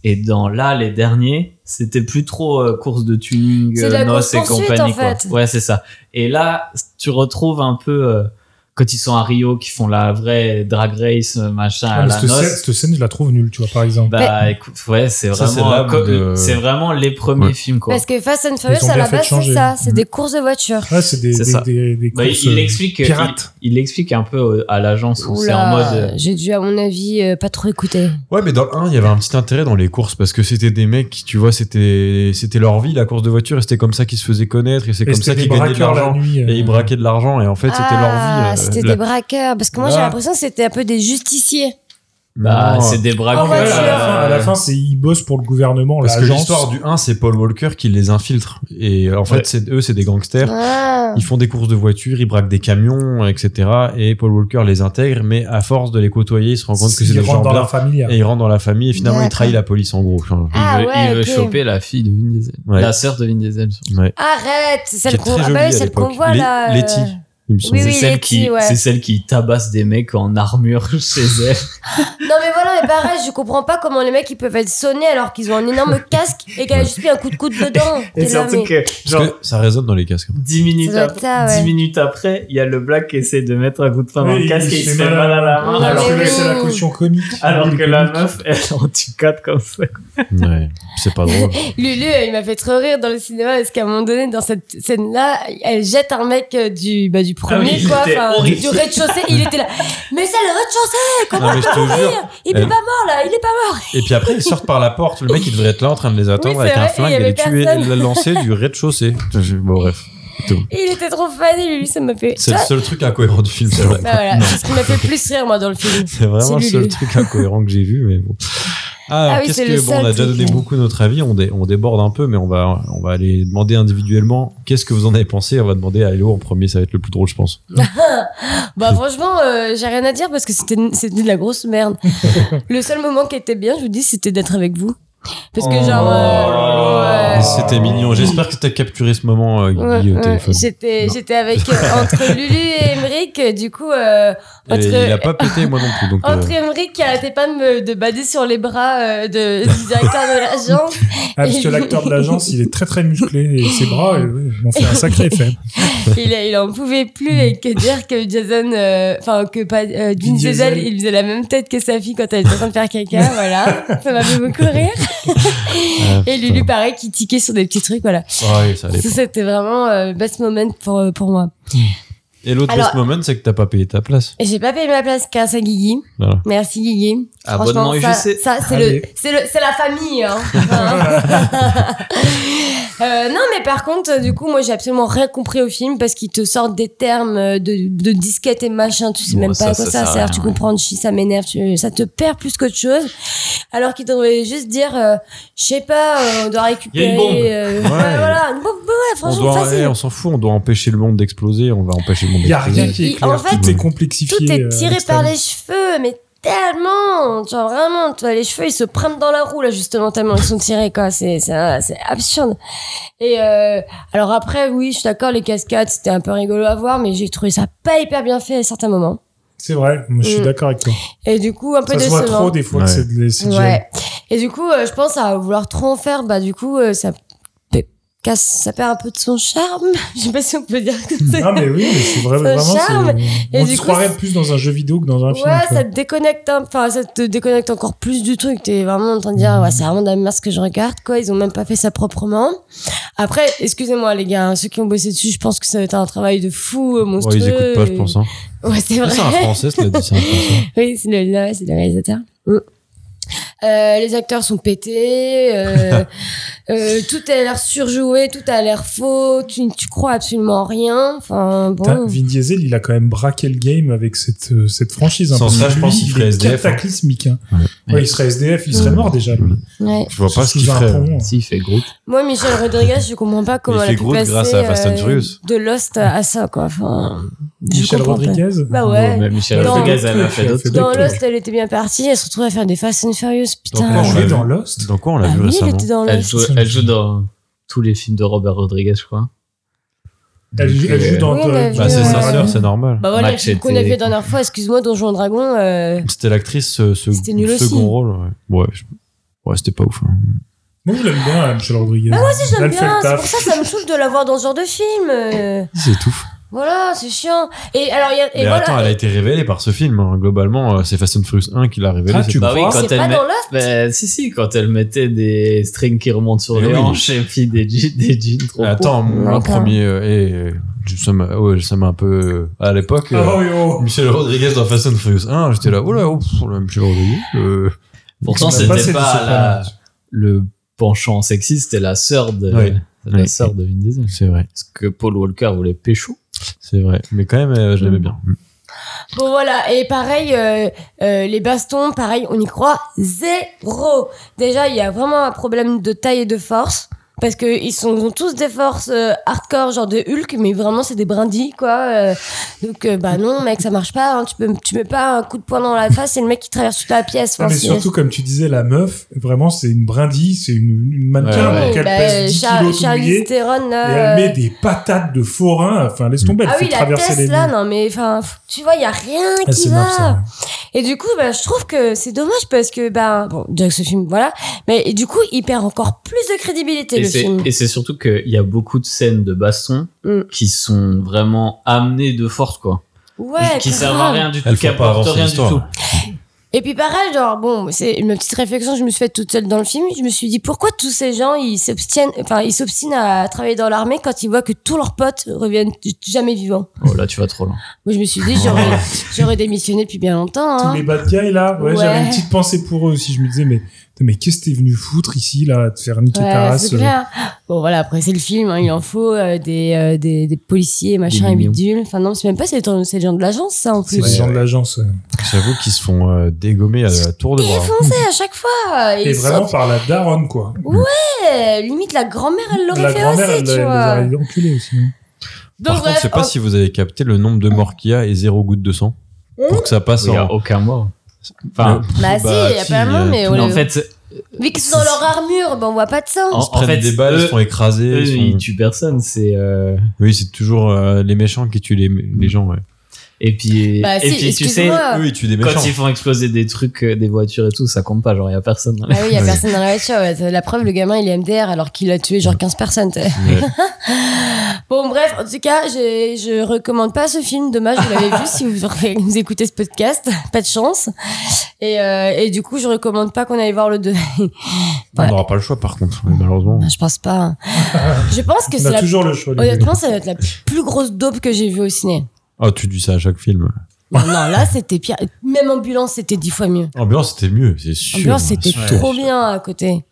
[SPEAKER 9] Et dans là, les derniers, c'était plus trop euh, course de tuning,
[SPEAKER 7] C'est
[SPEAKER 9] euh,
[SPEAKER 7] de la
[SPEAKER 9] noce et
[SPEAKER 7] course poursuite,
[SPEAKER 9] compagnie.
[SPEAKER 7] en
[SPEAKER 9] quoi.
[SPEAKER 7] fait.
[SPEAKER 9] Ouais, c'est ça. Et là, tu retrouves un peu euh, quand ils sont à Rio, qui font la vraie drag race, euh, machin,
[SPEAKER 8] Ah,
[SPEAKER 9] à
[SPEAKER 8] mais
[SPEAKER 9] la
[SPEAKER 8] cette, scène,
[SPEAKER 9] noce.
[SPEAKER 8] cette scène, je la trouve nulle, tu vois, par exemple.
[SPEAKER 9] Bah écoute, ouais, c'est
[SPEAKER 6] Ça, c'est
[SPEAKER 9] vraiment,
[SPEAKER 6] là où
[SPEAKER 9] comme-
[SPEAKER 6] de-
[SPEAKER 9] c'est vraiment les premiers
[SPEAKER 6] Ouais.
[SPEAKER 9] films, quoi.
[SPEAKER 7] Parce que Fast and
[SPEAKER 8] Ils
[SPEAKER 7] Furious,
[SPEAKER 8] ont
[SPEAKER 7] à
[SPEAKER 8] bien
[SPEAKER 7] la
[SPEAKER 8] fait de
[SPEAKER 7] base, c'est
[SPEAKER 8] changer.
[SPEAKER 7] ça. C'est des courses de voiture.
[SPEAKER 8] Ouais, c'est des,
[SPEAKER 9] C'est
[SPEAKER 8] des,
[SPEAKER 9] ça.
[SPEAKER 8] des, des
[SPEAKER 9] Bah,
[SPEAKER 8] courses,
[SPEAKER 9] il,
[SPEAKER 8] euh,
[SPEAKER 9] explique, il,
[SPEAKER 8] pirates.
[SPEAKER 9] il explique un peu euh, à l'agence où c'est en
[SPEAKER 7] Oula,
[SPEAKER 9] mode. euh,
[SPEAKER 7] J'ai dû, à mon avis, euh, pas trop écouter.
[SPEAKER 6] Ouais, mais dans le 1, il y avait un petit intérêt dans les courses parce que c'était des mecs qui, tu vois, c'était c'était leur vie, la course de voiture, et c'était comme ça qu'ils se faisaient connaître, et c'est
[SPEAKER 8] Et
[SPEAKER 6] comme
[SPEAKER 8] c'était
[SPEAKER 6] ça
[SPEAKER 8] des
[SPEAKER 6] qu'ils gagnaient de
[SPEAKER 8] braqueurs la
[SPEAKER 6] l'argent.
[SPEAKER 8] nuit, euh.
[SPEAKER 6] Et ils braquaient de l'argent, et en fait, c'était
[SPEAKER 7] Ah,
[SPEAKER 6] leur vie. euh,
[SPEAKER 7] C'était
[SPEAKER 6] la-
[SPEAKER 7] des braqueurs. Parce que moi,
[SPEAKER 6] Là.
[SPEAKER 7] j'ai l'impression que c'était un peu des justiciers.
[SPEAKER 9] Bah,
[SPEAKER 6] Non,
[SPEAKER 9] c'est des euh, braqueurs.
[SPEAKER 7] En
[SPEAKER 8] Ouais, à, la
[SPEAKER 7] voiture.
[SPEAKER 8] fin, à la fin, c'est ils bossent pour le gouvernement,
[SPEAKER 6] euh, Parce que
[SPEAKER 8] l'agence.
[SPEAKER 6] l'histoire du 1, c'est Paul Walker qui les infiltre. Et euh, en fait,
[SPEAKER 9] Ouais.
[SPEAKER 6] c'est eux, c'est des gangsters.
[SPEAKER 7] Ah.
[SPEAKER 6] Ils font des courses de voitures, ils braquent des camions, etc. Et Paul Walker les intègre, mais à force de les côtoyer, il se rend compte que c'est
[SPEAKER 8] Ils
[SPEAKER 6] des gens
[SPEAKER 8] rentrent dans la
[SPEAKER 6] bien.
[SPEAKER 8] famille. hein.
[SPEAKER 6] Et il rentre dans la famille, et finalement, il
[SPEAKER 7] D'accord.
[SPEAKER 6] trahit la police, en gros. Enfin,
[SPEAKER 9] Il
[SPEAKER 7] Ah
[SPEAKER 9] veut,
[SPEAKER 7] ouais,
[SPEAKER 9] il veut
[SPEAKER 7] ok.
[SPEAKER 9] choper la fille de Vin Diesel.
[SPEAKER 6] Ouais.
[SPEAKER 9] La sœur de Vin Diesel.
[SPEAKER 6] ouais.
[SPEAKER 7] Arrête C'est
[SPEAKER 6] qui est
[SPEAKER 7] celle qu'on
[SPEAKER 6] très
[SPEAKER 7] ah
[SPEAKER 6] jolie
[SPEAKER 7] bah oui,
[SPEAKER 6] à
[SPEAKER 7] celle qu'on
[SPEAKER 6] l'époque.
[SPEAKER 7] voit
[SPEAKER 6] Lé-
[SPEAKER 7] là. euh,
[SPEAKER 6] Letty. il me semble.
[SPEAKER 7] Oui,
[SPEAKER 9] c'est
[SPEAKER 7] oui,
[SPEAKER 9] celle,
[SPEAKER 7] Letty,
[SPEAKER 9] qui-
[SPEAKER 7] ouais.
[SPEAKER 9] c'est celle qui tabasse des mecs en armure chez elle.
[SPEAKER 7] Non mais voilà, mais pareil, je comprends pas comment les mecs ils peuvent être sonnés alors qu'ils ont un énorme casque et qu'elle a juste mis un coup de coude dedans.
[SPEAKER 9] Et
[SPEAKER 7] T'es là,
[SPEAKER 9] surtout
[SPEAKER 7] mais-
[SPEAKER 9] que,
[SPEAKER 6] Parce
[SPEAKER 9] genre,
[SPEAKER 6] que ça résonne dans les casques. hein.
[SPEAKER 9] 10 minutes,
[SPEAKER 7] Ça doit être
[SPEAKER 9] après,
[SPEAKER 7] ça, ouais.
[SPEAKER 9] 10 minutes après, il y a le black qui essaie de mettre un coup de poing dans
[SPEAKER 8] Oui,
[SPEAKER 9] le casque
[SPEAKER 8] il
[SPEAKER 9] et
[SPEAKER 8] se
[SPEAKER 9] il se
[SPEAKER 8] fait
[SPEAKER 9] fait
[SPEAKER 8] mal à
[SPEAKER 9] mal à la
[SPEAKER 8] la
[SPEAKER 9] main.
[SPEAKER 7] main.
[SPEAKER 9] alors
[SPEAKER 8] Parce que
[SPEAKER 9] que-
[SPEAKER 8] là, c'est la
[SPEAKER 7] Ah, oui.
[SPEAKER 8] caution comique.
[SPEAKER 9] Alors
[SPEAKER 8] Il
[SPEAKER 9] que
[SPEAKER 8] est
[SPEAKER 9] la
[SPEAKER 8] comique.
[SPEAKER 9] meuf, elle en tue 4 comme ça.
[SPEAKER 6] Ouais, c'est pas drôle.
[SPEAKER 7] Lulu, il m'a fait trop rire dans le cinéma parce qu'à un moment donné, dans cette scène-là, elle jette un mec euh, du, bah, du premier,
[SPEAKER 9] Ah oui, il
[SPEAKER 7] quoi,
[SPEAKER 9] était
[SPEAKER 7] enfin,
[SPEAKER 9] horrible.
[SPEAKER 7] du rez-de-chaussée. Il était là. Mais c'est le rez-de-chaussée, comment
[SPEAKER 6] Non, mais
[SPEAKER 7] il
[SPEAKER 6] je
[SPEAKER 7] peut
[SPEAKER 6] te
[SPEAKER 7] mourir
[SPEAKER 6] jure, Euh.
[SPEAKER 7] Il est
[SPEAKER 6] elle-
[SPEAKER 7] pas mort, là, il est pas mort.
[SPEAKER 6] Et puis après, ils sortent par la porte. Le mec, il devrait être là en train de les attendre
[SPEAKER 7] Oui,
[SPEAKER 6] avec
[SPEAKER 7] c'est
[SPEAKER 6] un
[SPEAKER 7] vrai, il
[SPEAKER 6] flingue
[SPEAKER 7] y
[SPEAKER 6] et les
[SPEAKER 7] avait
[SPEAKER 6] tuer,
[SPEAKER 7] personne.
[SPEAKER 6] la lancer du rez-de-chaussée. Je- Bon, bref. Tout.
[SPEAKER 7] Et il était trop fané, Lulu, ça m'a fait.
[SPEAKER 6] C'est le seul truc incohérent du film, c'est vrai.
[SPEAKER 7] Bah voilà,
[SPEAKER 6] Non,
[SPEAKER 7] c'est ce qui m'a fait le plus rire, moi, dans le film.
[SPEAKER 6] c'est vraiment le
[SPEAKER 7] c'est
[SPEAKER 6] seul
[SPEAKER 7] Lulu.
[SPEAKER 6] truc incohérent que j'ai vu, mais bon. Ah,
[SPEAKER 7] Ah
[SPEAKER 6] alors,
[SPEAKER 7] oui,
[SPEAKER 6] qu'est-ce
[SPEAKER 7] c'est le
[SPEAKER 6] que. Bon, on a
[SPEAKER 7] seul
[SPEAKER 6] déjà
[SPEAKER 7] truc.
[SPEAKER 6] donné beaucoup notre avis, on, dé- on déborde un peu, mais on va, on va aller demander individuellement qu'est-ce que vous en avez pensé. On va demander à Hello en premier, ça va être le plus drôle, je
[SPEAKER 7] Euh,
[SPEAKER 6] pense.
[SPEAKER 7] Bah franchement, euh, j'ai rien à dire parce que c'était c'était de la grosse merde. le seul moment qui était bien, je vous dis, c'était d'être avec vous. Parce que genre... euh,
[SPEAKER 6] Mais
[SPEAKER 7] ouais.
[SPEAKER 6] C'était mignon. J'espère que t'as capturé ce moment, euh,
[SPEAKER 7] Ouais,
[SPEAKER 6] Guigui, au
[SPEAKER 7] ouais.
[SPEAKER 6] téléphone.
[SPEAKER 7] J'étais,
[SPEAKER 6] Non.
[SPEAKER 7] j'étais avec euh, entre Lulu et Emric, euh, du coup euh,
[SPEAKER 6] Et
[SPEAKER 7] entre
[SPEAKER 6] il a pas pété, moi non plus. Donc, euh,
[SPEAKER 7] entre Emric qui arrêtait pas de me de bader sur les bras euh, de, du directeur de l'agence
[SPEAKER 8] Ah, parce que l'acteur de l'agence, il est très très musclé et ses bras euh, ouais, m'ont fait un sacré effet.
[SPEAKER 7] il, il en pouvait plus et que dire que Jason, euh, enfin que pas euh, Vin
[SPEAKER 8] Vin Diesel.
[SPEAKER 7] Diesel, il faisait la même tête que sa fille quand elle était en train de faire caca, voilà, ça m'a fait beaucoup rire.
[SPEAKER 6] ah,
[SPEAKER 7] Et
[SPEAKER 6] putain.
[SPEAKER 7] Lulu pareil qui tiquait sur des petits trucs, voilà.
[SPEAKER 6] euh, Ouais, ça allait
[SPEAKER 7] Ça,
[SPEAKER 6] pas.
[SPEAKER 7] C'était vraiment euh, best moment pour euh, pour moi.
[SPEAKER 6] Et l'autre
[SPEAKER 7] Alors-
[SPEAKER 6] best moment, c'est que t'as pas payé ta place.
[SPEAKER 7] Et J'ai pas payé ma place grâce à Guigui.
[SPEAKER 6] Voilà.
[SPEAKER 7] Merci Guigui.
[SPEAKER 9] Abonnement
[SPEAKER 7] Franchement, ça,
[SPEAKER 9] UGC.
[SPEAKER 7] ça, c'est
[SPEAKER 8] Allez.
[SPEAKER 7] le, c'est le, c'est la famille. hein. Euh, non, mais par contre, euh, du coup, moi, j'ai absolument rien compris au film parce qu'ils te sortent des termes euh, de, de disquette et machin. Tu sais
[SPEAKER 9] Ouais,
[SPEAKER 7] même
[SPEAKER 9] ça,
[SPEAKER 7] pas à
[SPEAKER 9] ça
[SPEAKER 7] quoi
[SPEAKER 9] sert
[SPEAKER 7] ça,
[SPEAKER 9] à
[SPEAKER 7] sert.
[SPEAKER 9] rien,
[SPEAKER 7] Tu
[SPEAKER 9] ouais.
[SPEAKER 7] comprends, chi, ça m'énerve. tu- Ça te perd plus qu'autre chose. Alors qu'ils devraient juste dire, euh, je sais pas, euh, on doit récupérer.
[SPEAKER 9] bombe.
[SPEAKER 7] euh,
[SPEAKER 6] Ouais.
[SPEAKER 7] voilà, une bombe, ouais,
[SPEAKER 6] On,
[SPEAKER 7] franchement,
[SPEAKER 6] doit,
[SPEAKER 7] facile.
[SPEAKER 6] eh, on s'en fout, on doit empêcher le monde d'exploser, on va empêcher le monde
[SPEAKER 8] Il n'y a
[SPEAKER 6] d'exploser.
[SPEAKER 8] rien qui est
[SPEAKER 7] Et en
[SPEAKER 8] clair,
[SPEAKER 7] fait,
[SPEAKER 8] tout est complexifié.
[SPEAKER 7] tout
[SPEAKER 8] euh,
[SPEAKER 7] est tiré
[SPEAKER 8] Stan.
[SPEAKER 7] par les cheveux, mais tellement, genre vraiment, toi, les cheveux ils se prennent dans la roue là justement tellement ils sont tirés quoi, c'est c'est c'est absurde. Et euh, alors après oui, je suis d'accord, les cascades c'était un peu rigolo à voir, mais j'ai trouvé ça pas hyper bien fait à certains moments.
[SPEAKER 8] C'est vrai, moi, je suis
[SPEAKER 7] Mm.
[SPEAKER 8] d'accord avec toi.
[SPEAKER 7] Et du coup un peu
[SPEAKER 8] Ça se
[SPEAKER 7] décevant.
[SPEAKER 8] voit trop des fois
[SPEAKER 6] Ouais.
[SPEAKER 8] que c'est de les CGI.
[SPEAKER 7] Ouais. Et du coup, euh, je pense à vouloir trop en faire, bah du coup, euh, ça pe- casse, ça perd un peu de son charme. je sais pas si on peut dire que c'est.
[SPEAKER 8] Non, Mm. Ah, mais oui, mais c'est vrai,
[SPEAKER 7] Ça
[SPEAKER 8] vraiment.
[SPEAKER 7] charme.
[SPEAKER 8] c'est-
[SPEAKER 7] Et
[SPEAKER 8] On
[SPEAKER 7] du
[SPEAKER 8] se
[SPEAKER 7] coup,
[SPEAKER 8] croirait plus dans un jeu vidéo que dans un film.
[SPEAKER 7] Ouais,
[SPEAKER 8] quoi.
[SPEAKER 7] ça te déconnecte, un- enfin, ça te déconnecte encore plus du truc. T'es vraiment en train de
[SPEAKER 6] Mm.
[SPEAKER 7] dire, ouais, c'est vraiment de la merde ce que je regarde, quoi. Ils ont même pas fait ça proprement. Après, excusez-moi, les gars, hein, ceux qui ont bossé dessus, je pense que ça va être un travail de fou, euh,
[SPEAKER 6] Ouais,
[SPEAKER 7] monstrueux.
[SPEAKER 6] ils écoutent pas, je pense. hein.
[SPEAKER 7] Ouais, c'est
[SPEAKER 6] Ah,
[SPEAKER 7] vrai.
[SPEAKER 6] C'est un français, cela dit, c'est un français.
[SPEAKER 7] Oui, c'est le, là, c'est le réalisateur. Mm. Euh, les acteurs sont pétés, euh, euh, tout a l'air surjoué, tout a l'air faux, tu, tu crois absolument en rien. Enfin,
[SPEAKER 8] Putain,
[SPEAKER 7] bon.
[SPEAKER 8] Vin Diesel, il a quand même braqué le game avec cette, euh, cette franchise. hein,
[SPEAKER 6] Sans
[SPEAKER 8] parce
[SPEAKER 6] ça,
[SPEAKER 8] que
[SPEAKER 6] je
[SPEAKER 8] lui,
[SPEAKER 6] pense qu'il ferait
[SPEAKER 8] est
[SPEAKER 6] SDF, hein.
[SPEAKER 8] cataclysmique. hein. Ouais, il serait SDF, il serait
[SPEAKER 6] Ouais.
[SPEAKER 8] mort déjà. Lui.
[SPEAKER 7] Ouais.
[SPEAKER 6] Je vois pas ce
[SPEAKER 8] Sous
[SPEAKER 6] qu'il
[SPEAKER 8] un
[SPEAKER 6] ferait. hein.
[SPEAKER 8] pont. hein.
[SPEAKER 9] Si, il fait gros.
[SPEAKER 7] Moi, Michel Rodriguez, je comprends pas comment
[SPEAKER 6] Il
[SPEAKER 7] elle
[SPEAKER 6] fait
[SPEAKER 7] a pu
[SPEAKER 6] Groot
[SPEAKER 7] passer
[SPEAKER 6] grâce à Fast and
[SPEAKER 7] euh,
[SPEAKER 6] Furious.
[SPEAKER 7] de Lost à ça, quoi. Enfin, je
[SPEAKER 8] Michel
[SPEAKER 7] comprends pas.
[SPEAKER 8] Rodriguez.
[SPEAKER 7] Bah ouais.
[SPEAKER 9] Mais Michel
[SPEAKER 7] Dans-
[SPEAKER 9] Rodriguez, elle a fait d'autres
[SPEAKER 8] Dans
[SPEAKER 7] Dans
[SPEAKER 9] trucs.
[SPEAKER 7] Lost, elle était bien partie. Elle se retrouve à faire des Fast and Furious. Putain.
[SPEAKER 6] on
[SPEAKER 8] Elle a
[SPEAKER 6] l'a
[SPEAKER 8] joué
[SPEAKER 6] vu.
[SPEAKER 8] dans Lost.
[SPEAKER 6] Dans quoi on l'a
[SPEAKER 7] Ah
[SPEAKER 6] vu
[SPEAKER 7] oui, elle
[SPEAKER 6] récemment
[SPEAKER 7] était dans
[SPEAKER 9] Elle
[SPEAKER 7] Lost.
[SPEAKER 9] joue, elle joue dans tous les films de Robert Rodriguez, je crois.
[SPEAKER 8] Elle joue, elle joue dans.
[SPEAKER 7] Oui, elle a
[SPEAKER 8] dans-
[SPEAKER 6] Bah, c'est
[SPEAKER 7] Ouais.
[SPEAKER 6] sa sœur, c'est normal.
[SPEAKER 7] Bah voilà, le
[SPEAKER 9] Machete.
[SPEAKER 7] film qu'on a vu la dernière fois, excuse-moi, Donjon Dragon. Euh...
[SPEAKER 6] C'était l'actrice, ce, ce
[SPEAKER 7] C'était nul
[SPEAKER 6] second
[SPEAKER 7] aussi.
[SPEAKER 6] rôle. Ouais, ouais, je- ouais, c'était pas ouf. hein.
[SPEAKER 8] Moi, je l'aime bien, hein, Michel Rodriguez.
[SPEAKER 7] Bah moi aussi, je l'aime
[SPEAKER 8] Elle fait
[SPEAKER 7] bien.
[SPEAKER 8] le
[SPEAKER 7] C'est
[SPEAKER 8] taf.
[SPEAKER 7] pour ça que ça me saoule de la voir dans ce genre de film. euh,
[SPEAKER 6] C'est tout.
[SPEAKER 7] Voilà, c'est chiant. Et alors, il y a- et
[SPEAKER 6] Mais
[SPEAKER 7] voilà.
[SPEAKER 6] attends, elle a été révélée par ce film. hein. Globalement, euh, c'est Fast and Furious 1 qui l'a révélée.
[SPEAKER 8] Ah,
[SPEAKER 6] c'est
[SPEAKER 8] tu
[SPEAKER 6] pas-
[SPEAKER 9] Bah oui,
[SPEAKER 8] crois
[SPEAKER 9] quand
[SPEAKER 7] C'est
[SPEAKER 9] elle
[SPEAKER 7] pas
[SPEAKER 9] met-
[SPEAKER 7] dans Lost.
[SPEAKER 9] Bah, si, si, quand elle mettait des strings qui remontent sur les
[SPEAKER 6] Eh oui.
[SPEAKER 9] hanches et puis des jeans, des jeans trop
[SPEAKER 6] Mais Attends, moi, le
[SPEAKER 7] D'accord.
[SPEAKER 6] premier. euh, eh, je- ça m'a ouais, ça m'a un peu. euh, à l'époque. euh,
[SPEAKER 8] Ah, oui, oh.
[SPEAKER 6] Michel Rodriguez dans Fast and Furious 1, j'étais là, oh là, oh, pff, là, Michel Rodriguez. euh,
[SPEAKER 9] courts. Pourtant,
[SPEAKER 8] Bah, bah,
[SPEAKER 9] c'était
[SPEAKER 8] c'est-
[SPEAKER 9] pas
[SPEAKER 8] c'est
[SPEAKER 9] la- le penchant sexy, c'était la sœur de,
[SPEAKER 6] Ouais.
[SPEAKER 9] la
[SPEAKER 6] Ouais.
[SPEAKER 9] sœur de Vin Diesel.
[SPEAKER 6] C'est vrai,
[SPEAKER 9] Parce que Paul Walker voulait pécho.
[SPEAKER 6] c'est vrai. Mais quand même, euh, je l'aimais bien.
[SPEAKER 7] Bon voilà, et pareil, euh, euh, les bastons, pareil, on y croit zéro. Déjà, il y a vraiment un problème de taille et de force. Parce que ils sont, ils ont tous des forces euh, hardcore, genre de Hulk, mais vraiment c'est des brindilles, quoi. euh. donc euh, bah non, mec, ça marche pas. hein. tu peux, tu mets pas un coup de poing dans la face et le mec qui traverse toute la pièce.
[SPEAKER 8] Non,
[SPEAKER 7] Enfin,
[SPEAKER 8] mais
[SPEAKER 7] c'est-
[SPEAKER 8] surtout, comme tu disais, la meuf, vraiment, c'est une brindille, c'est une, une mannequin,
[SPEAKER 7] Ouais,
[SPEAKER 8] donc elle
[SPEAKER 7] bah,
[SPEAKER 8] pèse 10
[SPEAKER 7] Char-
[SPEAKER 8] kilos tout
[SPEAKER 7] Charlize
[SPEAKER 8] mouillé,
[SPEAKER 7] Theron,
[SPEAKER 8] et
[SPEAKER 7] là,
[SPEAKER 8] elle
[SPEAKER 7] euh,
[SPEAKER 8] met des patates de forain, enfin, laisse tomber, elle
[SPEAKER 7] ah
[SPEAKER 8] fait
[SPEAKER 7] oui, la
[SPEAKER 8] traverser les
[SPEAKER 7] Tesla, là, non, mais enfin, pff, tu vois, il y a rien
[SPEAKER 8] Ah,
[SPEAKER 7] qui
[SPEAKER 8] c'est
[SPEAKER 7] va.
[SPEAKER 8] marrant, ça,
[SPEAKER 7] Et du coup, bah, je trouve que c'est dommage parce que, bah, bon, déjà que ce film, voilà, mais et du coup, il perd encore plus de crédibilité
[SPEAKER 9] Et
[SPEAKER 7] le
[SPEAKER 9] c'est-
[SPEAKER 7] film.
[SPEAKER 9] et c'est surtout qu'il y a beaucoup de scènes de baston
[SPEAKER 7] Mm.
[SPEAKER 9] qui sont vraiment amenées de force, quoi.
[SPEAKER 7] Ouais,
[SPEAKER 9] qui
[SPEAKER 7] grave.
[SPEAKER 9] servent à rien du tout,
[SPEAKER 6] Elles
[SPEAKER 9] qui
[SPEAKER 6] font pas
[SPEAKER 9] apportent
[SPEAKER 6] avancer
[SPEAKER 9] rien du
[SPEAKER 6] l'histoire.
[SPEAKER 9] tout.
[SPEAKER 7] Et puis pareil, genre bon, c'est une petite réflexion que je me suis faite toute seule dans le film. Je me suis dit pourquoi tous ces gens ils s'obstinent, enfin ils s'obstinent à travailler dans l'armée quand ils voient que tous leurs potes reviennent jamais vivants.
[SPEAKER 9] Oh là, tu vas trop loin.
[SPEAKER 7] Moi je me suis dit j'aurais j'aurais démissionné depuis bien longtemps.
[SPEAKER 8] Tous
[SPEAKER 7] hein.
[SPEAKER 8] les bad guys, là, ouais,
[SPEAKER 7] Ouais.
[SPEAKER 8] j'avais une petite pensée pour eux aussi, je me disais, mais, putain, mais qu'est-ce que t'es venu foutre ici, là, à te faire niquer ta
[SPEAKER 7] Ouais,
[SPEAKER 8] race
[SPEAKER 7] c'est
[SPEAKER 8] euh,
[SPEAKER 7] clair. Bon voilà après c'est le film, hein, il en faut euh, des, euh, des des policiers machin et
[SPEAKER 6] mignons.
[SPEAKER 7] bidule. Enfin non c'est même pas c'est les c'est les gens de l'agence ça en
[SPEAKER 8] C'est
[SPEAKER 7] plus.
[SPEAKER 8] les gens de l'agence. euh.
[SPEAKER 6] J'avoue qu'ils se font euh, dégommer à la tour de bras.
[SPEAKER 7] Défoncés à chaque fois.
[SPEAKER 8] Et
[SPEAKER 7] Ils
[SPEAKER 8] vraiment
[SPEAKER 7] sont-
[SPEAKER 8] par la daronne, quoi.
[SPEAKER 7] Ouais, limite la grand-mère elle
[SPEAKER 8] La
[SPEAKER 7] l'aurait fait
[SPEAKER 8] grand-mère, elle
[SPEAKER 7] aussi
[SPEAKER 8] elle
[SPEAKER 7] tu
[SPEAKER 8] les
[SPEAKER 7] vois.
[SPEAKER 8] a enculés aussi. hein.
[SPEAKER 7] Donc
[SPEAKER 6] Par contre, je sais
[SPEAKER 7] bref,
[SPEAKER 6] pas si vous avez capté le nombre de morts qu'il y a et zéro goutte de sang.
[SPEAKER 7] Hein
[SPEAKER 6] Pour que ça passe
[SPEAKER 9] Il n'y a
[SPEAKER 6] en-
[SPEAKER 9] aucun mort. Enfin,
[SPEAKER 7] Bah, si, il y a pas de mort, mais on
[SPEAKER 9] mais euh, en
[SPEAKER 7] les-
[SPEAKER 9] fait,
[SPEAKER 7] Vu qu'ils sont dans leur armure, ben on voit pas de sang.
[SPEAKER 9] en, en
[SPEAKER 6] prennent
[SPEAKER 9] fait,
[SPEAKER 6] des balles, ils se
[SPEAKER 9] eux-
[SPEAKER 6] font écraser,
[SPEAKER 9] Eux,
[SPEAKER 6] ils sont-
[SPEAKER 9] Ils tuent personne, c'est. euh,
[SPEAKER 6] Oui, c'est toujours euh, les méchants qui tuent les, les gens, ouais.
[SPEAKER 9] Et puis,
[SPEAKER 7] Bah,
[SPEAKER 9] et
[SPEAKER 7] si,
[SPEAKER 9] puis tu sais,
[SPEAKER 7] excuse-moi.
[SPEAKER 6] Eux, ils tuent des méchants.
[SPEAKER 9] quand ils font exploser des trucs, euh, des voitures et tout, ça compte pas. Genre, il n'y a personne. dans
[SPEAKER 7] Ah
[SPEAKER 9] les-
[SPEAKER 7] oui, il y a personne dans la voiture. ouais. C'est La preuve, le gamin, il est MDR alors qu'il a tué genre 15 personnes. t'sais. bon, bref, en tout cas, je, je recommande pas ce film. Dommage, vous l'avez vu si vous, vous écoutez ce podcast. Pas de chance. Et, euh, et du coup, je recommande pas qu'on aille voir le 2.
[SPEAKER 6] On n'aura pas le choix, par contre, malheureusement.
[SPEAKER 7] je pense pas. hein. Je pense que
[SPEAKER 6] On
[SPEAKER 7] c'est
[SPEAKER 6] a
[SPEAKER 7] la...
[SPEAKER 6] toujours le choix, les
[SPEAKER 7] Honnêtement,
[SPEAKER 6] deux.
[SPEAKER 7] ça va être la plus grosse dope que j'ai vue au ciné.
[SPEAKER 6] Oh, tu dis ça à chaque film.
[SPEAKER 7] Non, non, là, c'était pire. Même Ambulance, c'était dix fois mieux.
[SPEAKER 6] Ambiance, c'était mieux, c'est sûr.
[SPEAKER 7] Ambulance, c'était
[SPEAKER 6] sûr.
[SPEAKER 7] trop bien à côté.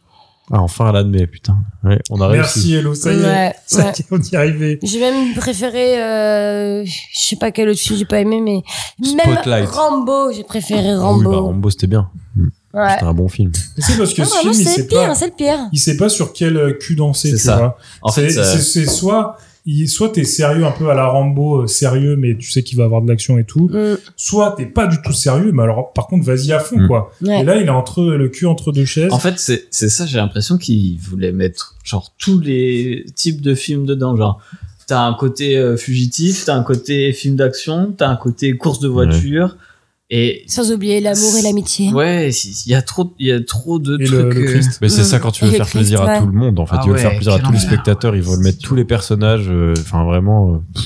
[SPEAKER 6] Ah, enfin, elle admet, putain. Ouais, on
[SPEAKER 9] Ah,
[SPEAKER 6] a
[SPEAKER 8] Merci,
[SPEAKER 6] réussi.
[SPEAKER 8] Hello, ça y est,
[SPEAKER 7] Ouais,
[SPEAKER 8] ça
[SPEAKER 7] ouais.
[SPEAKER 8] y est, on y est arrivé.
[SPEAKER 7] J'ai même préféré, euh, je sais pas quel autre film j'ai pas aimé, mais même
[SPEAKER 6] Spotlight.
[SPEAKER 7] Rambo, j'ai préféré
[SPEAKER 6] Ah oui, bah,
[SPEAKER 7] Rambo.
[SPEAKER 6] Rambo, c'était bien. Mm.
[SPEAKER 7] ouais.
[SPEAKER 6] C'était un bon film.
[SPEAKER 8] Mais c'est parce que
[SPEAKER 7] Non,
[SPEAKER 8] ce
[SPEAKER 7] Ah, vraiment,
[SPEAKER 8] film, il
[SPEAKER 7] c'est
[SPEAKER 8] sait
[SPEAKER 7] le pire,
[SPEAKER 8] pas.
[SPEAKER 7] c'est le pire.
[SPEAKER 8] Il sait pas sur quel euh, cul danser,
[SPEAKER 9] C'est
[SPEAKER 8] tu
[SPEAKER 9] ça.
[SPEAKER 8] vois.
[SPEAKER 9] En fait,
[SPEAKER 8] C'est-
[SPEAKER 9] euh,
[SPEAKER 8] c'est c'est soit il- soit t'es sérieux un peu à la Rambo, euh, sérieux, mais tu sais qu'il va avoir de l'action et tout.
[SPEAKER 7] Mm,
[SPEAKER 8] Soit t'es pas du tout sérieux, mais alors par contre vas-y à fond
[SPEAKER 9] Mm.
[SPEAKER 8] quoi.
[SPEAKER 7] Ouais.
[SPEAKER 8] Et là il est entre le cul entre deux chaises.
[SPEAKER 9] En fait, c'est c'est ça, j'ai l'impression qu'ils voulaient mettre genre tous les types de films dedans. Genre, t'as un côté euh, fugitif, t'as un côté film d'action, t'as un côté course de voiture. Et
[SPEAKER 7] Sans oublier l'amour et l'amitié.
[SPEAKER 9] ouais, il y a trop, il y a trop de
[SPEAKER 8] Et le-
[SPEAKER 9] trucs.
[SPEAKER 8] le
[SPEAKER 9] euh,
[SPEAKER 8] Christ.
[SPEAKER 6] Mais c'est ça quand tu veux
[SPEAKER 7] Et le
[SPEAKER 6] faire
[SPEAKER 7] Christ,
[SPEAKER 6] plaisir
[SPEAKER 7] ouais.
[SPEAKER 6] à tout le monde. En fait,
[SPEAKER 9] Ah
[SPEAKER 6] tu veux
[SPEAKER 9] ouais,
[SPEAKER 6] faire plaisir à
[SPEAKER 9] quel
[SPEAKER 6] tous les
[SPEAKER 9] enfer.
[SPEAKER 6] spectateurs. Ils veulent mettre tous les personnages. euh, Enfin, vraiment. euh, pff.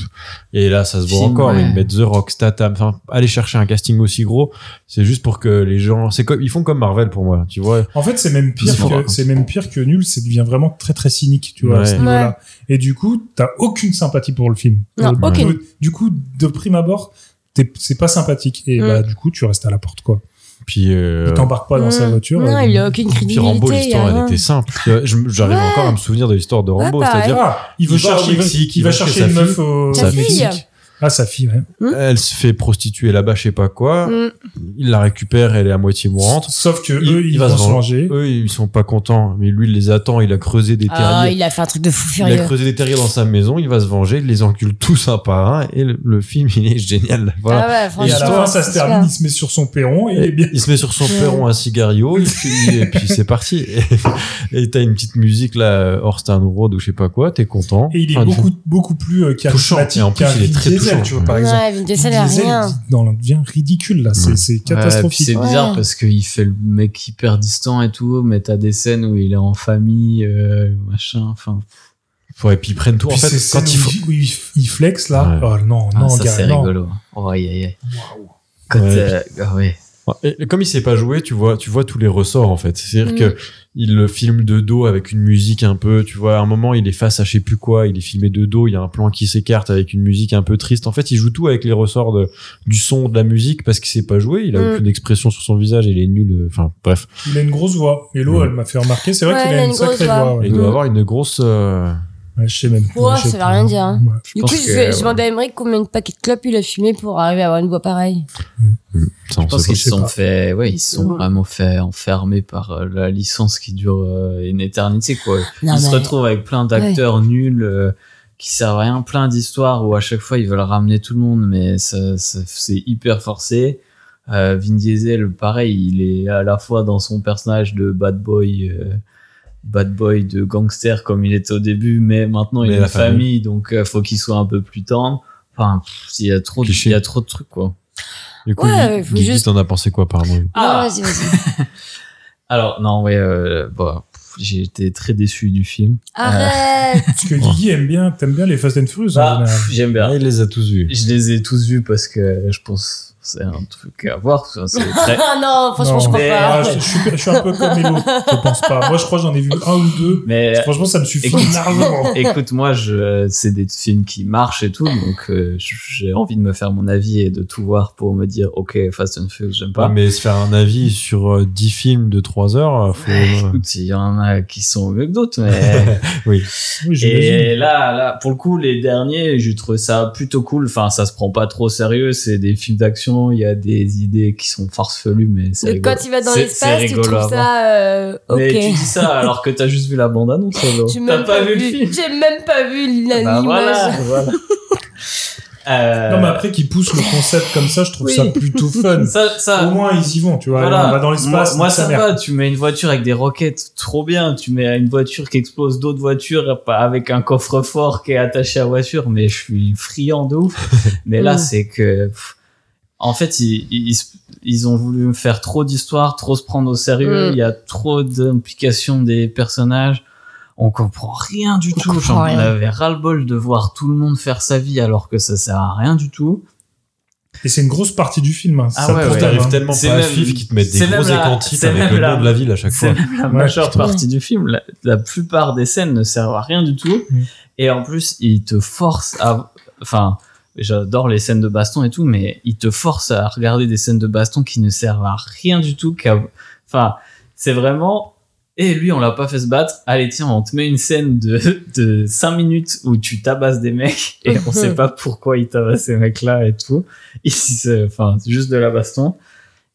[SPEAKER 6] et là, ça se voit
[SPEAKER 9] Film,
[SPEAKER 6] encore.
[SPEAKER 9] ouais.
[SPEAKER 6] Ils mettent The Rock, Statham. Enfin, aller chercher un casting aussi gros, c'est juste pour que les gens. C'est comme ils font comme Marvel pour moi. Tu vois.
[SPEAKER 8] En fait, c'est même pire
[SPEAKER 6] Ils font
[SPEAKER 8] que
[SPEAKER 6] pas.
[SPEAKER 8] c'est même pire que nul. C'est devient vraiment très très cynique, tu vois, à
[SPEAKER 6] Ouais.
[SPEAKER 8] ce niveau-là. Et du coup, t'as aucune sympathie pour le film.
[SPEAKER 7] Non,
[SPEAKER 8] Euh,
[SPEAKER 7] aucune.
[SPEAKER 8] du- Du coup, de prime abord, t'es- c'est pas sympathique. Et
[SPEAKER 7] Mm.
[SPEAKER 8] bah, du coup, tu restes à la porte, quoi.
[SPEAKER 6] Puis. euh,
[SPEAKER 8] Il t'embarque pas dans sa
[SPEAKER 7] Mm.
[SPEAKER 8] voiture.
[SPEAKER 7] Non,
[SPEAKER 8] euh,
[SPEAKER 7] il a aucune
[SPEAKER 6] puis
[SPEAKER 7] crédibilité.
[SPEAKER 6] Rambo,
[SPEAKER 7] il y a
[SPEAKER 6] l'histoire, elle
[SPEAKER 7] rien.
[SPEAKER 6] était simple. Euh, je- J'arrive
[SPEAKER 7] Ouais.
[SPEAKER 6] encore à me souvenir de l'histoire de Rambo.
[SPEAKER 7] pareil.
[SPEAKER 6] C'est-à-dire,
[SPEAKER 8] Ah, il
[SPEAKER 6] il
[SPEAKER 8] veut
[SPEAKER 6] va
[SPEAKER 8] chercher,
[SPEAKER 6] au
[SPEAKER 8] il va-
[SPEAKER 6] Mexique,
[SPEAKER 8] il
[SPEAKER 6] il
[SPEAKER 8] va
[SPEAKER 6] va
[SPEAKER 8] chercher
[SPEAKER 6] chez
[SPEAKER 8] une
[SPEAKER 6] sa
[SPEAKER 8] meuf
[SPEAKER 6] fille.
[SPEAKER 8] au
[SPEAKER 7] Sa
[SPEAKER 8] au
[SPEAKER 7] fille.
[SPEAKER 8] Mexique. Ah, sa fille, ouais.
[SPEAKER 6] elle se fait prostituer là-bas, je sais pas quoi.
[SPEAKER 7] Mm.
[SPEAKER 6] Il la récupère, elle est à moitié mourante.
[SPEAKER 8] Sauf que
[SPEAKER 6] Il-
[SPEAKER 8] eux,
[SPEAKER 6] il
[SPEAKER 8] ils
[SPEAKER 6] va
[SPEAKER 8] vont
[SPEAKER 6] se
[SPEAKER 8] se
[SPEAKER 6] venger.
[SPEAKER 8] venger.
[SPEAKER 6] Eux, ils sont pas contents, mais lui, il les attend. Il a creusé des
[SPEAKER 7] Ah,
[SPEAKER 6] terriers.
[SPEAKER 7] il a fait un truc de fou
[SPEAKER 6] Il a
[SPEAKER 7] furieux.
[SPEAKER 6] creusé des terriers dans sa maison, il va se venger, il les encule tous un par un, et le, le film, il est génial. Voilà.
[SPEAKER 7] Ah ouais,
[SPEAKER 8] Et à la
[SPEAKER 7] franchement.
[SPEAKER 8] fin, ça se
[SPEAKER 7] c'est
[SPEAKER 8] termine,
[SPEAKER 7] super.
[SPEAKER 8] il se met sur son perron et il est bien.
[SPEAKER 6] Il se met sur son
[SPEAKER 7] Ouais.
[SPEAKER 6] perron un cigario, et puis, et puis c'est parti. Et- Et t'as une petite musique là, Orstein Road ou je sais pas quoi, t'es content.
[SPEAKER 8] Et il est
[SPEAKER 6] Enfin,
[SPEAKER 8] beaucoup, beaucoup plus euh, charismatique
[SPEAKER 6] Et en plus,
[SPEAKER 8] qu'un
[SPEAKER 6] il est très
[SPEAKER 8] Vin Diesel,
[SPEAKER 6] touchant.
[SPEAKER 8] tu vois, par
[SPEAKER 6] Ouais.
[SPEAKER 8] exemple.
[SPEAKER 7] Ouais, Vin Diesel, il a
[SPEAKER 8] Vin Diesel,
[SPEAKER 7] rien.
[SPEAKER 8] il dans- devient ridicule, là. C'est
[SPEAKER 6] Ouais.
[SPEAKER 8] c'est
[SPEAKER 9] Ouais, puis
[SPEAKER 8] catastrophique.
[SPEAKER 9] c'est
[SPEAKER 7] Ouais.
[SPEAKER 9] bizarre parce qu'il fait le mec hyper distant et tout, mais t'as des scènes où il est en famille, euh, machin, enfin.
[SPEAKER 6] Ouais, et puis ils prennent tout. En
[SPEAKER 8] Puis
[SPEAKER 6] fait,
[SPEAKER 8] ces
[SPEAKER 6] quand
[SPEAKER 8] scènes
[SPEAKER 6] il faut.
[SPEAKER 8] où il, où il- il flex
[SPEAKER 6] Ouais.
[SPEAKER 8] là. Oh non,
[SPEAKER 9] Ah,
[SPEAKER 8] non,
[SPEAKER 9] ça
[SPEAKER 8] gars,
[SPEAKER 9] c'est
[SPEAKER 8] non.
[SPEAKER 9] rigolo. Oh, aïe, aïe, aïe. Quand,
[SPEAKER 6] Ouais,
[SPEAKER 9] euh, ah ouais.
[SPEAKER 6] Et comme il sait pas jouer, tu vois, tu vois tous les ressorts en fait. C'est-à-dire
[SPEAKER 7] Mm.
[SPEAKER 6] que il le filme de dos avec une musique un peu, tu vois, à un moment il est face à je sais plus quoi, il est filmé de dos, il y a un plan qui s'écarte avec une musique un peu triste. En fait, il joue tout avec les ressorts de- du son, de la musique parce qu'il sait pas jouer, il a
[SPEAKER 7] Mm.
[SPEAKER 6] aucune expression sur son visage, il est nul, euh, enfin bref.
[SPEAKER 8] Il a une grosse voix. Hello,
[SPEAKER 6] Ouais.
[SPEAKER 8] elle m'a fait remarquer. C'est vrai
[SPEAKER 7] Ouais,
[SPEAKER 8] qu'il
[SPEAKER 7] il
[SPEAKER 8] a une, sacrée
[SPEAKER 7] grosse voix.
[SPEAKER 8] voix.
[SPEAKER 6] Et
[SPEAKER 8] ouais.
[SPEAKER 6] il doit
[SPEAKER 7] Mm.
[SPEAKER 6] avoir une grosse euh,
[SPEAKER 8] Ouais, je sais même plus.
[SPEAKER 7] Ouais,
[SPEAKER 8] je sais
[SPEAKER 7] ça veut
[SPEAKER 8] plus.
[SPEAKER 7] rien dire, hein.
[SPEAKER 8] Ouais.
[SPEAKER 7] Du
[SPEAKER 9] pense
[SPEAKER 7] coup,
[SPEAKER 8] euh,
[SPEAKER 9] que,
[SPEAKER 7] je, je
[SPEAKER 9] ouais.
[SPEAKER 7] demandais à Emmerich combien de paquets de clopes il a fumé pour arriver à avoir une voix pareille.
[SPEAKER 6] ça, on
[SPEAKER 9] Je pense
[SPEAKER 6] sait
[SPEAKER 9] qu'ils
[SPEAKER 6] pas.
[SPEAKER 9] se sont fait, ouais, ils se sont vraiment fait enfermer par euh, la licence qui dure euh, une éternité, quoi.
[SPEAKER 13] Non,
[SPEAKER 9] ils se
[SPEAKER 13] mais-
[SPEAKER 9] retrouvent avec plein d'acteurs nuls euh, qui servent à rien, plein d'histoires où à chaque fois ils veulent ramener tout le monde, mais ça, ça- c'est hyper forcé. Euh, Vin Diesel, pareil, il est à la fois dans son personnage de bad boy, euh, bad boy de gangster comme il était au début, mais maintenant il
[SPEAKER 6] Mais
[SPEAKER 9] a
[SPEAKER 6] la
[SPEAKER 9] une famille,
[SPEAKER 6] famille.
[SPEAKER 9] donc euh, faut qu'il soit un peu plus tendre. Enfin, pff, il y a trop, de- il y a trop de trucs, quoi.
[SPEAKER 6] Du coup,
[SPEAKER 7] Ouais, faut
[SPEAKER 6] Guigui,
[SPEAKER 7] juste-
[SPEAKER 6] t'en as pensé quoi, par moi
[SPEAKER 7] Ah, vas-y, vas-y.
[SPEAKER 9] Alors, non, ouais, euh, bah, pff, j'ai été très déçu du film.
[SPEAKER 7] Arrête
[SPEAKER 8] Parce que Guigui aime bien, t'aimes bien les Fast and Furious
[SPEAKER 6] Bah,
[SPEAKER 8] en général.
[SPEAKER 9] Pff, J'aime bien.
[SPEAKER 6] Ah, Il les a tous vus.
[SPEAKER 9] Je les ai tous vus parce que je pense que c'est un truc à voir. parce que c'est très-
[SPEAKER 7] Ah non, franchement, je crois
[SPEAKER 9] Mais-
[SPEAKER 7] pas.
[SPEAKER 8] Ah, je, je suis, je suis un peu comme Elo, je pense pas. Moi, je crois que j'en ai vu un ou deux.
[SPEAKER 9] Mais
[SPEAKER 8] Franchement, ça me suffit
[SPEAKER 9] écoute,
[SPEAKER 8] largement.
[SPEAKER 9] écoute, moi, je, c'est des films qui marchent et tout, donc euh, j'ai envie de me faire mon avis et de tout voir pour me dire, ok, Fast and Furious, j'aime pas.
[SPEAKER 6] Ouais, mais se faire un avis sur euh, 10 films de 3 heures, euh, faut.
[SPEAKER 9] Écoute, il y en a qui sont mieux que d'autres, mais
[SPEAKER 6] oui.
[SPEAKER 8] Oui, j'imagine.
[SPEAKER 9] Et là, là, pour le coup, les derniers, j'ai trouvé ça plutôt cool. Enfin, ça se prend pas trop au sérieux. C'est des films d'action. Il y a des idées qui sont farfelues, mais c'est
[SPEAKER 7] Donc,
[SPEAKER 9] rigolo.
[SPEAKER 7] quand il va dans
[SPEAKER 9] C'est-
[SPEAKER 7] l'espace,
[SPEAKER 9] c'est
[SPEAKER 7] tu
[SPEAKER 9] rigolo à voir.
[SPEAKER 7] trouves ça. euh, ok.
[SPEAKER 9] Mais tu dis ça alors que t'as juste vu la bande annonce.
[SPEAKER 7] J'ai
[SPEAKER 9] T'as
[SPEAKER 7] même
[SPEAKER 9] pas vu le film.
[SPEAKER 7] J'ai même pas vu la-
[SPEAKER 9] Bah
[SPEAKER 7] l'image.
[SPEAKER 9] voilà, voilà. Euh,
[SPEAKER 8] Non, mais après, qu'ils poussent le concept comme ça, je trouve
[SPEAKER 9] Oui.
[SPEAKER 8] ça plutôt fun.
[SPEAKER 9] ça, ça.
[SPEAKER 8] Au moins, ils y vont, tu vois.
[SPEAKER 9] Voilà.
[SPEAKER 8] On va dans
[SPEAKER 9] Moi,
[SPEAKER 8] l'espace.
[SPEAKER 9] moi,
[SPEAKER 8] nique sa
[SPEAKER 9] ça
[SPEAKER 8] mère.
[SPEAKER 9] va. Tu mets une voiture avec des roquettes, trop bien. Tu mets une voiture qui explose d'autres voitures pas- avec un coffre-fort qui est attaché à la voiture. Mais je suis friand de ouf. mais là,
[SPEAKER 7] Mm.
[SPEAKER 9] c'est que. pff, en fait, ils, ils, ils ont voulu me faire trop d'histoires, trop se prendre au sérieux.
[SPEAKER 7] Mm.
[SPEAKER 9] Il y a trop d'implications des personnages. On comprend rien du tout.
[SPEAKER 7] comprend
[SPEAKER 9] J'en
[SPEAKER 7] rien.
[SPEAKER 9] avais ras-le-bol de voir tout le monde faire sa vie alors que ça sert à rien du tout.
[SPEAKER 8] Et c'est une grosse partie du film. hein.
[SPEAKER 9] Ah
[SPEAKER 8] ça
[SPEAKER 9] ouais,
[SPEAKER 8] prouve
[SPEAKER 9] ouais.
[SPEAKER 8] ta-
[SPEAKER 6] T'arrives
[SPEAKER 8] hein.
[SPEAKER 6] tellement
[SPEAKER 9] C'est
[SPEAKER 6] pas à
[SPEAKER 9] même-
[SPEAKER 6] suivre qu'ils te mettent
[SPEAKER 9] c'est
[SPEAKER 6] des
[SPEAKER 9] même
[SPEAKER 6] gros
[SPEAKER 9] la-
[SPEAKER 6] écantines
[SPEAKER 9] c'est
[SPEAKER 6] avec
[SPEAKER 9] même
[SPEAKER 6] le
[SPEAKER 9] la-
[SPEAKER 6] nom de la ville à chaque
[SPEAKER 9] C'est
[SPEAKER 6] fois.
[SPEAKER 9] même la
[SPEAKER 8] Ouais,
[SPEAKER 9] majeure
[SPEAKER 8] putain.
[SPEAKER 9] partie du film. La, la plupart des scènes ne servent à rien du tout.
[SPEAKER 8] Mm.
[SPEAKER 9] Et en plus, ils te forcent à. Enfin, j'adore les scènes de baston et tout, mais ils te forcent à regarder des scènes de baston qui ne servent à rien du tout. qu'à- Enfin, c'est vraiment. Et lui, on l'a pas fait se battre. Allez, tiens, on te met une scène de, de 5 minutes où tu tabasses des mecs et on sait pas pourquoi ils tabassent ces mecs-là et tout. Ils se- Enfin, c'est juste de la baston.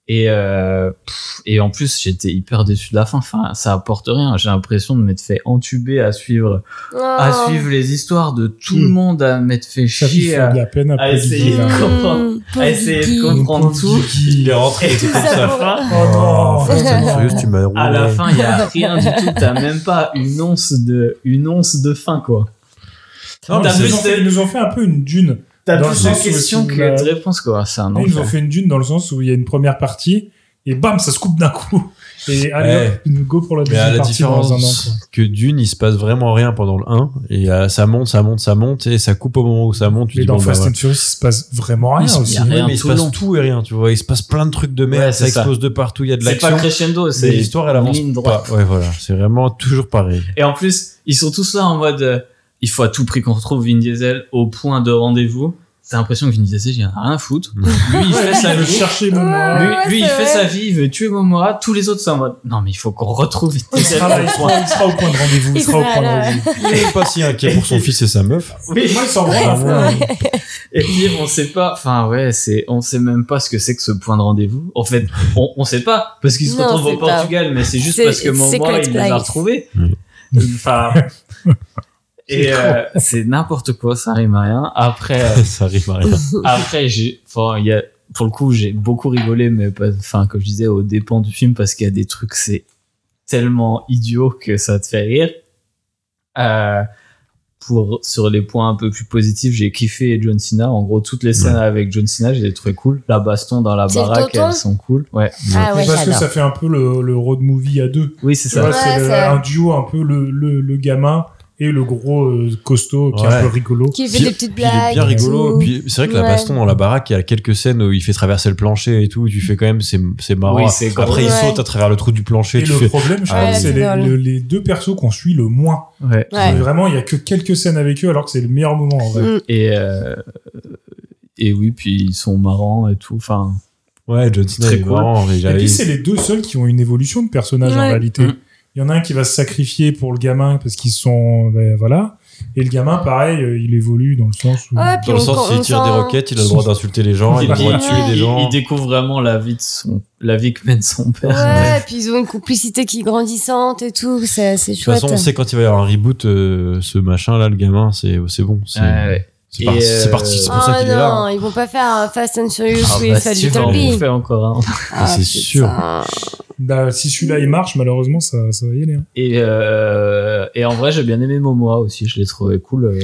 [SPEAKER 9] Et, euh, pff, et en plus, j'étais hyper déçu de la fin. Enfin, ça apporte rien. J'ai l'impression de m'être fait entuber à suivre, à
[SPEAKER 7] Oh.
[SPEAKER 9] suivre les histoires de tout le
[SPEAKER 8] Mm.
[SPEAKER 9] monde, à m'être fait
[SPEAKER 8] Ça lui fait
[SPEAKER 9] chier, à,
[SPEAKER 8] de la peine
[SPEAKER 9] à
[SPEAKER 8] après
[SPEAKER 9] essayer
[SPEAKER 8] Guigui,
[SPEAKER 9] de
[SPEAKER 8] là.
[SPEAKER 9] comprendre,
[SPEAKER 7] Oh. Hmm, pauvre
[SPEAKER 9] à essayer
[SPEAKER 7] Guigui.
[SPEAKER 9] de comprendre tout.
[SPEAKER 6] Il est rentré, il
[SPEAKER 9] Et
[SPEAKER 6] était
[SPEAKER 9] tout
[SPEAKER 6] comme
[SPEAKER 9] ça
[SPEAKER 6] ça.
[SPEAKER 9] pour-
[SPEAKER 8] Oh non.
[SPEAKER 6] Fast and Furious, tu m'as roulé.
[SPEAKER 9] À la fin, il y a rien du tout. T'as même pas une once de, une once de fin, quoi.
[SPEAKER 8] Non, mais
[SPEAKER 9] T'as
[SPEAKER 8] ils,
[SPEAKER 9] plus
[SPEAKER 8] nous ont fait,
[SPEAKER 9] de-
[SPEAKER 8] ils nous ont fait un peu une dune.
[SPEAKER 9] T'as
[SPEAKER 8] Dans
[SPEAKER 9] plus
[SPEAKER 8] le
[SPEAKER 9] de
[SPEAKER 8] sens où
[SPEAKER 9] questions
[SPEAKER 8] si
[SPEAKER 9] que
[SPEAKER 8] vous la-
[SPEAKER 9] de réponses, quoi. C'est un
[SPEAKER 8] Ils nous ont
[SPEAKER 9] enfer.
[SPEAKER 8] fait une dune dans le sens où il y a une première partie et bam, ça se coupe d'un coup. Et allez,
[SPEAKER 6] Ouais.
[SPEAKER 8] hop, nous go pour la
[SPEAKER 6] Mais à
[SPEAKER 8] deuxième
[SPEAKER 6] la
[SPEAKER 8] partie dans un an. quoi.
[SPEAKER 6] différence que d'une, il se passe vraiment rien pendant le 1, et euh, ça monte, ça monte, ça monte, et ça coupe au moment où ça monte. Tu
[SPEAKER 8] Mais
[SPEAKER 6] dis,
[SPEAKER 8] dans
[SPEAKER 6] bon, bah,
[SPEAKER 8] Fast
[SPEAKER 6] ouais.
[SPEAKER 8] and Furious, il se passe vraiment rien
[SPEAKER 6] Il se-
[SPEAKER 8] aussi.
[SPEAKER 9] rien.
[SPEAKER 6] Ouais, mais il
[SPEAKER 9] tout
[SPEAKER 6] se passe
[SPEAKER 9] le long.
[SPEAKER 6] tout et rien, tu vois. Il se passe plein de trucs de merde,
[SPEAKER 9] Ouais,
[SPEAKER 6] ça
[SPEAKER 9] c'est ça.
[SPEAKER 6] explose de partout, il y a de
[SPEAKER 9] C'est pas
[SPEAKER 6] l'action.
[SPEAKER 9] crescendo,
[SPEAKER 6] Mais
[SPEAKER 9] c'est
[SPEAKER 6] l'histoire, elle avance
[SPEAKER 9] ligne droite.
[SPEAKER 6] pas. Ouais, voilà. C'est vraiment toujours pareil.
[SPEAKER 9] Et en plus, ils sont tous là en mode euh, il faut à tout prix qu'on retrouve Vin Diesel au point de rendez-vous. T'as l'impression que Vin Diesel, il en a rien à foutre. Lui, il fait sa
[SPEAKER 8] Il veut
[SPEAKER 9] vie.
[SPEAKER 8] chercher mon
[SPEAKER 7] Ouais.
[SPEAKER 9] Lui,
[SPEAKER 8] moment.
[SPEAKER 9] lui, il
[SPEAKER 7] c'est
[SPEAKER 9] fait sa
[SPEAKER 7] vrai.
[SPEAKER 9] vie, il veut tuer Momora. Tous les autres sont en mode non, mais il faut qu'on retrouve Vin
[SPEAKER 8] Il
[SPEAKER 9] Diesel.
[SPEAKER 8] sera là, il sera il sera au point de rendez-vous. Il
[SPEAKER 7] Il
[SPEAKER 8] sera au
[SPEAKER 7] sera
[SPEAKER 8] point de
[SPEAKER 7] là.
[SPEAKER 8] rendez-vous.
[SPEAKER 6] Il est pas si inquiet pour son fils et sa meuf.
[SPEAKER 9] Oui.
[SPEAKER 8] Moi, il s'en branle.
[SPEAKER 9] Et puis, on sait pas, enfin, ouais, c'est, on sait même pas ce que c'est que ce point de rendez-vous. En fait, on, on sait pas, parce qu'ils se
[SPEAKER 7] Non,
[SPEAKER 9] retrouvent
[SPEAKER 7] c'est
[SPEAKER 9] au
[SPEAKER 7] pas.
[SPEAKER 9] Portugal, mais c'est juste
[SPEAKER 7] C'est-
[SPEAKER 9] parce que
[SPEAKER 7] it's
[SPEAKER 9] Momora,
[SPEAKER 7] secret
[SPEAKER 9] il les a
[SPEAKER 7] place.
[SPEAKER 9] retrouvés.
[SPEAKER 6] Mm.
[SPEAKER 9] Enfin. Et euh, c'est n'importe quoi, ça rime à rien. Après, euh,
[SPEAKER 6] ça arrive à rien.
[SPEAKER 9] Après, j'ai, enfin, il y a, pour le coup, j'ai beaucoup rigolé, mais pas, enfin, comme je disais, au dépens du film, parce qu'il y a des trucs, c'est tellement idiot que ça te fait rire. Euh, pour, sur les points un peu plus positifs, j'ai kiffé John Cena. En gros, toutes les scènes avec John Cena, j'ai des trucs cool. La baston dans la
[SPEAKER 7] C'est le
[SPEAKER 9] baraque,
[SPEAKER 7] tonton
[SPEAKER 9] elles sont cool. Ouais.
[SPEAKER 7] Ah ouais,
[SPEAKER 8] Parce que
[SPEAKER 7] j'adore.
[SPEAKER 8] ça fait un peu le, le road movie à deux.
[SPEAKER 9] Oui, c'est
[SPEAKER 8] Tu
[SPEAKER 9] ça.
[SPEAKER 8] vois, c'est
[SPEAKER 7] Ouais,
[SPEAKER 8] le-
[SPEAKER 7] c'est-
[SPEAKER 8] un duo un peu le, le, le gamin et le gros euh, costaud qui est un
[SPEAKER 6] Ouais.
[SPEAKER 8] peu rigolo.
[SPEAKER 7] Qui fait
[SPEAKER 6] Puis-
[SPEAKER 7] des petites
[SPEAKER 6] puis il est
[SPEAKER 7] blagues.
[SPEAKER 6] bien
[SPEAKER 7] et
[SPEAKER 6] rigolo.
[SPEAKER 7] tout.
[SPEAKER 6] Puis c'est vrai que la
[SPEAKER 7] Ouais.
[SPEAKER 6] baston dans la baraque, il y a quelques scènes où il fait traverser le plancher et tout. Tu fais quand même, c'est c'est marrant.
[SPEAKER 9] Oui, c'est
[SPEAKER 6] Après,
[SPEAKER 9] gros.
[SPEAKER 6] il
[SPEAKER 7] Ouais.
[SPEAKER 6] saute à travers le trou du
[SPEAKER 8] Et,
[SPEAKER 6] plancher. tu
[SPEAKER 8] le
[SPEAKER 6] fais.
[SPEAKER 8] problème, je
[SPEAKER 6] Ah,
[SPEAKER 8] trouve, c'est
[SPEAKER 7] c'est
[SPEAKER 8] les,
[SPEAKER 7] drôle.
[SPEAKER 8] le- les deux persos qu'on suit le moins.
[SPEAKER 9] Ouais.
[SPEAKER 7] Ouais.
[SPEAKER 8] Et Vraiment, il y a que quelques scènes avec eux alors que c'est le meilleur moment en vrai.
[SPEAKER 7] Mm.
[SPEAKER 9] Et, euh, et oui, puis ils sont marrants et tout. Enfin,
[SPEAKER 6] Ouais, John Cena,
[SPEAKER 9] Très
[SPEAKER 6] il est
[SPEAKER 9] cool.
[SPEAKER 6] marrant, mais
[SPEAKER 8] Et
[SPEAKER 6] j'avais-
[SPEAKER 8] puis c'est les deux seuls qui ont une évolution de personnage en
[SPEAKER 7] Ouais.
[SPEAKER 8] réalité.
[SPEAKER 9] Mm.
[SPEAKER 8] Il y en a un qui va se sacrifier pour le gamin parce qu'ils sont ben, voilà. Et le gamin, pareil, euh, il évolue dans le sens où.
[SPEAKER 7] Ouais, puis
[SPEAKER 6] Dans le
[SPEAKER 7] on-
[SPEAKER 6] sens,
[SPEAKER 7] on
[SPEAKER 6] s'il tire des
[SPEAKER 7] sent-
[SPEAKER 6] roquettes, il a le droit d'insulter les gens, il a le droit de tuer des
[SPEAKER 9] il-
[SPEAKER 6] gens.
[SPEAKER 9] il découvre vraiment la vie de son, la vie que mène son père.
[SPEAKER 7] Ouais, puis ils ont une complicité qui est grandissante et tout, c'est c'est
[SPEAKER 6] De toute
[SPEAKER 7] chouette.
[SPEAKER 6] façon, on sait quand il va y avoir un reboot, euh, ce machin-là, le gamin, c'est c'est bon. C'est
[SPEAKER 9] Ouais, ouais.
[SPEAKER 6] c'est par-
[SPEAKER 9] Et,
[SPEAKER 6] c'est
[SPEAKER 9] euh,
[SPEAKER 6] parti, c'est pour
[SPEAKER 7] oh
[SPEAKER 6] ça qu'il
[SPEAKER 7] non,
[SPEAKER 6] est là. hein.
[SPEAKER 7] ils vont pas faire un Fast and Furious
[SPEAKER 6] Ah
[SPEAKER 7] with
[SPEAKER 6] bah,
[SPEAKER 7] Fat
[SPEAKER 6] si,
[SPEAKER 7] Little
[SPEAKER 6] on
[SPEAKER 7] Bee.
[SPEAKER 9] fait encore hein. un.
[SPEAKER 7] Ah,
[SPEAKER 6] c'est sûr.
[SPEAKER 8] Bah, si celui-là il marche, malheureusement, ça, ça va y aller. hein.
[SPEAKER 9] Et, euh, et en vrai, j'ai bien aimé Momoa aussi. Je l'ai trouvé cool. euh.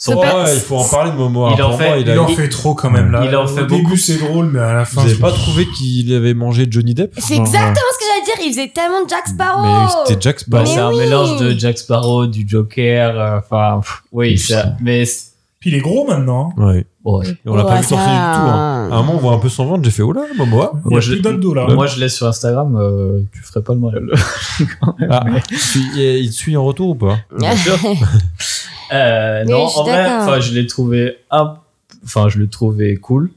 [SPEAKER 9] Son
[SPEAKER 6] Oh,
[SPEAKER 9] père-
[SPEAKER 6] ouais, il faut en parler de Momoa.
[SPEAKER 9] Il en
[SPEAKER 6] Pour
[SPEAKER 9] fait-
[SPEAKER 6] moi, il, a-
[SPEAKER 8] Il en fait trop quand même là.
[SPEAKER 9] Il en
[SPEAKER 8] Au
[SPEAKER 9] fait
[SPEAKER 8] début,
[SPEAKER 9] beaucoup.
[SPEAKER 8] c'est drôle, mais à la
[SPEAKER 6] Vous
[SPEAKER 8] fin.
[SPEAKER 6] avez
[SPEAKER 8] c'est-
[SPEAKER 6] pas trouvé qu'il avait mangé Johnny Depp
[SPEAKER 7] C'est
[SPEAKER 6] Genre,
[SPEAKER 7] exactement ce que j'allais dire, ils faisaient tellement de Jack Sparrow.
[SPEAKER 6] Oh, Mais c'était Jack
[SPEAKER 9] Bah,
[SPEAKER 6] Sparrow.
[SPEAKER 9] c'est un
[SPEAKER 7] oui.
[SPEAKER 9] mélange de Jack Sparrow, du Joker. euh, Enfin, pff, oui, ça, mais c'est-
[SPEAKER 8] Puis il est gros maintenant. hein.
[SPEAKER 6] Ouais.
[SPEAKER 9] ouais.
[SPEAKER 6] Et on l'a
[SPEAKER 7] Ouais,
[SPEAKER 6] pas vu
[SPEAKER 7] ça-
[SPEAKER 6] sortir du tout. hein. À un moment, on voit un peu son ventre. J'ai fait, oh là, Momoa.
[SPEAKER 8] Il
[SPEAKER 9] Moi,
[SPEAKER 8] a
[SPEAKER 9] je-
[SPEAKER 8] plus d'abdos là.
[SPEAKER 9] Moi, je laisse sur Instagram. euh, tu ferais pas le mal.
[SPEAKER 6] Ah, tu- il te suit en retour ou pas
[SPEAKER 9] Euh,
[SPEAKER 7] Mais
[SPEAKER 9] non,
[SPEAKER 7] je suis
[SPEAKER 9] en vrai,
[SPEAKER 7] d'accord.
[SPEAKER 9] enfin, je l'ai trouvé un- enfin, je l'ai trouvé cool.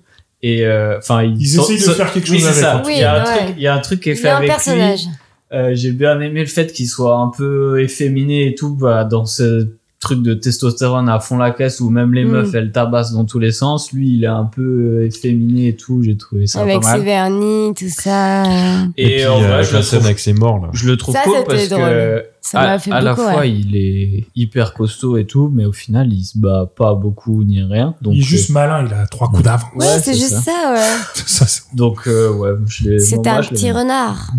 [SPEAKER 9] Et euh, enfin,
[SPEAKER 8] Ils
[SPEAKER 9] sont-
[SPEAKER 8] essayent de
[SPEAKER 9] sont-
[SPEAKER 8] faire quelque
[SPEAKER 9] oui,
[SPEAKER 8] chose
[SPEAKER 9] c'est
[SPEAKER 8] avec, en
[SPEAKER 9] ça.
[SPEAKER 8] tout
[SPEAKER 9] il, y a un
[SPEAKER 7] cas.
[SPEAKER 9] truc, il y a un truc qui est
[SPEAKER 7] Il
[SPEAKER 9] fait
[SPEAKER 7] est un
[SPEAKER 9] avec
[SPEAKER 7] personnage.
[SPEAKER 9] lui. Euh, J'ai bien aimé le fait qu'il soit un peu efféminé et tout bah, dans ce truc de testostérone à fond la caisse où même les
[SPEAKER 7] Mm.
[SPEAKER 9] meufs elles tabassent dans tous les sens. Lui, il est un peu euh, efféminé et tout. J'ai trouvé ça
[SPEAKER 7] Avec
[SPEAKER 9] pas
[SPEAKER 7] ses
[SPEAKER 9] mal.
[SPEAKER 7] vernis, tout ça.
[SPEAKER 9] Et,
[SPEAKER 6] puis,
[SPEAKER 9] en
[SPEAKER 6] euh,
[SPEAKER 9] vrai,
[SPEAKER 6] avec
[SPEAKER 9] je, le
[SPEAKER 6] la scène
[SPEAKER 9] trouve,
[SPEAKER 6] avec ses morts, là.
[SPEAKER 9] je le trouve
[SPEAKER 7] Ça,
[SPEAKER 9] cool
[SPEAKER 7] c'était
[SPEAKER 9] parce
[SPEAKER 7] drôle.
[SPEAKER 9] que
[SPEAKER 7] Ça
[SPEAKER 9] à,
[SPEAKER 7] m'a fait
[SPEAKER 9] Ah, à la
[SPEAKER 7] beaucoup,
[SPEAKER 9] fois,
[SPEAKER 7] ouais.
[SPEAKER 9] il est hyper costaud et tout, mais au final, il se bat pas beaucoup ni rien. Donc, euh,
[SPEAKER 8] Il est juste malin, il a trois coups d'avance.
[SPEAKER 7] Ouais,
[SPEAKER 9] Ouais, c'est
[SPEAKER 7] c'est juste
[SPEAKER 9] ça.
[SPEAKER 7] ça, ouais.
[SPEAKER 8] Ça, ça, c'est-
[SPEAKER 9] euh, donc euh, ouais, je l'ai.
[SPEAKER 7] C'était
[SPEAKER 9] moi,
[SPEAKER 7] un
[SPEAKER 9] je l'ai-
[SPEAKER 7] petit renard.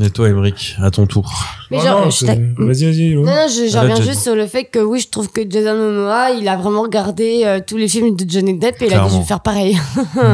[SPEAKER 6] Et toi, Emmerich, à ton tour.
[SPEAKER 7] Mais
[SPEAKER 8] Ah
[SPEAKER 7] genre,
[SPEAKER 8] non,
[SPEAKER 7] je
[SPEAKER 8] c'est-
[SPEAKER 7] t'a-
[SPEAKER 8] Vas-y, vas-y. Elon.
[SPEAKER 7] Non, non, je,
[SPEAKER 6] Ah,
[SPEAKER 7] je
[SPEAKER 6] là,
[SPEAKER 7] reviens
[SPEAKER 6] Jason.
[SPEAKER 7] juste sur le fait que oui, je trouve que Jason Momoa, il a vraiment regardé euh, tous les films de Johnny Depp et il a dû
[SPEAKER 6] Clairement.
[SPEAKER 7] faire pareil.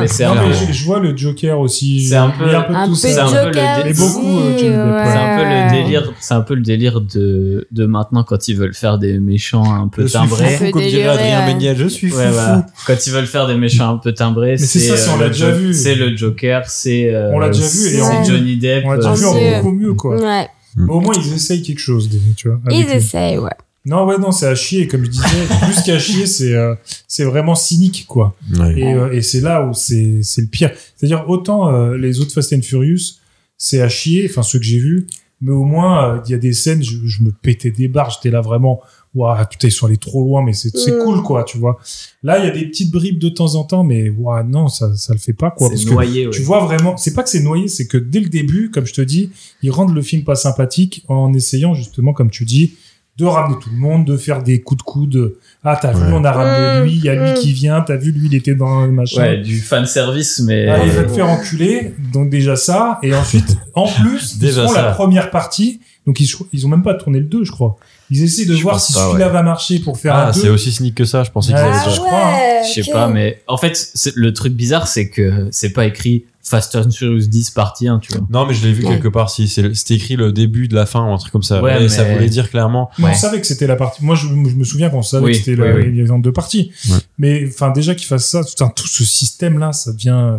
[SPEAKER 9] Mais c'est
[SPEAKER 8] Non,
[SPEAKER 9] un,
[SPEAKER 8] mais
[SPEAKER 6] Clairement.
[SPEAKER 8] je, je vois le Joker aussi.
[SPEAKER 9] C'est un peu-
[SPEAKER 8] il y a un peu
[SPEAKER 7] Un
[SPEAKER 8] tout
[SPEAKER 7] peu
[SPEAKER 9] c'est
[SPEAKER 8] ça.
[SPEAKER 9] un peu
[SPEAKER 7] Joker,
[SPEAKER 9] le dé-
[SPEAKER 8] Mais beaucoup, euh,
[SPEAKER 7] aussi,
[SPEAKER 8] Johnny Depp, ouais.
[SPEAKER 9] c'est un peu
[SPEAKER 7] ouais.
[SPEAKER 9] le délire. C'est un peu le délire de de maintenant quand ils veulent faire des méchants un peu timbrés.
[SPEAKER 7] fou. comme dirait Adrien Méniel,
[SPEAKER 6] je suis
[SPEAKER 9] Ouais, voilà. Quand ils veulent faire des méchants un peu timbrés,
[SPEAKER 8] c'est
[SPEAKER 9] c'est
[SPEAKER 8] ça, ça, on
[SPEAKER 9] euh,
[SPEAKER 8] l'a
[SPEAKER 9] le
[SPEAKER 8] déjà
[SPEAKER 9] Jo-
[SPEAKER 8] vu.
[SPEAKER 9] C'est le Joker, c'est euh,
[SPEAKER 8] On l'a déjà vu et
[SPEAKER 9] c'est
[SPEAKER 7] on-
[SPEAKER 9] Johnny Depp.
[SPEAKER 8] On l'a
[SPEAKER 9] euh,
[SPEAKER 8] déjà vu en
[SPEAKER 7] c'est-
[SPEAKER 8] beaucoup mieux, quoi.
[SPEAKER 7] Ouais,
[SPEAKER 8] Mais au moins, ils essayent quelque chose, des- tu vois. avec
[SPEAKER 7] ils
[SPEAKER 8] lui.
[SPEAKER 7] essayent, ouais.
[SPEAKER 8] Non, ouais, non, c'est à chier. Comme je disais, plus qu'à chier, c'est euh, c'est vraiment cynique, quoi.
[SPEAKER 6] Ouais.
[SPEAKER 8] Et, euh, et c'est là où c'est c'est le pire. C'est-à-dire, autant euh, les autres Fast and Furious, c'est à chier, enfin ceux que j'ai vus, mais au moins, euh, il y a des scènes, je, je me pétais des barres, j'étais là vraiment, waouh, putain, ils sont allés trop loin, mais c'est c'est
[SPEAKER 7] Mm.
[SPEAKER 8] cool, quoi, tu vois. Là, il y a des petites bribes de temps en temps, mais waouh, non, ça, ça le fait pas, quoi. Parce
[SPEAKER 9] c'est
[SPEAKER 8] que
[SPEAKER 9] noyé. ouais.
[SPEAKER 8] tu vois vraiment, c'est pas que c'est noyé, c'est que dès le début, comme je te dis, ils rendent le film pas sympathique en essayant justement, comme tu dis, de ramener tout le monde, de faire des coups de coude. Ah, t'as
[SPEAKER 6] Ouais.
[SPEAKER 8] vu, on a ramené
[SPEAKER 7] Mmh,
[SPEAKER 8] lui, il y a lui
[SPEAKER 7] mmh.
[SPEAKER 8] qui vient, t'as vu, lui, il était dans le machin.
[SPEAKER 9] Ouais, du fan service, mais
[SPEAKER 8] Ah, il va te faire enculer, donc déjà ça, et ensuite, en plus,
[SPEAKER 6] Déjà
[SPEAKER 8] ils font la
[SPEAKER 6] ça.
[SPEAKER 8] première partie, donc ils, cho- ils ont même pas tourné le 2, je crois. Ils essaient de
[SPEAKER 6] Je
[SPEAKER 8] voir
[SPEAKER 6] pense
[SPEAKER 8] si
[SPEAKER 6] pas,
[SPEAKER 8] celui-là va marcher pour faire
[SPEAKER 6] Ah,
[SPEAKER 8] un
[SPEAKER 6] c'est
[SPEAKER 8] deux.
[SPEAKER 6] aussi cynique que ça, je pensais
[SPEAKER 8] Ouais,
[SPEAKER 6] qu'il
[SPEAKER 8] Ah
[SPEAKER 6] allait
[SPEAKER 8] je crois, hein.
[SPEAKER 9] Je sais pas, mais en fait, c'est- le truc bizarre, c'est que c'est pas écrit Fast and Furious 10 partie 1, tu vois.
[SPEAKER 6] Non, mais je l'ai vu
[SPEAKER 7] Ouais.
[SPEAKER 6] quelque part. Si c'est- c'était écrit le début de la fin ou un truc comme ça.
[SPEAKER 9] Ouais,
[SPEAKER 6] Et ça
[SPEAKER 9] mais-
[SPEAKER 6] voulait dire clairement.
[SPEAKER 8] Mais
[SPEAKER 9] Ouais.
[SPEAKER 8] On savait que c'était la partie. Moi, je, je me souviens qu'on savait
[SPEAKER 9] Oui,
[SPEAKER 8] que c'était
[SPEAKER 9] oui,
[SPEAKER 8] la-
[SPEAKER 9] oui.
[SPEAKER 8] il y avait en deux parties.
[SPEAKER 6] Ouais.
[SPEAKER 8] Mais enfin, déjà qu'ils fassent ça, putain, tout ce système-là, ça devient,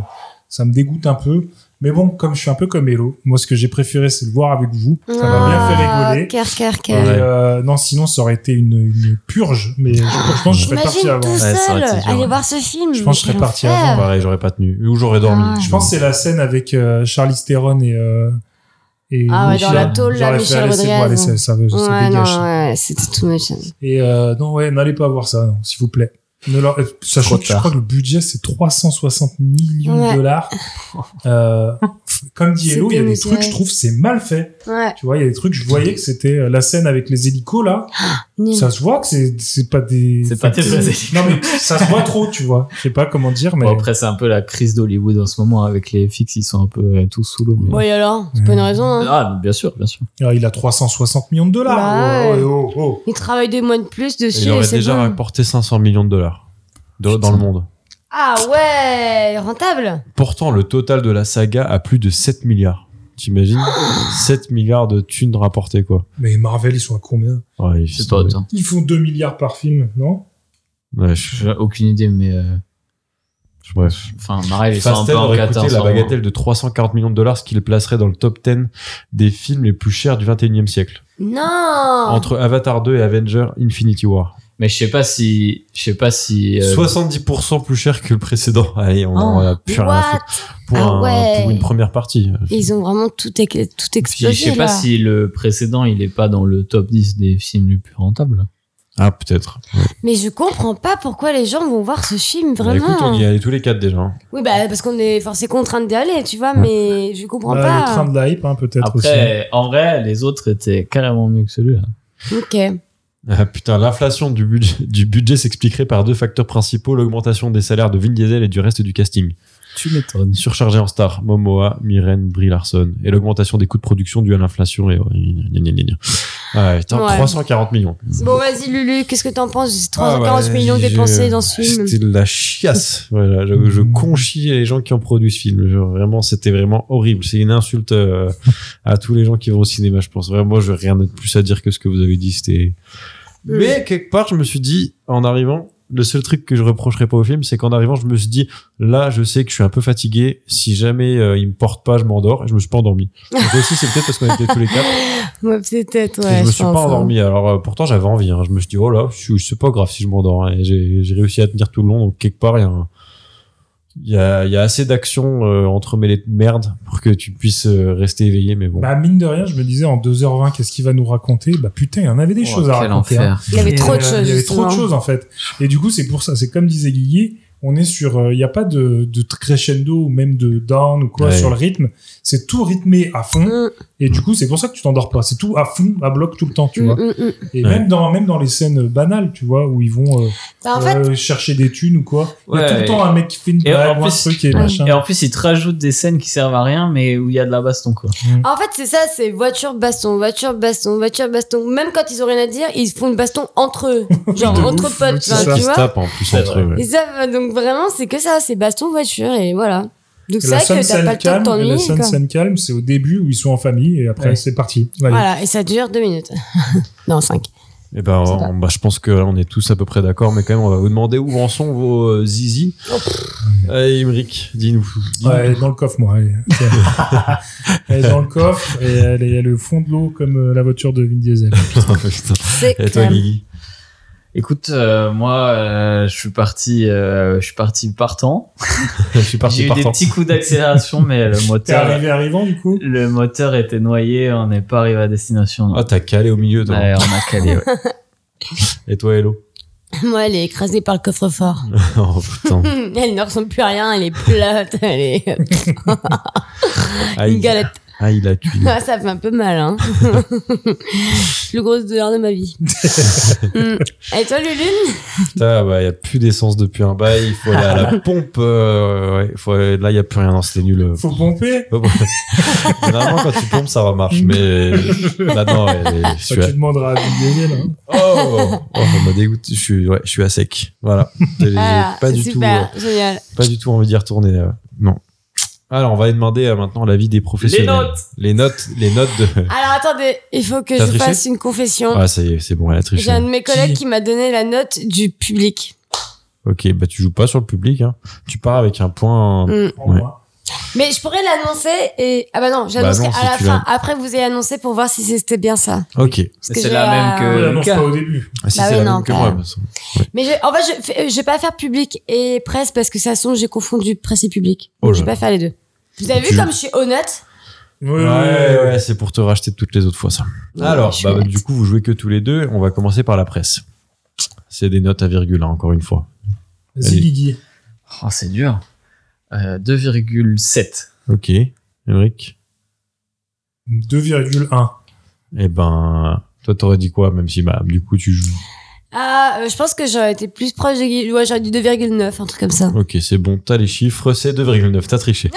[SPEAKER 8] ça me dégoûte un peu. Mais bon, comme je suis un peu comme Hello, moi, ce que j'ai préféré, c'est le voir avec vous. Ça m'a bien fait rigoler.
[SPEAKER 7] Cœur, cœur,
[SPEAKER 8] Et,
[SPEAKER 7] cœur.
[SPEAKER 6] Ouais.
[SPEAKER 8] euh, non, sinon, ça aurait été une, une purge. Mais je, je pense que je serais parti
[SPEAKER 7] T'imagines
[SPEAKER 8] avant.
[SPEAKER 7] tout
[SPEAKER 6] Ouais, ça
[SPEAKER 7] seul,
[SPEAKER 6] aurait été dur,
[SPEAKER 7] aller
[SPEAKER 6] ouais.
[SPEAKER 7] voir ce film.
[SPEAKER 8] Je pense que je
[SPEAKER 7] mais
[SPEAKER 8] serais
[SPEAKER 7] quel
[SPEAKER 8] parti
[SPEAKER 7] enfer.
[SPEAKER 6] Pareil, j'aurais pas tenu. Ou j'aurais dormi.
[SPEAKER 7] Ah.
[SPEAKER 8] Je pense que c'est la scène avec euh, Charlize Theron et. euh, et
[SPEAKER 7] Ah ouais,
[SPEAKER 8] Michel.
[SPEAKER 7] dans la tôle, là,
[SPEAKER 8] J'aurais fait,
[SPEAKER 7] Michel
[SPEAKER 8] allez, c'est bon,
[SPEAKER 7] Rodriguez.
[SPEAKER 8] allez, ça, ça, ça
[SPEAKER 7] Ouais,
[SPEAKER 8] dégage.
[SPEAKER 7] non, ouais, c'était tout machin.
[SPEAKER 8] Et euh, non, ouais, n'allez pas voir ça, non, s'il vous plaît. Ne leur- euh, Sachant
[SPEAKER 9] Trop
[SPEAKER 8] que je
[SPEAKER 9] tard.
[SPEAKER 8] crois que le budget, c'est 360 millions
[SPEAKER 7] Ouais.
[SPEAKER 8] de dollars. Euh, comme dit Hello, il y a
[SPEAKER 7] C'était
[SPEAKER 8] des
[SPEAKER 7] mesuré.
[SPEAKER 8] trucs, je trouve, c'est mal fait.
[SPEAKER 7] Ouais,
[SPEAKER 8] Tu vois, il y a des trucs, je voyais que c'était euh, la scène avec les hélicos, là.
[SPEAKER 7] nul.
[SPEAKER 8] Ça se voit que c'est c'est pas des...
[SPEAKER 9] C'est pas des vrais hélicos.
[SPEAKER 8] Non, mais ça se voit trop, tu vois. Je sais pas comment dire, mais...
[SPEAKER 9] Bon, après, c'est un peu la crise d'Hollywood en ce moment avec les FX, ils sont un peu euh, tous sous l'eau. mais-
[SPEAKER 7] Bon, et alors C'est pas une raison, hein.
[SPEAKER 9] Ah, bien sûr, bien sûr.
[SPEAKER 8] Alors, euh, il a 360 millions de dollars.
[SPEAKER 7] Bah ouais.
[SPEAKER 8] Oh, oh, oh.
[SPEAKER 7] Il travaille deux mois de plus dessus.
[SPEAKER 6] Il
[SPEAKER 7] et
[SPEAKER 6] aurait
[SPEAKER 7] c'est
[SPEAKER 6] déjà
[SPEAKER 7] bon.
[SPEAKER 6] rapporté 500 millions de dollars de- dans le monde.
[SPEAKER 7] Ah ouais, rentable.
[SPEAKER 6] Pourtant, le total de la saga a plus de 7 milliards. T'imagines
[SPEAKER 7] Ah.
[SPEAKER 6] 7 milliards de thunes rapportées, quoi.
[SPEAKER 8] Mais Marvel, ils sont à combien
[SPEAKER 6] Ouais,
[SPEAKER 9] Je sais pas autant.
[SPEAKER 8] Ils font 2 milliards par film, non
[SPEAKER 6] Ouais, je-
[SPEAKER 9] J'ai aucune idée, mais. euh,
[SPEAKER 6] Bref.
[SPEAKER 9] Enfin, Marvel, ils sont un
[SPEAKER 6] Fastel
[SPEAKER 9] peu en
[SPEAKER 6] aurait coûté
[SPEAKER 9] 14.
[SPEAKER 6] la
[SPEAKER 9] en-
[SPEAKER 6] bagatelle de 340 millions de dollars, ce qui le placerait dans le top 10 des films les plus chers du 21e siècle.
[SPEAKER 7] Non.
[SPEAKER 6] Entre Avatar 2 et Avenger Infinity War.
[SPEAKER 9] Mais je sais pas si. Je sais pas si. euh,
[SPEAKER 6] 70% plus cher que le précédent. Allez, on en a plus rien à
[SPEAKER 7] Ah. What
[SPEAKER 6] foutre. Pour,
[SPEAKER 7] Ah
[SPEAKER 6] un-
[SPEAKER 7] ouais.
[SPEAKER 6] pour une première partie.
[SPEAKER 7] Ils ont vraiment tout, éc- tout
[SPEAKER 9] puis
[SPEAKER 7] explosé.
[SPEAKER 9] je sais pas
[SPEAKER 7] là.
[SPEAKER 9] si le précédent il est pas dans le top 10 des films les plus rentables.
[SPEAKER 6] Ah, peut-être. Ouais.
[SPEAKER 7] Mais je comprends pas pourquoi les gens vont voir ce film
[SPEAKER 6] Bah,
[SPEAKER 7] vraiment.
[SPEAKER 6] écoute, on y est allés tous les quatre déjà. hein.
[SPEAKER 7] Oui, bah parce qu'on est, enfin, c'est contraint d'y aller, tu vois, mais je comprends
[SPEAKER 8] Bah,
[SPEAKER 7] pas.
[SPEAKER 8] le train de la hype, hein, peut-être aussi.
[SPEAKER 9] Après, en vrai, les autres étaient carrément mieux que celui-là.
[SPEAKER 7] Ok.
[SPEAKER 6] Ah, putain, l'inflation du budget, du budget s'expliquerait par deux facteurs principaux l'augmentation des salaires de Vin Diesel et du reste du casting.
[SPEAKER 9] Tu m'étonnes.
[SPEAKER 6] Surchargé en stars, Momoa, Myrène, Brie Larson. Et l'augmentation des coûts de production due à l'inflation. Et... gna, gna, gna, gna. Ouais, putain,
[SPEAKER 7] Ouais.
[SPEAKER 6] 340 millions.
[SPEAKER 7] Bon, vas-y, Lulu, qu'est-ce que t'en penses de ces 340
[SPEAKER 6] Ah ouais,
[SPEAKER 7] millions
[SPEAKER 6] j'ai-
[SPEAKER 7] dépensés dans ce film
[SPEAKER 6] C'était de la chiasse. Voilà, je, je conchis les gens qui ont produit ce film. Je- vraiment, c'était vraiment horrible. C'est une insulte euh, à tous les gens qui vont au cinéma, je pense. Vraiment, je rien de plus à dire que ce que vous avez dit. C'était.
[SPEAKER 7] Mm.
[SPEAKER 6] Mais quelque part, je me suis dit, en arrivant, le seul truc que je reprocherais pas au film, c'est qu'en arrivant, je me suis dit, là, je sais que je suis un peu fatigué. Si jamais euh, il me porte pas, je m'endors. Et je me suis pas endormi. Donc aussi, c'est peut-être parce qu'on était tous les quatre.
[SPEAKER 7] Ouais, peut-être,
[SPEAKER 6] Et
[SPEAKER 7] ouais.
[SPEAKER 6] je me suis
[SPEAKER 7] pense,
[SPEAKER 6] pas
[SPEAKER 7] hein.
[SPEAKER 6] endormi. Alors euh, pourtant j'avais envie. hein. Je me suis dit oh là, je suis- c'est pas grave si je m'endors. hein. Et J'ai j'ai réussi à tenir tout le long. Donc quelque part il y a, un- il y a, il y a assez d'actions euh, entremêlées de merde pour que tu puisses euh, rester éveillé. Mais bon.
[SPEAKER 8] Bah, mine de rien, je me disais en 2h20, qu'est-ce qu'il va nous raconter Bah, putain, il y en avait des
[SPEAKER 6] Oh,
[SPEAKER 8] choses à
[SPEAKER 6] quel
[SPEAKER 8] raconter.
[SPEAKER 6] enfer.
[SPEAKER 8] hein.
[SPEAKER 6] Il y avait
[SPEAKER 8] Et,
[SPEAKER 6] trop de
[SPEAKER 8] euh,
[SPEAKER 6] choses,
[SPEAKER 8] Il y avait trop
[SPEAKER 6] justement.
[SPEAKER 8] de choses, en fait. Et du coup, c'est pour ça. C'est comme disait Guigui, on est sur. euh, Il n'y a pas de, de crescendo ou même de down ou quoi
[SPEAKER 6] Ouais.
[SPEAKER 8] sur le rythme. C'est tout rythmé à fond.
[SPEAKER 6] Mm.
[SPEAKER 8] Et du coup, c'est pour ça que tu t'endors pas. C'est tout à fond, à bloc tout le temps, tu
[SPEAKER 7] Mm,
[SPEAKER 8] vois.
[SPEAKER 7] mm, mm.
[SPEAKER 8] Et
[SPEAKER 6] Ouais.
[SPEAKER 8] même, dans, même dans les scènes banales, tu vois, où ils vont euh,
[SPEAKER 7] Bah, en fait-
[SPEAKER 8] euh, chercher des thunes ou quoi. Il y
[SPEAKER 9] Ouais,
[SPEAKER 8] a tout le
[SPEAKER 9] et-
[SPEAKER 8] temps un mec qui fait une
[SPEAKER 9] Et
[SPEAKER 8] blague
[SPEAKER 9] en
[SPEAKER 8] ou un
[SPEAKER 9] plus,
[SPEAKER 8] truc et machin.
[SPEAKER 9] et en plus, ils te rajoutent des scènes qui servent à rien, mais où il y a de la baston, quoi.
[SPEAKER 7] En fait, c'est ça, c'est voiture, baston, voiture, baston, voiture, baston. Même quand ils ont rien à dire, ils font une baston entre eux. Genre,
[SPEAKER 6] De
[SPEAKER 7] entre
[SPEAKER 6] ouf,
[SPEAKER 7] potes,
[SPEAKER 6] c'est
[SPEAKER 7] enfin,
[SPEAKER 6] ça.
[SPEAKER 7] tu
[SPEAKER 6] Ils se
[SPEAKER 7] vois.
[SPEAKER 6] tapent en plus entre eux. ouais.
[SPEAKER 7] Et ça, euh, donc vraiment, c'est que ça, c'est baston, voiture, et voilà. Donc
[SPEAKER 8] Et
[SPEAKER 7] c'est
[SPEAKER 8] la
[SPEAKER 7] vrai
[SPEAKER 8] seule
[SPEAKER 7] que t'as
[SPEAKER 8] scène
[SPEAKER 7] pas le temps de
[SPEAKER 8] calme, et
[SPEAKER 7] t'ennuyer.
[SPEAKER 8] la seule
[SPEAKER 7] quoi.
[SPEAKER 8] scène calme, c'est au début où ils sont en famille et après
[SPEAKER 6] Ouais.
[SPEAKER 8] c'est parti. Allez.
[SPEAKER 7] Voilà, et ça dure deux minutes. non, cinq.
[SPEAKER 6] Et ben on- bah, je pense que là, on est tous à peu près d'accord. Mais quand même on va vous demander où en sont vos euh, zizi. Allez Imric, dis-nous. Dis-nous.
[SPEAKER 8] Ouais, elle est dans le coffre, moi. Elle est, elle est dans le coffre et elle est, elle est au fond de l'eau comme euh, la voiture de Vin Diesel.
[SPEAKER 7] C'est Et toi, clair. Guigui
[SPEAKER 9] Écoute, euh, moi, euh, je suis parti, euh, je suis parti partant.
[SPEAKER 6] je suis parti
[SPEAKER 9] J'ai eu
[SPEAKER 6] partant.
[SPEAKER 9] des petits coups d'accélération, mais le
[SPEAKER 8] T'es
[SPEAKER 9] moteur.
[SPEAKER 8] arrivé arrivant du coup
[SPEAKER 9] Le moteur était noyé, on n'est pas arrivé à destination. non.
[SPEAKER 6] Ah t'as calé au milieu. toi.
[SPEAKER 9] Ouais, on a calé. ouais.
[SPEAKER 6] Et toi Hello.
[SPEAKER 7] Moi, elle est écrasée par le coffre-fort.
[SPEAKER 6] oh putain.
[SPEAKER 7] elle ne ressemble plus à rien, elle est plate, elle est.
[SPEAKER 6] Aïe.
[SPEAKER 7] Une galette.
[SPEAKER 6] Ah il a tué.
[SPEAKER 7] Ah, ça fait un peu mal, hein. Plus grosse douleur de ma vie. Mm. Et toi, Lulune
[SPEAKER 6] Putain, bah, il n'y a plus d'essence depuis un bail. Il faut aller à la pompe. euh, ouais, faut aller- là, il n'y a plus rien. Non, c'était nul. euh.
[SPEAKER 8] Faut pomper
[SPEAKER 6] Ouais, bon. Généralement, quand tu pompes, ça remarche. Mais là, non, ouais, les- je suis
[SPEAKER 8] Bah,
[SPEAKER 6] à...
[SPEAKER 8] Tu demanderas à Vin Diesel. hein.
[SPEAKER 6] Oh, oh, oh, ça m'a dégoûté. Je suis, ouais, je suis à sec. Voilà. J'ai
[SPEAKER 7] Ah,
[SPEAKER 6] pas, du tout,
[SPEAKER 7] Super,
[SPEAKER 6] euh,
[SPEAKER 7] génial.
[SPEAKER 6] pas du tout envie d'y retourner. euh, non. Alors, on va aller demander euh, maintenant l'avis des professionnels.
[SPEAKER 7] notes.
[SPEAKER 6] Les notes. Les notes de.
[SPEAKER 7] Alors attendez, il faut que
[SPEAKER 6] T'as
[SPEAKER 7] je
[SPEAKER 6] triché
[SPEAKER 7] fasse une confession.
[SPEAKER 6] Ah, ça y est, c'est bon, elle a triché.
[SPEAKER 7] J'ai un de mes collègues qui m'a donné la note du public.
[SPEAKER 6] Ok, bah, tu joues pas sur le public. Hein. Tu pars avec un point.
[SPEAKER 7] Mm.
[SPEAKER 6] Ouais.
[SPEAKER 7] Mais je pourrais l'annoncer et ah bah non, j'annoncerai
[SPEAKER 6] non, si
[SPEAKER 7] à la
[SPEAKER 6] tu
[SPEAKER 7] fin.
[SPEAKER 6] l'as-
[SPEAKER 7] Après vous avez annoncé pour voir si c'était bien ça.
[SPEAKER 6] Ok.
[SPEAKER 7] Parce que C'est la j'ai, même que euh,
[SPEAKER 8] On l'annonce
[SPEAKER 7] Lucas.
[SPEAKER 8] pas au début.
[SPEAKER 6] Ah, si,
[SPEAKER 7] Bah
[SPEAKER 6] c'est
[SPEAKER 7] oui,
[SPEAKER 6] la
[SPEAKER 7] non,
[SPEAKER 6] même que
[SPEAKER 7] quand
[SPEAKER 6] moi.
[SPEAKER 7] même.
[SPEAKER 6] bah, ça-
[SPEAKER 7] Mais je, en fait, je, fais- je vais pas faire public et presse parce que de toute façon j'ai confondu presse et public.
[SPEAKER 6] Oh là
[SPEAKER 7] je vais
[SPEAKER 6] là.
[SPEAKER 7] pas faire les deux. Vous avez
[SPEAKER 6] Tu-
[SPEAKER 7] vu comme je suis honnête
[SPEAKER 6] Ouais, ouais, ouais, c'est pour te racheter de toutes les autres fois, ça.
[SPEAKER 7] Ouais,
[SPEAKER 6] Alors,
[SPEAKER 7] je suis
[SPEAKER 6] bah,
[SPEAKER 7] honnête.
[SPEAKER 6] du coup, vous jouez que tous les deux. On va commencer par la presse. C'est des notes à virgule, hein, encore une fois.
[SPEAKER 8] Vas-y,
[SPEAKER 6] Allez.
[SPEAKER 8] Guigui.
[SPEAKER 9] Oh, c'est dur. Euh, 2,7.
[SPEAKER 6] Ok. Émeric
[SPEAKER 8] 2,1.
[SPEAKER 6] Eh ben, toi, t'aurais dit quoi, même si, bah, du coup, tu joues.
[SPEAKER 7] Ah, euh, je pense que j'aurais été plus proche de Guy. Ouais, j'aurais dit 2,9, un truc comme ça.
[SPEAKER 6] Ok, c'est bon, t'as les chiffres. C'est 2,9. T'as triché.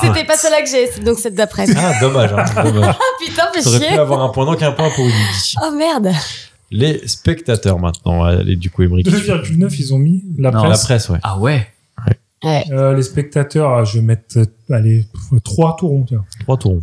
[SPEAKER 7] C'était pas celle-là que j'ai, c'est donc celle d'après.
[SPEAKER 6] Ah, dommage, hein, dommage.
[SPEAKER 7] Putain, fais
[SPEAKER 6] T'aurais pu
[SPEAKER 7] chier.
[SPEAKER 6] avoir un point, donc un point pour Guigui.
[SPEAKER 7] Oh merde.
[SPEAKER 6] Les spectateurs, maintenant. Allez, du coup, Émeric
[SPEAKER 8] 2,9 ils ont mis la
[SPEAKER 6] Non, la
[SPEAKER 8] presse.
[SPEAKER 6] presse, ouais.
[SPEAKER 9] Ah ouais
[SPEAKER 8] Euh, les spectateurs, ah, je vais mettre euh, allez, 3 tourons. tiens.
[SPEAKER 6] 3 tours.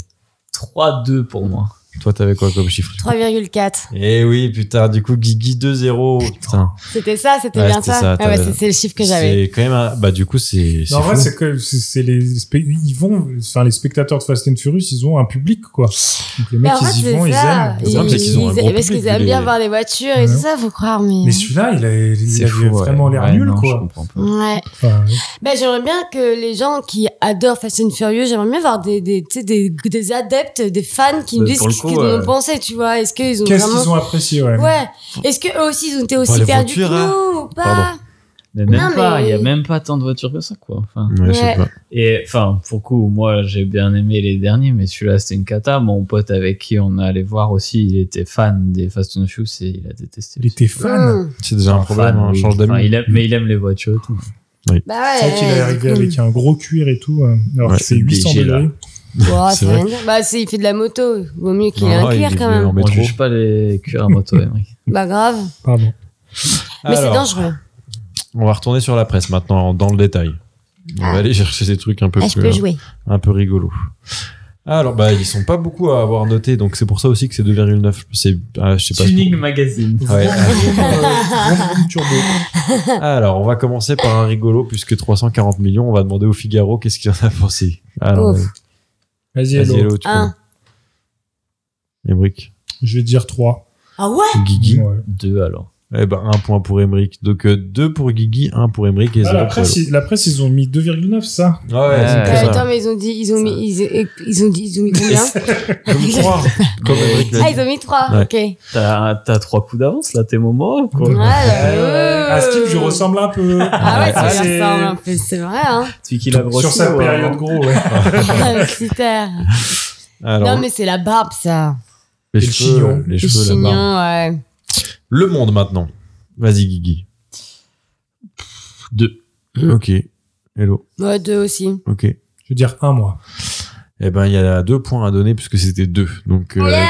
[SPEAKER 9] 3,2 pour moi.
[SPEAKER 6] Toi, t'avais quoi comme chiffre
[SPEAKER 7] 3,4.
[SPEAKER 6] Eh oui, putain, du coup, Guigui 2-0. Putain.
[SPEAKER 7] C'était ça, c'était
[SPEAKER 6] Ouais,
[SPEAKER 7] bien
[SPEAKER 6] c'était
[SPEAKER 7] ça.
[SPEAKER 6] ça,
[SPEAKER 7] ah ouais,
[SPEAKER 6] t'avais-
[SPEAKER 7] c'est c'est le chiffre que j'avais.
[SPEAKER 6] C'est quand même un- Bah, du coup, c'est. c'est
[SPEAKER 8] Non, en vrai,
[SPEAKER 6] fou.
[SPEAKER 8] c'est que c'est- c'est les spec- ils vont, enfin les spectateurs de Fast and Furious, ils ont un public quoi. Donc les
[SPEAKER 7] Mais
[SPEAKER 8] mecs
[SPEAKER 7] en fait,
[SPEAKER 8] ils y
[SPEAKER 7] c'est
[SPEAKER 8] vont, ils
[SPEAKER 7] ça.
[SPEAKER 8] aiment.
[SPEAKER 6] Le problème, c'est qu'ils ont un gros
[SPEAKER 7] parce qu'ils
[SPEAKER 6] public,
[SPEAKER 7] aiment
[SPEAKER 6] les-
[SPEAKER 7] bien voir les voitures et
[SPEAKER 8] Ouais.
[SPEAKER 7] tout ça, faut croire, mais.
[SPEAKER 8] Mais celui-là, il, a, il
[SPEAKER 6] C'est
[SPEAKER 8] avait
[SPEAKER 6] fou, ouais.
[SPEAKER 8] vraiment l'air
[SPEAKER 6] Ouais,
[SPEAKER 8] nul
[SPEAKER 6] non, je
[SPEAKER 8] quoi.
[SPEAKER 6] comprends pas.
[SPEAKER 7] Ouais.
[SPEAKER 8] Enfin, ouais.
[SPEAKER 7] Ben, j'aimerais bien que les gens qui adorent Fast and Furious, j'aimerais bien voir des, des, tu sais, des, des adeptes, des fans qui me
[SPEAKER 9] Euh,
[SPEAKER 7] disent
[SPEAKER 9] pour le
[SPEAKER 7] ce ce que tout le monde pensait, tu vois. Est-ce qu'ils ont
[SPEAKER 8] Qu'est-ce
[SPEAKER 7] vraiment-
[SPEAKER 8] qu'ils ont apprécié, ouais.
[SPEAKER 7] Ouais. Est-ce que eux aussi ils ont été
[SPEAKER 8] Bah,
[SPEAKER 7] aussi
[SPEAKER 8] les
[SPEAKER 7] perdus que
[SPEAKER 8] voitures, hein.
[SPEAKER 7] nous ou pas
[SPEAKER 9] Pardon. Mais même
[SPEAKER 7] Non,
[SPEAKER 9] pas, il
[SPEAKER 7] mais-
[SPEAKER 9] n'y a même pas tant de voitures que ça, quoi. Enfin,
[SPEAKER 7] Ouais, je sais Ouais. pas.
[SPEAKER 9] Et enfin, pour le coup, moi, j'ai bien aimé les derniers, mais celui-là, c'était une cata. Mon pote avec qui on est allé voir aussi, il était fan des Fast and Furious et il a détesté.
[SPEAKER 8] Il était fan.
[SPEAKER 9] Mmh.
[SPEAKER 6] C'est déjà un
[SPEAKER 9] Enfin,
[SPEAKER 6] problème,
[SPEAKER 9] fan,
[SPEAKER 6] hein,
[SPEAKER 9] oui.
[SPEAKER 6] change d'amis.
[SPEAKER 9] Enfin, il aime- mais il aime les voitures et tout.
[SPEAKER 7] Bah
[SPEAKER 8] C'est vrai qu'il est arrivé avec un gros cuir et tout, euh, alors
[SPEAKER 6] Ouais,
[SPEAKER 8] que c'est 800
[SPEAKER 9] DG, là.
[SPEAKER 8] degrés.
[SPEAKER 7] Ouah,
[SPEAKER 6] C'est
[SPEAKER 7] c'est
[SPEAKER 6] vrai.
[SPEAKER 7] rien dire. Bah, c'est, il fait de la moto. Vaut mieux qu'il ait
[SPEAKER 6] Ah,
[SPEAKER 7] un
[SPEAKER 6] il
[SPEAKER 7] cuir
[SPEAKER 6] est
[SPEAKER 7] quand
[SPEAKER 6] venu
[SPEAKER 7] même.
[SPEAKER 6] en
[SPEAKER 9] On
[SPEAKER 6] métro.
[SPEAKER 9] juge pas les cuirs à moto, Emery.
[SPEAKER 7] Bah, grave.
[SPEAKER 8] Pardon.
[SPEAKER 7] Mais c'est
[SPEAKER 6] Alors,
[SPEAKER 7] dangereux.
[SPEAKER 6] On va retourner sur la presse maintenant, dans le détail. On va aller chercher des trucs un peu
[SPEAKER 7] Ah, je
[SPEAKER 6] plus, euh,
[SPEAKER 7] peux jouer.
[SPEAKER 6] un peu rigolos. Alors, bah, ils sont pas beaucoup à avoir noté, donc c'est pour ça aussi que c'est 2,9. C'est, ah, je sais pas.
[SPEAKER 9] Tuning Magazine.
[SPEAKER 6] Ouais.
[SPEAKER 8] turbo.
[SPEAKER 6] Alors, on va commencer par un rigolo, puisque 340 millions, on va demander au Figaro qu'est-ce qu'il en a pensé. Alors,
[SPEAKER 7] Ouf.
[SPEAKER 6] euh,
[SPEAKER 8] Vas-y,
[SPEAKER 6] vas-y,
[SPEAKER 8] hello.
[SPEAKER 6] Hello, tu
[SPEAKER 7] Un.
[SPEAKER 6] connais. Emric.
[SPEAKER 8] Je vais dire 3.
[SPEAKER 7] Ah ouais
[SPEAKER 6] Guigui.
[SPEAKER 8] Ouais.
[SPEAKER 9] Deux, alors.
[SPEAKER 6] Eh ben, un point pour Emric. Donc, euh, deux pour Guigui, un pour Emric et
[SPEAKER 8] Ah,
[SPEAKER 6] zéro
[SPEAKER 8] la,
[SPEAKER 6] pour Hello.
[SPEAKER 8] presse, ils, la presse, ils ont mis 2,9, ça.
[SPEAKER 6] Ah ouais,
[SPEAKER 9] Ouais.
[SPEAKER 6] c'est
[SPEAKER 7] Bah,
[SPEAKER 6] que ça.
[SPEAKER 7] attends, mais ils ont dit, ils ont mis, ils, ils ont dit, ils ont mis combien
[SPEAKER 6] Comme trois. Comme Emric l'a
[SPEAKER 7] Ah,
[SPEAKER 6] dit.
[SPEAKER 7] ils ont mis 3,
[SPEAKER 6] Ouais.
[SPEAKER 7] ok. Ouais,
[SPEAKER 9] T'as t'as trois coups d'avance, là, t'es moment, quoi.
[SPEAKER 6] Ah,
[SPEAKER 7] bah,
[SPEAKER 8] À Ah, Steve, je ressemble un peu.
[SPEAKER 7] Ah ouais, ça
[SPEAKER 8] c'est-
[SPEAKER 7] lui ressemble un peu, c'est vrai, hein.
[SPEAKER 9] Celui qui l'a grossi.
[SPEAKER 8] Sur sa
[SPEAKER 9] ouais,
[SPEAKER 8] période
[SPEAKER 9] ouais.
[SPEAKER 8] gros, ouais.
[SPEAKER 7] Petit air.
[SPEAKER 6] Alors,
[SPEAKER 7] Ah, Non, mais c'est la barbe, ça.
[SPEAKER 6] les,
[SPEAKER 8] Et le
[SPEAKER 6] cheveux, euh,
[SPEAKER 8] chignon.
[SPEAKER 6] les
[SPEAKER 7] Le
[SPEAKER 6] cheveux, la barbe.
[SPEAKER 7] chignon, ouais.
[SPEAKER 6] Le monde maintenant. Vas-y, Guigui.
[SPEAKER 9] Deux.
[SPEAKER 6] Ok. Hello.
[SPEAKER 7] Ouais, deux aussi.
[SPEAKER 6] Ok. Eh
[SPEAKER 8] Je veux dire 1, moi.
[SPEAKER 6] ben, il y a deux points à donner puisque c'était deux. Donc, euh,
[SPEAKER 7] Yes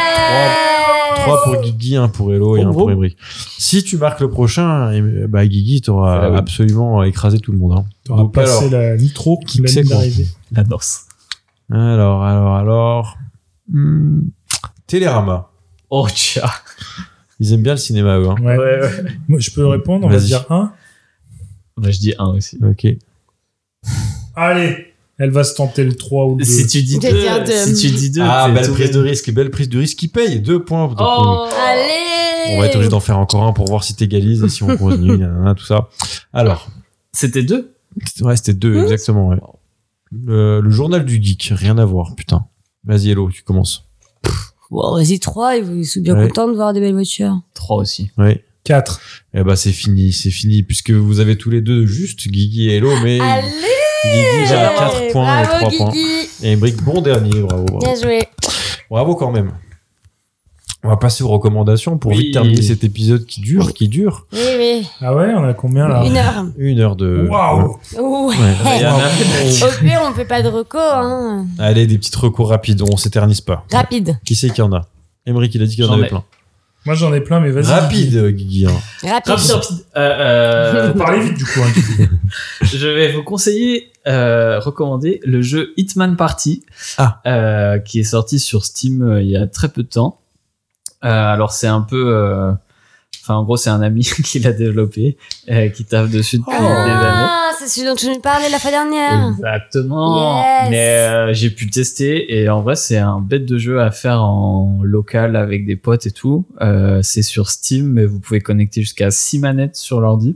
[SPEAKER 6] trois pour Guigui, un pour Hello et
[SPEAKER 8] Oh,
[SPEAKER 6] un
[SPEAKER 8] gros.
[SPEAKER 6] pour Emric. Si tu marques le prochain, eh ben, Guigui, t'auras
[SPEAKER 9] Ah oui.
[SPEAKER 6] absolument écrasé tout le monde. hein.
[SPEAKER 8] T'auras
[SPEAKER 6] Donc,
[SPEAKER 8] passé
[SPEAKER 6] alors,
[SPEAKER 8] la nitro
[SPEAKER 6] qui
[SPEAKER 8] la
[SPEAKER 6] c'est
[SPEAKER 8] ligne
[SPEAKER 6] qu'on-
[SPEAKER 8] d'arrivée.
[SPEAKER 9] La danse.
[SPEAKER 6] alors, alors, alors. Hmm. Télérama.
[SPEAKER 9] Oh, tcha.
[SPEAKER 6] Ils aiment bien le cinéma, eux. hein.
[SPEAKER 8] Ouais. Moi, je peux répondre, on va
[SPEAKER 6] Vas-y.
[SPEAKER 8] dire 1.
[SPEAKER 9] Bah, je dis un aussi.
[SPEAKER 6] Ok.
[SPEAKER 8] Allez, elle va se tenter le 3 ou le 2.
[SPEAKER 9] Si tu dis
[SPEAKER 7] J'allais dire
[SPEAKER 9] deux,
[SPEAKER 7] deux.
[SPEAKER 9] si tu dis deux,
[SPEAKER 6] ah,
[SPEAKER 9] t'es
[SPEAKER 6] belle
[SPEAKER 9] tout
[SPEAKER 6] prise de
[SPEAKER 9] gagné.
[SPEAKER 6] risque, belle prise de risque qui paye. Deux points. Donc, on-
[SPEAKER 9] Oh.
[SPEAKER 7] Allez
[SPEAKER 6] On va être obligé d'en faire encore un pour voir si t'égalises et si on continue, nanana, tout ça. Alors,
[SPEAKER 9] C'était deux.
[SPEAKER 6] c'était- ouais, c'était
[SPEAKER 7] Hein
[SPEAKER 6] deux, exactement. ouais. Le, le journal du geek, rien à voir, putain. Vas-y, Hello, tu commences.
[SPEAKER 7] Bon, vas-y, 3, ils sont bien
[SPEAKER 6] Ouais.
[SPEAKER 7] contents de voir des belles voitures.
[SPEAKER 9] Trois aussi.
[SPEAKER 6] Ouais.
[SPEAKER 8] 4.
[SPEAKER 6] Eh bah, c'est fini, c'est fini, puisque vous avez tous les deux juste Guigui et Hello, mais
[SPEAKER 7] Allez
[SPEAKER 6] Guigui a 4 points
[SPEAKER 7] Bravo,
[SPEAKER 6] et 3 points.
[SPEAKER 7] Guigui
[SPEAKER 6] Et Brick, bon dernier, bravo. bravo.
[SPEAKER 7] Bien joué.
[SPEAKER 6] Bravo quand même. On va passer aux recommandations pour
[SPEAKER 9] Oui.
[SPEAKER 6] vite terminer cet épisode qui dure, qui dure.
[SPEAKER 7] Oui, oui.
[SPEAKER 8] Ah ouais, on a combien là
[SPEAKER 7] Une heure.
[SPEAKER 6] Une heure
[SPEAKER 9] Euh,
[SPEAKER 6] de.
[SPEAKER 8] Waouh
[SPEAKER 7] Ouais.
[SPEAKER 9] Il y en a-
[SPEAKER 7] Au pire, on fait pas de reco, hein.
[SPEAKER 6] Allez, des petites recours rapides, on s'éternise pas.
[SPEAKER 7] Rapide.
[SPEAKER 6] Qui c'est qu'il y en a Émeric, il a dit qu'il y en
[SPEAKER 9] J'en
[SPEAKER 6] avait
[SPEAKER 9] ai.
[SPEAKER 6] plein.
[SPEAKER 8] Moi j'en ai plein, mais vas-y.
[SPEAKER 6] Rapide, Guigui. hein.
[SPEAKER 7] Rapide.
[SPEAKER 9] Rapide, rapide. Euh,
[SPEAKER 8] Faut
[SPEAKER 9] euh,
[SPEAKER 8] parler vite du coup. hein, Guigui.
[SPEAKER 9] je vais vous conseiller, euh, recommander le jeu Hitman Party,
[SPEAKER 6] Ah.
[SPEAKER 9] euh, qui est sorti sur Steam euh, il y a très peu de temps. Euh, alors c'est un peu, euh, enfin en gros c'est un ami qui l'a développé, euh, qui tape dessus depuis des années.
[SPEAKER 7] Ah, c'est celui dont tu nous parlais la fois dernière.
[SPEAKER 9] Exactement.
[SPEAKER 7] Yes.
[SPEAKER 9] Mais euh, j'ai pu le tester et en vrai c'est un bête de jeu à faire en local avec des potes et tout. Euh, c'est sur Steam mais vous pouvez connecter jusqu'à 6 manettes sur l'ordi.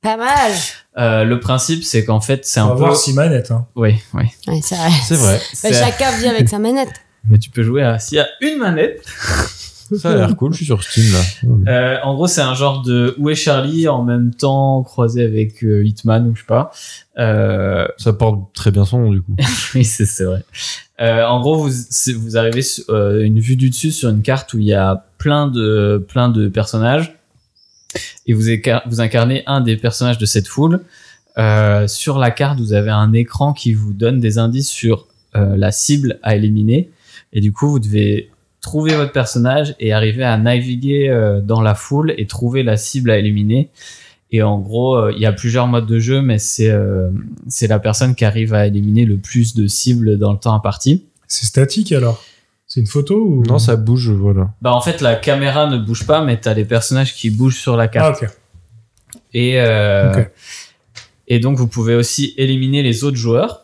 [SPEAKER 7] Pas mal.
[SPEAKER 9] Euh, le principe c'est qu'en fait c'est
[SPEAKER 8] On
[SPEAKER 9] un
[SPEAKER 8] va
[SPEAKER 9] peu...
[SPEAKER 8] voir si manette. Hein.
[SPEAKER 9] Oui, oui.
[SPEAKER 7] Ouais, c'est vrai.
[SPEAKER 6] C'est vrai.
[SPEAKER 7] Bah,
[SPEAKER 9] C'est-
[SPEAKER 7] chacun vient avec sa manette.
[SPEAKER 9] Mais tu peux jouer à... S'il y a une manette...
[SPEAKER 6] Ça a l'air cool, je suis sur Steam là.
[SPEAKER 9] Euh, en gros c'est un genre de Où est Charlie en même temps croisé avec euh, Hitman ou je sais pas. Euh,
[SPEAKER 6] Ça porte très bien son nom du coup.
[SPEAKER 9] Oui, c'est c'est vrai. Euh, en gros, vous, c'est- vous arrivez sur euh, une vue du dessus sur une carte où il y a plein de, plein de personnages et vous, écar- vous incarnez un des personnages de cette foule. Euh, sur la carte, vous avez un écran qui vous donne des indices sur euh, la cible à éliminer et du coup, vous devez trouver votre personnage et arriver à naviguer euh, dans la foule et trouver la cible à éliminer. Et en gros, euh, il y a plusieurs modes de jeu, mais c'est euh, c'est la personne qui arrive à éliminer le plus de cibles dans le temps imparti.
[SPEAKER 8] C'est statique alors C'est une photo ou...
[SPEAKER 6] Non, ça bouge, voilà.
[SPEAKER 9] Bah en fait, la caméra ne bouge pas, mais t'as les personnages qui bougent sur la
[SPEAKER 8] Ah
[SPEAKER 9] carte.
[SPEAKER 8] ok.
[SPEAKER 9] Et euh,
[SPEAKER 8] Ah. Ok.
[SPEAKER 9] et donc vous pouvez aussi éliminer les autres joueurs.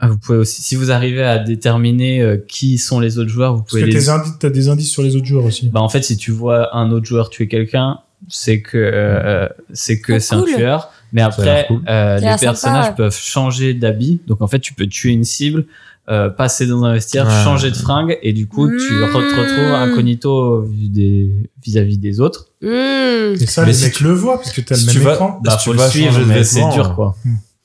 [SPEAKER 9] Ah, Vous pouvez aussi, si vous arrivez à déterminer euh, qui sont les autres joueurs, vous
[SPEAKER 8] Parce
[SPEAKER 9] pouvez
[SPEAKER 8] que
[SPEAKER 9] les
[SPEAKER 8] tes indi- t'as des indices sur les autres joueurs aussi.
[SPEAKER 9] Bah en fait, si tu vois un autre joueur tuer quelqu'un, c'est que euh, c'est que
[SPEAKER 7] Oh,
[SPEAKER 9] c'est
[SPEAKER 7] cool.
[SPEAKER 9] un tueur. Mais
[SPEAKER 6] Ça a l'air
[SPEAKER 9] après,
[SPEAKER 6] cool.
[SPEAKER 9] euh,
[SPEAKER 7] Ça a
[SPEAKER 9] les
[SPEAKER 7] l'air sympa,
[SPEAKER 9] personnages
[SPEAKER 7] ouais.
[SPEAKER 9] peuvent changer d'habit. Donc en fait, tu peux tuer une cible, euh, passer dans un vestiaire,
[SPEAKER 6] Ouais.
[SPEAKER 9] changer de fringue, et du coup,
[SPEAKER 7] Mmh.
[SPEAKER 9] tu re- te retrouves incognito vis- des- vis-à-vis des autres.
[SPEAKER 7] Hmm.
[SPEAKER 8] Et ça,
[SPEAKER 9] Mais
[SPEAKER 8] les
[SPEAKER 9] si
[SPEAKER 8] mecs
[SPEAKER 9] tu-
[SPEAKER 8] le voient, parce que t'as
[SPEAKER 9] si
[SPEAKER 8] le
[SPEAKER 9] tu
[SPEAKER 8] même
[SPEAKER 9] vas-
[SPEAKER 8] écran.
[SPEAKER 9] bah,
[SPEAKER 6] si
[SPEAKER 9] faut
[SPEAKER 6] tu
[SPEAKER 9] le
[SPEAKER 6] vas
[SPEAKER 9] suivre,
[SPEAKER 6] changer de
[SPEAKER 9] mais c'est
[SPEAKER 6] vêtements,
[SPEAKER 9] dur,
[SPEAKER 6] euh,
[SPEAKER 9] quoi.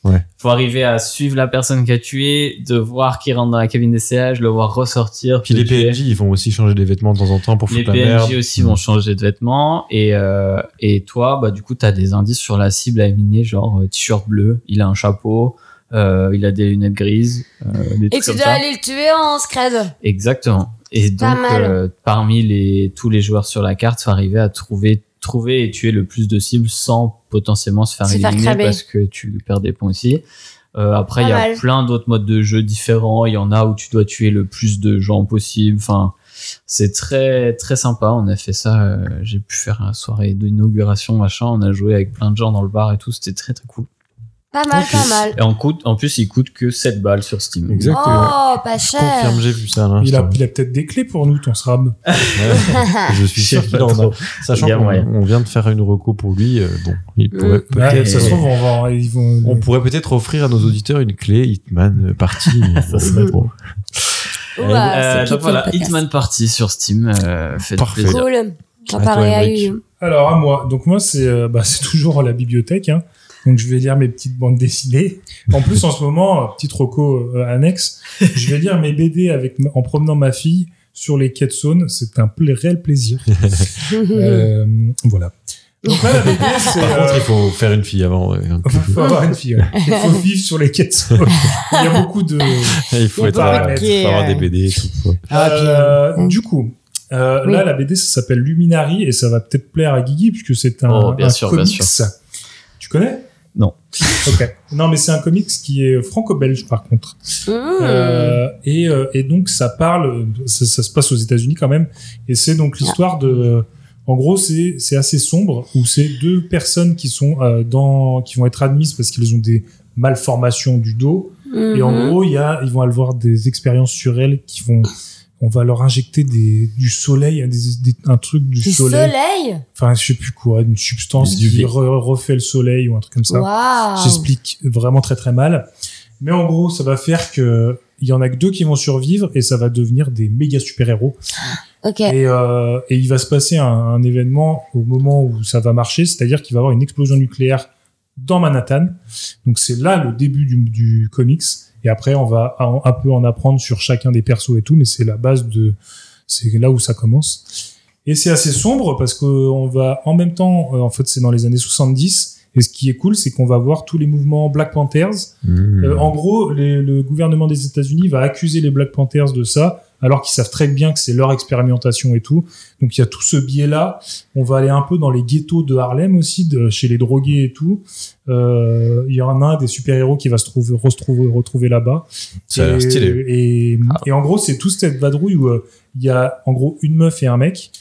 [SPEAKER 6] Ouais.
[SPEAKER 9] Faut arriver à suivre la personne qui a tué, de voir qui rentre dans la cabine d'essayage, le voir ressortir.
[SPEAKER 6] Puis
[SPEAKER 9] te
[SPEAKER 6] les
[SPEAKER 9] tuer.
[SPEAKER 6] PNJ, ils vont aussi changer des vêtements de temps en temps pour
[SPEAKER 9] Les
[SPEAKER 6] foutre la merde.
[SPEAKER 9] PNJ aussi vont changer de vêtements et, euh, et toi, bah, du coup, t'as des indices sur la cible à éliminer, genre euh, t-shirt bleu, il a un chapeau, euh, il a des lunettes grises, euh, des
[SPEAKER 7] Et
[SPEAKER 9] trucs
[SPEAKER 7] tu
[SPEAKER 9] comme
[SPEAKER 7] dois
[SPEAKER 9] ça.
[SPEAKER 7] aller le tuer en scred.
[SPEAKER 9] Exactement. Et
[SPEAKER 7] Pas
[SPEAKER 9] donc,
[SPEAKER 7] mal.
[SPEAKER 9] euh, parmi les, tous les joueurs sur la carte, faut arriver à trouver, trouver et tuer le plus de cibles sans potentiellement se faire
[SPEAKER 7] Se faire
[SPEAKER 9] éliminer
[SPEAKER 7] cramer.
[SPEAKER 9] parce que tu perds des points aussi. Euh, après,
[SPEAKER 7] Pas
[SPEAKER 9] il y a
[SPEAKER 7] mal.
[SPEAKER 9] plein d'autres modes de jeu différents. Il y en a où tu dois tuer le plus de gens possible. Enfin, c'est très très sympa. On a fait ça. euh, J'ai pu faire une soirée d'inauguration, machin. On a joué avec plein de gens dans le bar et tout. C'était très très cool.
[SPEAKER 7] Pas mal, pas mal.
[SPEAKER 9] Et en, coûte, en plus, il coûte que 7 balles sur Steam.
[SPEAKER 7] Oh, pas cher.
[SPEAKER 6] j'ai vu ça. Là,
[SPEAKER 8] il a, il a peut-être des clés pour nous, ton SRAM.
[SPEAKER 6] Je suis
[SPEAKER 9] Je
[SPEAKER 6] sûr
[SPEAKER 9] sais
[SPEAKER 6] qu'il
[SPEAKER 9] pas
[SPEAKER 6] en a.
[SPEAKER 9] trop.
[SPEAKER 6] Sachant
[SPEAKER 9] Il y a
[SPEAKER 6] qu'on
[SPEAKER 9] moyen.
[SPEAKER 6] on vient de faire une reco pour lui, euh, bon, il pourrait
[SPEAKER 8] Ouais,
[SPEAKER 6] peut-être. euh,
[SPEAKER 8] ça se trouve, on va, en- ils vont.
[SPEAKER 6] On pourrait peut-être offrir à nos auditeurs une clé Hitman euh, partie.
[SPEAKER 9] Ça serait
[SPEAKER 6] bon.
[SPEAKER 7] Ouah,
[SPEAKER 9] Euh,
[SPEAKER 7] c'est
[SPEAKER 9] donc
[SPEAKER 7] piquant, le
[SPEAKER 9] voilà,
[SPEAKER 7] podcast.
[SPEAKER 9] Hitman Party sur Steam. Euh, faites
[SPEAKER 6] Parfait.
[SPEAKER 9] plaisir.
[SPEAKER 7] Cool. J'en
[SPEAKER 6] À toi,
[SPEAKER 7] parlerai à
[SPEAKER 6] Emmerich.
[SPEAKER 7] Youyou.
[SPEAKER 8] Alors, à moi. Donc, moi, c'est euh, bah, c'est toujours la bibliothèque. hein. Donc, je vais lire mes petites bandes dessinées. En plus, en ce moment, euh, petit roco euh, annexe, je vais lire mes BD avec, ma- en promenant ma fille sur les quais de Saône. C'est un pla- réel plaisir.
[SPEAKER 7] Mmh.
[SPEAKER 8] Euh, voilà. Donc, là, la BD, c'est.
[SPEAKER 6] Par contre,
[SPEAKER 8] euh,
[SPEAKER 6] il faut faire une fille avant. ouais.
[SPEAKER 8] faut avoir une fille. ouais. Il faut vivre sur les quais de Saône. Il y a beaucoup de.
[SPEAKER 6] il faut,
[SPEAKER 8] Il y
[SPEAKER 6] être,
[SPEAKER 8] a beaucoup de
[SPEAKER 6] euh,
[SPEAKER 8] paramètres.
[SPEAKER 6] faut avoir des BD et
[SPEAKER 7] hein.
[SPEAKER 6] tout. quoi.
[SPEAKER 9] Ah,
[SPEAKER 8] Euh, Du coup, euh, là, la BD, ça s'appelle Luminari et ça va peut-être plaire à Guigui puisque c'est un,
[SPEAKER 9] Oh, bien
[SPEAKER 8] un
[SPEAKER 9] sûr, bien
[SPEAKER 8] comics.
[SPEAKER 9] sûr.
[SPEAKER 8] Tu connais
[SPEAKER 9] Non.
[SPEAKER 8] Ok. Non, mais c'est un comics qui est franco-belge par contre.
[SPEAKER 7] Hmm.
[SPEAKER 8] Euh, et, euh, et donc, ça parle, ça, ça se passe aux États-Unis quand même. Et c'est donc l'histoire de. En gros, c'est c'est assez sombre où c'est deux personnes qui sont euh, dans qui vont être admises parce qu'ils ont des malformations du dos. Et en
[SPEAKER 7] Mhm.
[SPEAKER 8] gros, il y a, ils vont avoir des expériences sur elles qui vont, on va leur injecter des, du soleil, des- des- un truc du,
[SPEAKER 7] Du
[SPEAKER 8] soleil.
[SPEAKER 7] soleil
[SPEAKER 8] Enfin, je sais plus quoi, une substance
[SPEAKER 6] Du
[SPEAKER 8] qui
[SPEAKER 6] V.
[SPEAKER 8] re- refait le soleil ou un truc comme ça.
[SPEAKER 7] Waouh.
[SPEAKER 8] J'explique vraiment très très mal. Mais en gros, ça va faire que il y en a que deux qui vont survivre et ça va devenir des méga super-héros.
[SPEAKER 7] Ok.
[SPEAKER 8] Et, euh, et il va se passer un, un événement au moment où ça va marcher, c'est-à-dire qu'il va y avoir une explosion nucléaire dans Manhattan. Donc c'est là le début du, du comics. Et après, on va un, un peu en apprendre sur chacun des persos et tout, mais c'est la base de. C'est là où ça commence. Et c'est assez sombre parce qu'on va en même temps, euh, en fait, c'est dans les années 70. Et ce qui est cool, c'est qu'on va voir tous les mouvements Black Panthers,
[SPEAKER 6] Mmh.
[SPEAKER 8] euh, en gros, les- le gouvernement des États-Unis va accuser les Black Panthers de ça, alors qu'ils savent très bien que c'est leur expérimentation et tout. Donc il y a tout ce biais-là. On va aller un peu dans les ghettos de Harlem aussi, de, chez les drogués et tout. Euh, Il y en a un des super-héros qui va se trouver, retrouver, retrouver là-bas.
[SPEAKER 6] Ça a l'air
[SPEAKER 8] Et-
[SPEAKER 6] stylé. Ah.
[SPEAKER 8] Et, et en gros, c'est tout cette vadrouille où euh, il y a en gros une meuf et un mec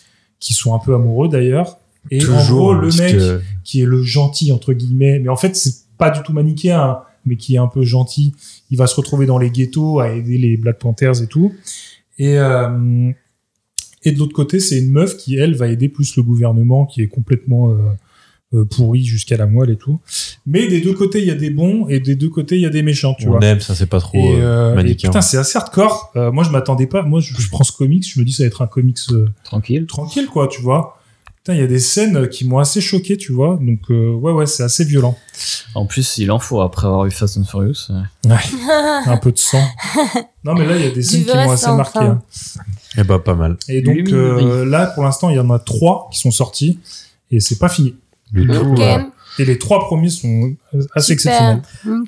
[SPEAKER 8] qui sont un peu amoureux d'ailleurs. Et en gros, le
[SPEAKER 6] parce
[SPEAKER 8] mec
[SPEAKER 6] que-
[SPEAKER 8] qui est le gentil entre guillemets, mais en fait c'est pas du tout manichéen, hein, mais qui est un peu gentil. Il va se retrouver dans les ghettos à aider les Black Panthers et tout. Et euh, et de l'autre côté c'est une meuf qui elle va aider plus le gouvernement qui est complètement euh, euh, pourri jusqu'à la moelle et tout. Mais des deux côtés il y a des bons et des deux côtés il y a des méchants, tu
[SPEAKER 6] on
[SPEAKER 8] vois.
[SPEAKER 6] aime, ça c'est pas trop
[SPEAKER 8] Et,
[SPEAKER 6] euh,
[SPEAKER 8] euh, et
[SPEAKER 6] manichéen.
[SPEAKER 8] putain, c'est assez hardcore. Euh, moi, je m'attendais pas. Moi, je, je prends ce comics, je me dis ça va être un comics euh,
[SPEAKER 9] Tranquille.
[SPEAKER 8] tranquille, quoi, tu vois. Putain, il y a des scènes euh, qui m'ont assez choqué, tu vois. Donc, euh, ouais, ouais, c'est assez violent.
[SPEAKER 9] En plus, il en faut après avoir eu Fast and Furious. euh.
[SPEAKER 8] un peu de sang. Non, mais là, il y a des scènes qui
[SPEAKER 7] vrai
[SPEAKER 8] m'ont assez
[SPEAKER 7] sang,
[SPEAKER 8] marqué.
[SPEAKER 7] enfin.
[SPEAKER 8] hein.
[SPEAKER 6] Eh bah, pas mal.
[SPEAKER 8] Et donc,
[SPEAKER 9] Luminerie.
[SPEAKER 8] euh, là, pour l'instant, il y en a trois qui sont sortis et c'est pas fini.
[SPEAKER 6] Le tout,
[SPEAKER 7] Ok.
[SPEAKER 6] voilà.
[SPEAKER 8] Et les trois premiers sont euh, assez
[SPEAKER 7] Super.
[SPEAKER 8] exceptionnels.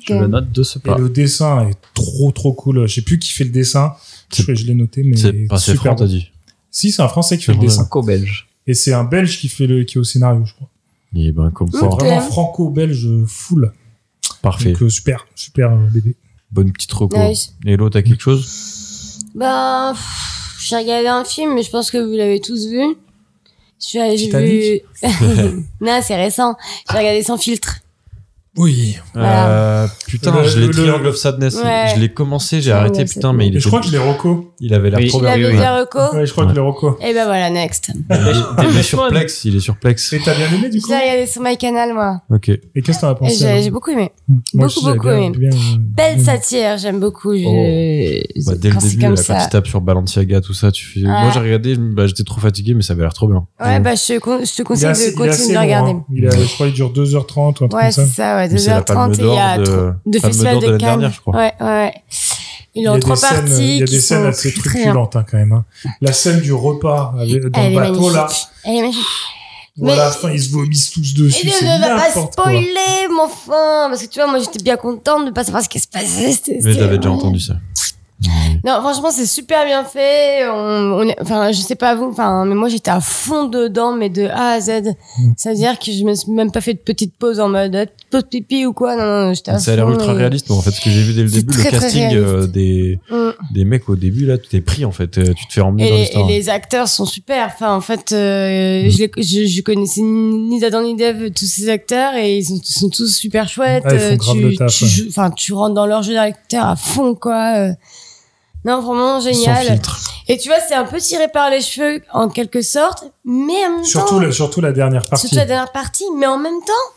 [SPEAKER 9] Je le
[SPEAKER 7] Ok.
[SPEAKER 9] note de ce
[SPEAKER 6] Bah.
[SPEAKER 9] pas.
[SPEAKER 8] Et le dessin est trop, trop cool. Je sais plus qui fait le dessin. Je,
[SPEAKER 6] C'est-
[SPEAKER 8] je l'ai noté, mais
[SPEAKER 6] c'est pas c'est
[SPEAKER 8] super
[SPEAKER 6] franc,
[SPEAKER 8] bon.
[SPEAKER 6] t'as dit.
[SPEAKER 8] Si, c'est un Français qui fait le
[SPEAKER 6] C'est vrai.
[SPEAKER 8] dessin.
[SPEAKER 9] belge
[SPEAKER 8] Et c'est un Belge qui fait le, qui est au scénario, je crois.
[SPEAKER 6] Et ben, comme
[SPEAKER 8] C'est
[SPEAKER 6] fort.
[SPEAKER 8] vraiment franco-belge full.
[SPEAKER 6] Parfait.
[SPEAKER 8] Donc, euh, super, super euh, BD.
[SPEAKER 6] Bonne petite reco.
[SPEAKER 7] Nice.
[SPEAKER 6] Et l'autre, t'as quelque chose
[SPEAKER 7] Ben, pff, j'ai regardé un film, mais je pense que vous l'avez tous vu. Je suis allée-
[SPEAKER 8] Titanic.
[SPEAKER 7] j'ai vu. non, c'est récent. J'ai regardé sans filtre.
[SPEAKER 8] Oui.
[SPEAKER 7] Voilà.
[SPEAKER 6] Euh, Putain,
[SPEAKER 8] Le-
[SPEAKER 6] je l'ai
[SPEAKER 8] le-
[SPEAKER 6] Triangle of Sadness.
[SPEAKER 7] Ouais.
[SPEAKER 6] Je l'ai commencé, j'ai
[SPEAKER 7] Ouais,
[SPEAKER 6] arrêté,
[SPEAKER 7] ouais,
[SPEAKER 6] putain,
[SPEAKER 7] c'est
[SPEAKER 6] mais il,
[SPEAKER 8] Et
[SPEAKER 6] était-
[SPEAKER 8] je crois que je l'ai reco.
[SPEAKER 6] il avait l'air
[SPEAKER 9] Oui.
[SPEAKER 6] trop
[SPEAKER 7] Tu
[SPEAKER 9] Oui,
[SPEAKER 6] bien.
[SPEAKER 7] l'avais
[SPEAKER 9] oui,
[SPEAKER 7] déjà reco
[SPEAKER 8] Ouais, je crois que je l'ai reco.
[SPEAKER 7] Et ben voilà, next.
[SPEAKER 6] Il est sur Plex, il est sur Plex.
[SPEAKER 8] Et t'as bien aimé, du
[SPEAKER 7] Je
[SPEAKER 8] coup
[SPEAKER 7] l'ai regardé sur my canal, moi.
[SPEAKER 6] Ok.
[SPEAKER 8] Et qu'est-ce que t'en as
[SPEAKER 7] Et
[SPEAKER 8] pensé
[SPEAKER 7] J'ai
[SPEAKER 8] alors
[SPEAKER 7] j'ai beaucoup aimé.
[SPEAKER 8] Moi
[SPEAKER 7] beaucoup,
[SPEAKER 8] aussi, j'avais
[SPEAKER 7] beaucoup aimé.
[SPEAKER 8] euh, bien- bien-
[SPEAKER 7] Belle satire, j'aime beaucoup. Je-
[SPEAKER 6] Mm. Bah, dès le
[SPEAKER 7] Quand c'est
[SPEAKER 6] début,
[SPEAKER 7] comme
[SPEAKER 6] là, quand
[SPEAKER 7] ça.
[SPEAKER 6] tu tapes sur Balenciaga, tout ça, tu fais. Moi,
[SPEAKER 7] Ouais.
[SPEAKER 6] j'ai regardé, bah, j'étais trop fatigué, mais ça avait l'air trop bien.
[SPEAKER 7] Ouais, bah, je, te con- je te
[SPEAKER 8] Il est
[SPEAKER 7] conseille
[SPEAKER 8] assez- il est
[SPEAKER 7] de continuer
[SPEAKER 8] assez
[SPEAKER 7] de
[SPEAKER 8] long,
[SPEAKER 7] regarder.
[SPEAKER 8] hein. Il a, je crois qu'il dure 2h30 ou un truc
[SPEAKER 7] Ouais,
[SPEAKER 8] comme ça.
[SPEAKER 7] c'est ça, ouais,
[SPEAKER 6] Mais c'est la
[SPEAKER 7] 2h30 et il y a
[SPEAKER 6] Palme d'Or
[SPEAKER 7] tro-
[SPEAKER 6] de-
[SPEAKER 7] de
[SPEAKER 6] Palme
[SPEAKER 7] festival
[SPEAKER 6] d'Or de
[SPEAKER 7] de
[SPEAKER 6] l'année
[SPEAKER 7] Cannes.
[SPEAKER 6] dernière, je crois.
[SPEAKER 7] Ouais, ouais, ouais. Il est en
[SPEAKER 8] y a
[SPEAKER 7] trois
[SPEAKER 8] des scènes-
[SPEAKER 7] parties
[SPEAKER 8] Il y a
[SPEAKER 7] qui
[SPEAKER 8] des
[SPEAKER 7] sont
[SPEAKER 8] scènes assez
[SPEAKER 7] très, très
[SPEAKER 8] truculentes hein, quand même. hein. La scène du repas avec- dans
[SPEAKER 7] Elle
[SPEAKER 8] le
[SPEAKER 7] est
[SPEAKER 8] bateau là.
[SPEAKER 7] magnifique. Elle est magnifique.
[SPEAKER 8] Voilà,
[SPEAKER 7] Mais-
[SPEAKER 8] enfin, ils se vomissent tous dessus.
[SPEAKER 7] Mais
[SPEAKER 8] c'est
[SPEAKER 7] ne va pas
[SPEAKER 8] n'importe quoi.
[SPEAKER 7] spoiler, mon fin Parce que tu vois, moi j'étais bien contente de ne pas savoir ce qui se passait. c'était-
[SPEAKER 6] Mais
[SPEAKER 7] c'était-
[SPEAKER 6] j'avais déjà entendu ça.
[SPEAKER 7] Non, franchement, c'est super bien fait. On, on est- enfin, je sais pas vous, enfin, mais moi j'étais à fond dedans, mais de A à Z.
[SPEAKER 8] Mm.
[SPEAKER 7] Ça veut dire que je me suis même pas fait de petite pause en mode euh, pause pipi ou quoi. Non, non, j'étais à
[SPEAKER 6] Ça a l'air
[SPEAKER 7] fond
[SPEAKER 6] ultra
[SPEAKER 7] et-
[SPEAKER 6] réaliste, mais en fait, ce que j'ai vu dès le
[SPEAKER 7] C'est
[SPEAKER 6] début, le
[SPEAKER 7] très, très
[SPEAKER 6] casting euh,
[SPEAKER 7] réaliste.
[SPEAKER 6] des,
[SPEAKER 7] Mm.
[SPEAKER 6] des mecs au début, là, tu t'es pris, en fait. euh, Tu te fais emmener
[SPEAKER 7] Et
[SPEAKER 6] dans
[SPEAKER 7] les, et
[SPEAKER 8] hein.
[SPEAKER 6] l'histoire.
[SPEAKER 7] les acteurs sont super. Enfin, en fait,
[SPEAKER 8] Mm.
[SPEAKER 7] euh, je, les- je, je connaissais ni ni d'Adam ni d'Eve tous ces acteurs et ils sont, sont tous super chouettes.
[SPEAKER 8] Ah, ils font
[SPEAKER 7] Euh,
[SPEAKER 8] grave
[SPEAKER 7] tu,
[SPEAKER 8] le taf,
[SPEAKER 7] tu
[SPEAKER 8] ouais.
[SPEAKER 7] joues- enfin, tu rentres dans leur jeu d'acteur à fond, quoi. Euh, Non, vraiment génial.
[SPEAKER 8] Sans filtre.
[SPEAKER 7] Et tu vois, c'est un peu tiré par les cheveux en quelque sorte, mais en même
[SPEAKER 8] Surtout,
[SPEAKER 7] temps,
[SPEAKER 8] le- surtout la dernière partie.
[SPEAKER 7] surtout la dernière partie, mais en même temps.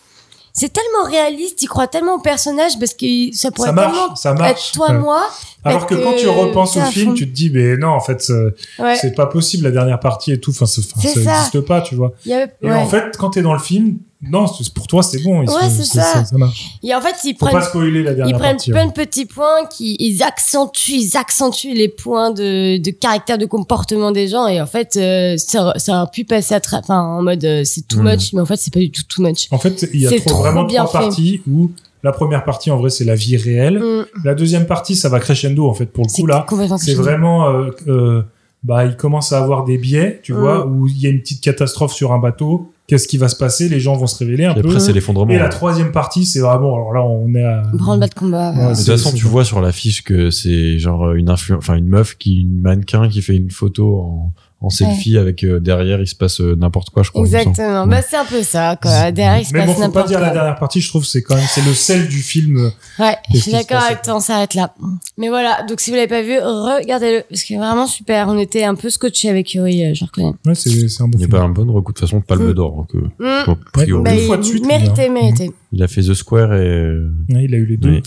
[SPEAKER 7] C'est tellement réaliste, tu crois tellement au personnage parce que ça pourrait
[SPEAKER 8] Ça marche,
[SPEAKER 7] tellement
[SPEAKER 8] ça marche,
[SPEAKER 7] être toi,
[SPEAKER 8] ouais.
[SPEAKER 7] moi.
[SPEAKER 8] Alors
[SPEAKER 7] être,
[SPEAKER 8] que quand tu
[SPEAKER 7] euh,
[SPEAKER 8] repenses
[SPEAKER 7] t'es
[SPEAKER 8] au
[SPEAKER 7] à
[SPEAKER 8] film,
[SPEAKER 7] fond.
[SPEAKER 8] tu te dis, mais non, en fait, euh,
[SPEAKER 7] Ouais.
[SPEAKER 8] c'est pas possible la dernière partie et tout. Enfin, c'est- enfin,
[SPEAKER 7] C'est
[SPEAKER 8] ça
[SPEAKER 7] ça.
[SPEAKER 8] n'existe pas, tu vois.
[SPEAKER 7] Il y avait-
[SPEAKER 8] Et
[SPEAKER 7] ouais.
[SPEAKER 8] en fait, quand t'es dans le film, non, c'est- pour toi, c'est bon. ils
[SPEAKER 7] Ouais,
[SPEAKER 8] sont-
[SPEAKER 7] c'est
[SPEAKER 8] c'est-
[SPEAKER 7] ça.
[SPEAKER 8] ça- ça marche.
[SPEAKER 7] Et en fait, ils
[SPEAKER 8] Faut
[SPEAKER 7] prennent
[SPEAKER 8] pas spoiler la
[SPEAKER 7] ils
[SPEAKER 8] dernière
[SPEAKER 7] prennent
[SPEAKER 8] partie. hein.
[SPEAKER 7] plein
[SPEAKER 8] ouais.
[SPEAKER 7] de petits points qui ils accentuent ils accentuent les points de, de caractère de comportement des gens et en fait euh, ça ça aurait pu passer à tra- enfin en mode euh, c'est too
[SPEAKER 8] Mm.
[SPEAKER 7] much mais en fait c'est pas du tout too much
[SPEAKER 8] En fait, il y a
[SPEAKER 7] C'est
[SPEAKER 8] trop-
[SPEAKER 7] trop
[SPEAKER 8] vraiment
[SPEAKER 7] bien
[SPEAKER 8] trois
[SPEAKER 7] fait.
[SPEAKER 8] parties où la première partie, en vrai, c'est la vie réelle.
[SPEAKER 7] Mm.
[SPEAKER 8] La deuxième partie, ça va crescendo, en fait, pour le coup, là. C'est
[SPEAKER 7] crescendo.
[SPEAKER 8] vraiment... euh, euh, bah, il commence à avoir des biais, tu
[SPEAKER 7] Mm.
[SPEAKER 8] vois, où il y a une petite catastrophe sur un bateau. Qu'est-ce qui va se passer Les gens vont se révéler un
[SPEAKER 6] Puis
[SPEAKER 8] peu.
[SPEAKER 6] après, c'est l'effondrement,
[SPEAKER 8] Mm. Et la
[SPEAKER 6] ouais.
[SPEAKER 8] troisième partie, c'est vraiment... Alors là, on est à...
[SPEAKER 7] branle bas de combat
[SPEAKER 8] Ouais,
[SPEAKER 6] de toute
[SPEAKER 8] c'est-
[SPEAKER 6] façon,
[SPEAKER 8] c'est
[SPEAKER 6] tu vois sur l'affiche que c'est genre euh, une influ- enfin une meuf qui, une mannequin qui fait une photo en, en selfie avec euh, derrière il se passe euh, n'importe quoi, je crois. il me semble.
[SPEAKER 7] exactement bah c'est un peu ça quoi derrière il se
[SPEAKER 8] Mais bon,
[SPEAKER 7] passe
[SPEAKER 8] faut pas
[SPEAKER 7] n'importe
[SPEAKER 8] dire la
[SPEAKER 7] quoi
[SPEAKER 8] dernière partie, je trouve, c'est quand même... C'est le sel du film.
[SPEAKER 7] ouais
[SPEAKER 8] Qu'est-ce
[SPEAKER 7] je
[SPEAKER 8] qui
[SPEAKER 7] suis
[SPEAKER 8] se
[SPEAKER 7] d'accord
[SPEAKER 8] passe
[SPEAKER 7] avec toi on s'arrête là mais voilà donc si vous l'avez pas vu regardez-le parce que vraiment super on était un peu scotché avec Yuri euh, je reconnais
[SPEAKER 8] Ouais, c'est c'est un bon
[SPEAKER 6] Il y a
[SPEAKER 8] film.
[SPEAKER 6] pas un bon recours de toute façon Palme d'Or. hein, que- a priori.
[SPEAKER 7] Bah,
[SPEAKER 6] Deux
[SPEAKER 7] il-
[SPEAKER 6] fois de suite,
[SPEAKER 7] mérité mérité
[SPEAKER 6] Il a fait The Square et euh,
[SPEAKER 8] Ouais, il a eu les deux.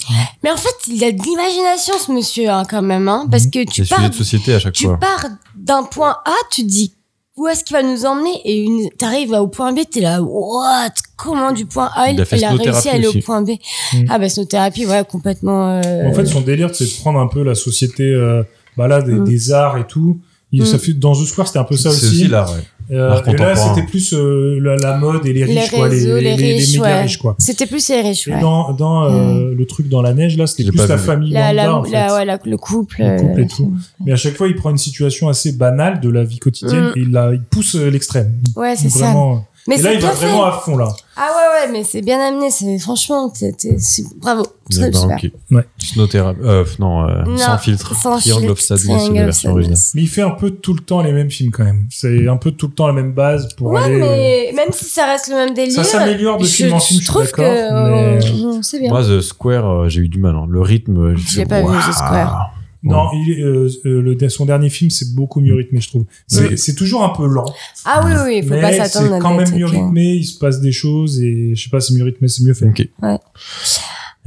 [SPEAKER 7] Mais en fait, il a de l'imagination, ce monsieur, hein, quand même, hein, parce que tu
[SPEAKER 6] les
[SPEAKER 7] pars,
[SPEAKER 6] sujets de société à chaque
[SPEAKER 7] tu
[SPEAKER 6] fois.
[SPEAKER 7] pars d'un point A, tu te dis où est-ce qu'il va nous emmener, et une- t'arrives au point B, t'es là, what, comment du point A,
[SPEAKER 6] Il a fait
[SPEAKER 7] réussi à aller
[SPEAKER 6] aussi. Mhm.
[SPEAKER 7] au point B.
[SPEAKER 8] Mm.
[SPEAKER 7] Ah bah, thérapie, ouais, complètement. euh,
[SPEAKER 8] En fait, son délire, c'est de prendre un peu la société euh, bah là, des,
[SPEAKER 7] Mm.
[SPEAKER 8] des arts et tout. Il,
[SPEAKER 7] Mm.
[SPEAKER 8] ça fait, dans The Square, c'était un peu ça
[SPEAKER 6] C'est
[SPEAKER 8] aussi.
[SPEAKER 6] aussi l'art, ouais.
[SPEAKER 8] Euh,
[SPEAKER 6] L'art
[SPEAKER 8] et là,
[SPEAKER 6] contemporain.
[SPEAKER 8] c'était plus euh, la, la mode et les riches,
[SPEAKER 7] les
[SPEAKER 8] quoi, les,
[SPEAKER 7] réseaux, les,
[SPEAKER 8] les- les
[SPEAKER 7] riches,
[SPEAKER 8] méga
[SPEAKER 7] ouais.
[SPEAKER 8] riches, quoi.
[SPEAKER 7] C'était plus les riches,
[SPEAKER 8] Et
[SPEAKER 7] ouais. Mm.
[SPEAKER 8] dans, dans euh, le truc dans la neige, là, c'était
[SPEAKER 6] J'ai
[SPEAKER 8] plus
[SPEAKER 6] pas
[SPEAKER 8] la
[SPEAKER 6] vu.
[SPEAKER 8] famille
[SPEAKER 7] La-
[SPEAKER 8] lambda,
[SPEAKER 7] la-
[SPEAKER 8] en fait.
[SPEAKER 7] la- ouais, la- le couple.
[SPEAKER 8] Le couple
[SPEAKER 7] euh,
[SPEAKER 8] et tout. Mais à chaque fois, il prend une situation assez banale de la vie quotidienne
[SPEAKER 7] Mm.
[SPEAKER 8] et il, la- il pousse euh, l'extrême. Il-
[SPEAKER 7] Ouais, c'est ça.
[SPEAKER 8] vraiment, euh,
[SPEAKER 7] Mais
[SPEAKER 8] et là,
[SPEAKER 7] c'est
[SPEAKER 8] il va
[SPEAKER 7] bien fait.
[SPEAKER 8] vraiment à fond, là.
[SPEAKER 7] Ah ouais, ouais, mais c'est bien amené, c'est franchement, t'es- t'es- c'est- bravo.
[SPEAKER 6] Eh ben,
[SPEAKER 7] Super.
[SPEAKER 6] ok.
[SPEAKER 8] Ouais.
[SPEAKER 6] Snowthera- euh, non, euh,
[SPEAKER 7] Non,
[SPEAKER 6] sans filtre.
[SPEAKER 7] sans
[SPEAKER 6] Triangle
[SPEAKER 7] filtre,
[SPEAKER 6] of Sadness,
[SPEAKER 7] Triangle
[SPEAKER 6] c'est la
[SPEAKER 7] of
[SPEAKER 6] version
[SPEAKER 7] Sadness.
[SPEAKER 6] originale.
[SPEAKER 8] Mais il fait un peu tout le temps les mêmes films, quand même. C'est un peu tout le temps la même base pour
[SPEAKER 7] Ouais,
[SPEAKER 8] aller... euh,
[SPEAKER 7] mais même si ça reste le même délire.
[SPEAKER 8] Ça s'améliore de
[SPEAKER 7] je-
[SPEAKER 8] film en film,
[SPEAKER 7] je
[SPEAKER 8] je suis
[SPEAKER 7] trouve
[SPEAKER 8] d'accord,
[SPEAKER 7] que. euh,
[SPEAKER 8] mais- euh,
[SPEAKER 7] on- on- C'est bien.
[SPEAKER 6] Moi, The Square, euh, j'ai eu du mal. hein. Le rythme, euh,
[SPEAKER 7] Je
[SPEAKER 6] j'ai
[SPEAKER 7] l'ai
[SPEAKER 6] fait,
[SPEAKER 7] pas vu,
[SPEAKER 6] waouh.
[SPEAKER 7] The Square.
[SPEAKER 8] Non, il est, euh, euh, le, son dernier film, c'est beaucoup
[SPEAKER 6] Mm.
[SPEAKER 8] mieux rythmé, je trouve. C'est
[SPEAKER 6] Oui.
[SPEAKER 8] c'est toujours un peu lent,
[SPEAKER 7] Ah oui, oui, il faut pas
[SPEAKER 8] mais c'est
[SPEAKER 7] s'attendre à
[SPEAKER 8] quand
[SPEAKER 7] des
[SPEAKER 8] même
[SPEAKER 7] trucs,
[SPEAKER 8] mieux
[SPEAKER 7] euh.
[SPEAKER 8] rythmé, il se passe des choses, et je sais pas, c'est mieux rythmé, c'est mieux fait.
[SPEAKER 6] hein. Ok.
[SPEAKER 7] Ouais.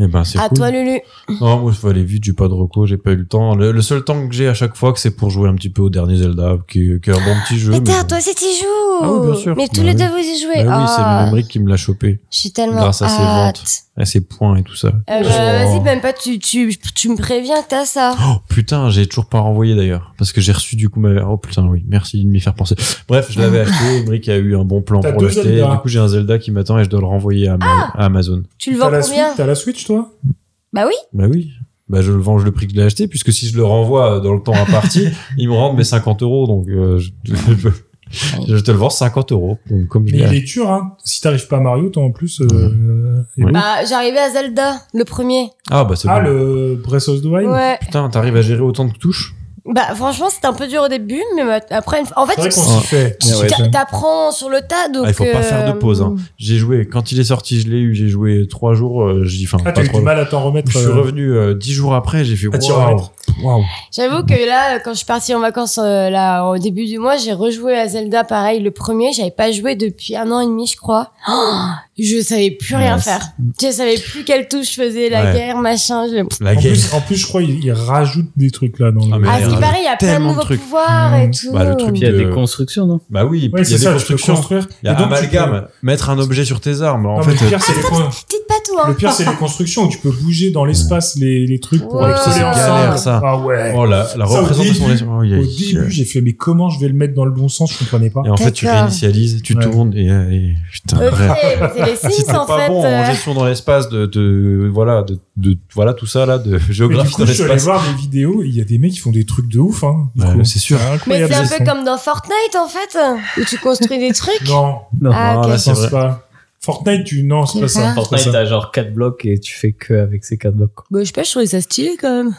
[SPEAKER 6] Eh ben, c'est
[SPEAKER 7] À
[SPEAKER 6] cool.
[SPEAKER 7] toi, Lulu.
[SPEAKER 6] Non, moi, je vais aller vite, j'ai pas de recours, j'ai pas eu le temps. Le, le seul temps que j'ai à chaque fois, que c'est pour jouer un petit peu au dernier Zelda, qui, qui est un bon petit jeu.
[SPEAKER 7] Mais
[SPEAKER 6] mais
[SPEAKER 7] t'as-
[SPEAKER 6] bon.
[SPEAKER 7] toi aussi, t'y joues.
[SPEAKER 6] Ah oui, bien sûr.
[SPEAKER 7] Mais tous
[SPEAKER 6] Bah
[SPEAKER 7] les
[SPEAKER 6] oui.
[SPEAKER 7] deux, vous y jouez.
[SPEAKER 6] Bah oui, c'est
[SPEAKER 7] Ah,
[SPEAKER 6] Mémorique qui me l'a chopé.
[SPEAKER 7] Je suis tellement.
[SPEAKER 6] Grâce à ses
[SPEAKER 7] hâte.
[SPEAKER 6] ventes, à ses points et tout ça.
[SPEAKER 7] Euh, bah,
[SPEAKER 6] Oh.
[SPEAKER 7] Vas-y, même pas, tu, tu, tu me préviens que t'as ça.
[SPEAKER 6] Oh putain, j'ai toujours pas renvoyé d'ailleurs. Parce que j'ai reçu du coup ma. Oh putain, oui, merci de m'y faire penser. Bref, je l'avais acheté. Emric a eu un bon plan
[SPEAKER 8] T'as
[SPEAKER 6] pour
[SPEAKER 8] deux
[SPEAKER 6] l'acheter.
[SPEAKER 8] Zelda.
[SPEAKER 6] Du coup, j'ai un Zelda qui m'attend et je dois le renvoyer à, Ama- à Amazon.
[SPEAKER 7] Tu le
[SPEAKER 8] T'as
[SPEAKER 7] vends
[SPEAKER 8] la,
[SPEAKER 7] combien
[SPEAKER 8] Switch- t'as la Switch, toi
[SPEAKER 7] Bah oui.
[SPEAKER 6] Bah oui. Bah je le venge le prix que je l'ai acheté, puisque si je le renvoie euh, dans le temps imparti, ils me rendent mes 50 euros. Donc euh, je, je- je te le vends 50 euros. Donc, comme je
[SPEAKER 8] Mais
[SPEAKER 6] l'ai
[SPEAKER 8] il
[SPEAKER 6] acheté.
[SPEAKER 8] est dur, hein. Si t'arrives pas à Mario, toi en plus. euh, et
[SPEAKER 6] Ouais.
[SPEAKER 8] l'autre.
[SPEAKER 7] Bah, j'arrivais à Zelda, le premier.
[SPEAKER 6] Ah bah c'est
[SPEAKER 8] Ah,
[SPEAKER 6] bon.
[SPEAKER 8] le Breath of the Wild
[SPEAKER 7] Ouais.
[SPEAKER 6] Putain, t'arrives à gérer autant de touches
[SPEAKER 7] Bah, franchement, c'était un peu dur au début, mais ma- après, une fois- en fait,
[SPEAKER 8] C'est vrai qu'on s'y fait.
[SPEAKER 7] tu-
[SPEAKER 6] Ah ouais,
[SPEAKER 7] t'a-
[SPEAKER 6] j'aime.
[SPEAKER 7] t'apprends sur le tas. Donc,
[SPEAKER 6] Ah, il faut pas
[SPEAKER 7] euh,
[SPEAKER 6] faire de pause. hein. J'ai joué quand il est sorti, je l'ai eu. J'ai joué trois jours. euh, j'ai enfin
[SPEAKER 8] Ah,
[SPEAKER 6] pas
[SPEAKER 8] t'as eu
[SPEAKER 6] trois jours.
[SPEAKER 8] du mal à t'en remettre.
[SPEAKER 6] Je suis
[SPEAKER 8] euh,
[SPEAKER 6] revenu euh, dix jours après. J'ai fait
[SPEAKER 8] Ah, tu
[SPEAKER 6] waouh.
[SPEAKER 8] reviens.
[SPEAKER 6] Waouh.
[SPEAKER 7] J'avoue que là, quand je suis partie en vacances euh, là au début du mois, j'ai rejoué à Zelda pareil le premier. J'avais pas joué depuis un an et demi, je crois. Oh, je savais plus rien
[SPEAKER 6] Ouais,
[SPEAKER 7] faire. Je savais plus quelle touche faisait la
[SPEAKER 8] Ouais.
[SPEAKER 7] guerre, machin. je-
[SPEAKER 6] La
[SPEAKER 8] en,
[SPEAKER 6] game.
[SPEAKER 8] plus, en plus, je crois ils ils rajoutent des trucs là dans le.
[SPEAKER 6] mais euh,
[SPEAKER 7] Ah,
[SPEAKER 6] il y
[SPEAKER 7] c'est
[SPEAKER 6] a
[SPEAKER 7] pareil, il y a plein de
[SPEAKER 6] tellement de
[SPEAKER 7] nouveaux
[SPEAKER 6] trucs.
[SPEAKER 7] pouvoirs et tout.
[SPEAKER 6] Bah, le truc
[SPEAKER 9] Il y a
[SPEAKER 6] de-
[SPEAKER 9] des constructions, non
[SPEAKER 6] Bah oui,
[SPEAKER 8] Ouais,
[SPEAKER 6] il y
[SPEAKER 8] c'est
[SPEAKER 6] a des
[SPEAKER 8] ça, tu peux
[SPEAKER 6] constructions.
[SPEAKER 8] construire.
[SPEAKER 6] Il y a
[SPEAKER 8] Et donc, tu
[SPEAKER 6] amalgame. Mettre un objet sur tes armes. En
[SPEAKER 8] Non, mais
[SPEAKER 6] fait, euh,
[SPEAKER 8] le pire, c'est les points.
[SPEAKER 7] Dites pas tout, hein.
[SPEAKER 8] Le pire, c'est les constructions où tu peux bouger dans l'espace les, les trucs pour
[SPEAKER 7] Ouais,
[SPEAKER 8] les
[SPEAKER 7] ça,
[SPEAKER 8] coller
[SPEAKER 7] c'est
[SPEAKER 8] ensemble.
[SPEAKER 6] galère, ça.
[SPEAKER 8] Ah ouais.
[SPEAKER 6] Oh, la- la
[SPEAKER 8] Ça, au
[SPEAKER 6] représentation
[SPEAKER 8] début-
[SPEAKER 6] des- oh, yeah,
[SPEAKER 8] Au
[SPEAKER 6] yeah.
[SPEAKER 8] début, j'ai fait, mais comment je vais le mettre dans le bon sens Je comprenais pas.
[SPEAKER 6] euh, Et en fait, tu
[SPEAKER 7] D'accord.
[SPEAKER 6] réinitialises, tu
[SPEAKER 8] Ouais.
[SPEAKER 6] tournes et, euh, et- putain.
[SPEAKER 7] Ok,
[SPEAKER 6] bref.
[SPEAKER 7] mais c'est les
[SPEAKER 6] Si
[SPEAKER 7] Sims
[SPEAKER 6] t'es
[SPEAKER 7] en
[SPEAKER 6] pas
[SPEAKER 7] fait.
[SPEAKER 6] bon en
[SPEAKER 7] euh.
[SPEAKER 6] gestion dans l'espace, de, de- voilà, de, de- voilà tout ça là, de
[SPEAKER 8] Mais du
[SPEAKER 6] géographie
[SPEAKER 8] coup,
[SPEAKER 6] dans
[SPEAKER 8] je suis allé
[SPEAKER 6] l'espace.
[SPEAKER 8] voir des vidéos et il y a des mecs qui font des trucs de ouf. Hein, du
[SPEAKER 6] Ouais,
[SPEAKER 8] coup.
[SPEAKER 6] mais c'est sûr.
[SPEAKER 7] Mais
[SPEAKER 8] incroyable,
[SPEAKER 7] c'est un
[SPEAKER 8] ils
[SPEAKER 7] peu
[SPEAKER 8] sont-
[SPEAKER 7] comme dans Fortnite en fait, où tu construis des trucs.
[SPEAKER 8] Non,
[SPEAKER 9] Non.
[SPEAKER 7] Ah, ok.
[SPEAKER 6] là,
[SPEAKER 8] je
[SPEAKER 6] c'est
[SPEAKER 8] pense
[SPEAKER 6] vrai.
[SPEAKER 8] pas. Fortnite, tu. Non, c'est
[SPEAKER 7] C'est
[SPEAKER 8] pas ça.
[SPEAKER 7] ça.
[SPEAKER 8] c'est pas
[SPEAKER 9] Fortnite,
[SPEAKER 8] ça.
[SPEAKER 9] t'as genre 4 blocs et tu fais que avec ces 4 blocs. quoi.
[SPEAKER 7] Bah, je sais pas, je trouvais ça stylé quand même.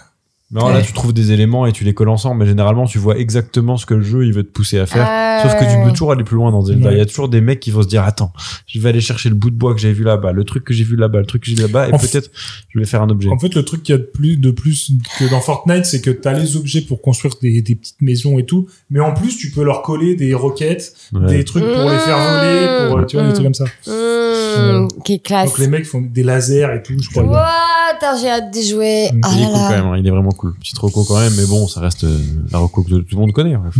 [SPEAKER 6] Non, oh, là, tu trouves des éléments et tu les colles ensemble, mais généralement, tu vois exactement ce que le jeu il veut te pousser à faire.
[SPEAKER 7] Ah,
[SPEAKER 6] Sauf que tu
[SPEAKER 7] ouais.
[SPEAKER 6] peux toujours aller plus loin dans Zelda. Il
[SPEAKER 8] Euh, Ouais.
[SPEAKER 6] y a toujours des mecs qui vont se dire Attends, je vais aller chercher le bout de bois que j'ai vu là-bas, le truc que j'ai vu là-bas, le truc que j'ai vu là-bas, et
[SPEAKER 8] En fait-
[SPEAKER 6] peut-être je vais faire un objet.
[SPEAKER 8] En fait, le truc qu'il y a de plus, de plus que dans Fortnite, c'est que t'as les objets pour construire des, des petites maisons et tout, mais en plus, tu peux leur coller des roquettes,
[SPEAKER 6] Ouais.
[SPEAKER 8] des trucs pour les faire voler, pour, euh, tu vois, des trucs comme ça.
[SPEAKER 7] Mmh, quelle classe.
[SPEAKER 8] Donc les mecs font des lasers et tout, je crois.
[SPEAKER 7] Ouah, attends, j'ai hâte de jouer.
[SPEAKER 8] Mm.
[SPEAKER 7] Ah
[SPEAKER 6] il est
[SPEAKER 7] là
[SPEAKER 6] cool
[SPEAKER 7] là.
[SPEAKER 6] quand même, hein, il est vraiment cool. Petite reco quand même, mais bon, ça reste euh, la reco que tout le monde connaît. bref.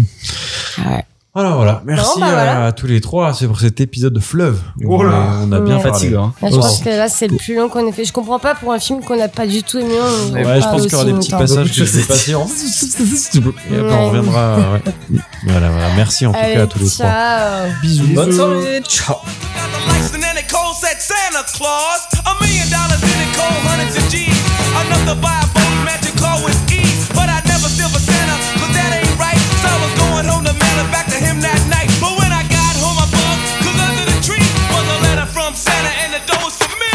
[SPEAKER 6] Voilà, voilà. Merci
[SPEAKER 7] bah
[SPEAKER 6] à-
[SPEAKER 7] voilà.
[SPEAKER 6] à tous les trois. C'est pour cet épisode de Fleuve.
[SPEAKER 8] Oh là.
[SPEAKER 6] on a bien
[SPEAKER 7] Ouais. hein.
[SPEAKER 6] parlé.
[SPEAKER 9] Fatigant. hein.
[SPEAKER 7] Là, je
[SPEAKER 6] Oh.
[SPEAKER 7] pense que là, c'est le plus long qu'on ait fait. Je comprends pas pour un film qu'on n'a pas du tout aimé. on
[SPEAKER 6] Ouais,
[SPEAKER 7] parle
[SPEAKER 6] je pense qu'il y aura
[SPEAKER 7] aussi
[SPEAKER 6] des petits
[SPEAKER 7] longtemps.
[SPEAKER 6] passages que je vais passer en- Et après, on reviendra. euh, ouais. Voilà, voilà. Merci en tout
[SPEAKER 7] Allez,
[SPEAKER 6] cas à tous les trois.
[SPEAKER 7] ciao.
[SPEAKER 6] Bisous.
[SPEAKER 9] Bonne soirée, ciao
[SPEAKER 5] lights and then it cold said Santa Claus. A million dollars in it cold, hundreds of G's. Enough to buy a boat, magic car with ease. But I never still for Santa, cause that ain't right. So I was going home to mail it back to him that night. But when I got home, I bugged, cause under the tree was a letter from Santa and the door was for me.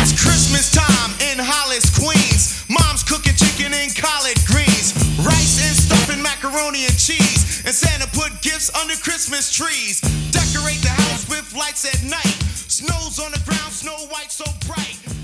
[SPEAKER 14] It's Christmas time in Hollis, Queens. Mom's cooking chicken and collard greens, rice and stuffing macaroni and cheese. And Santa put gifts under Christmas trees. Decorate the house with lights at night. Snow's on the ground, snow white so bright.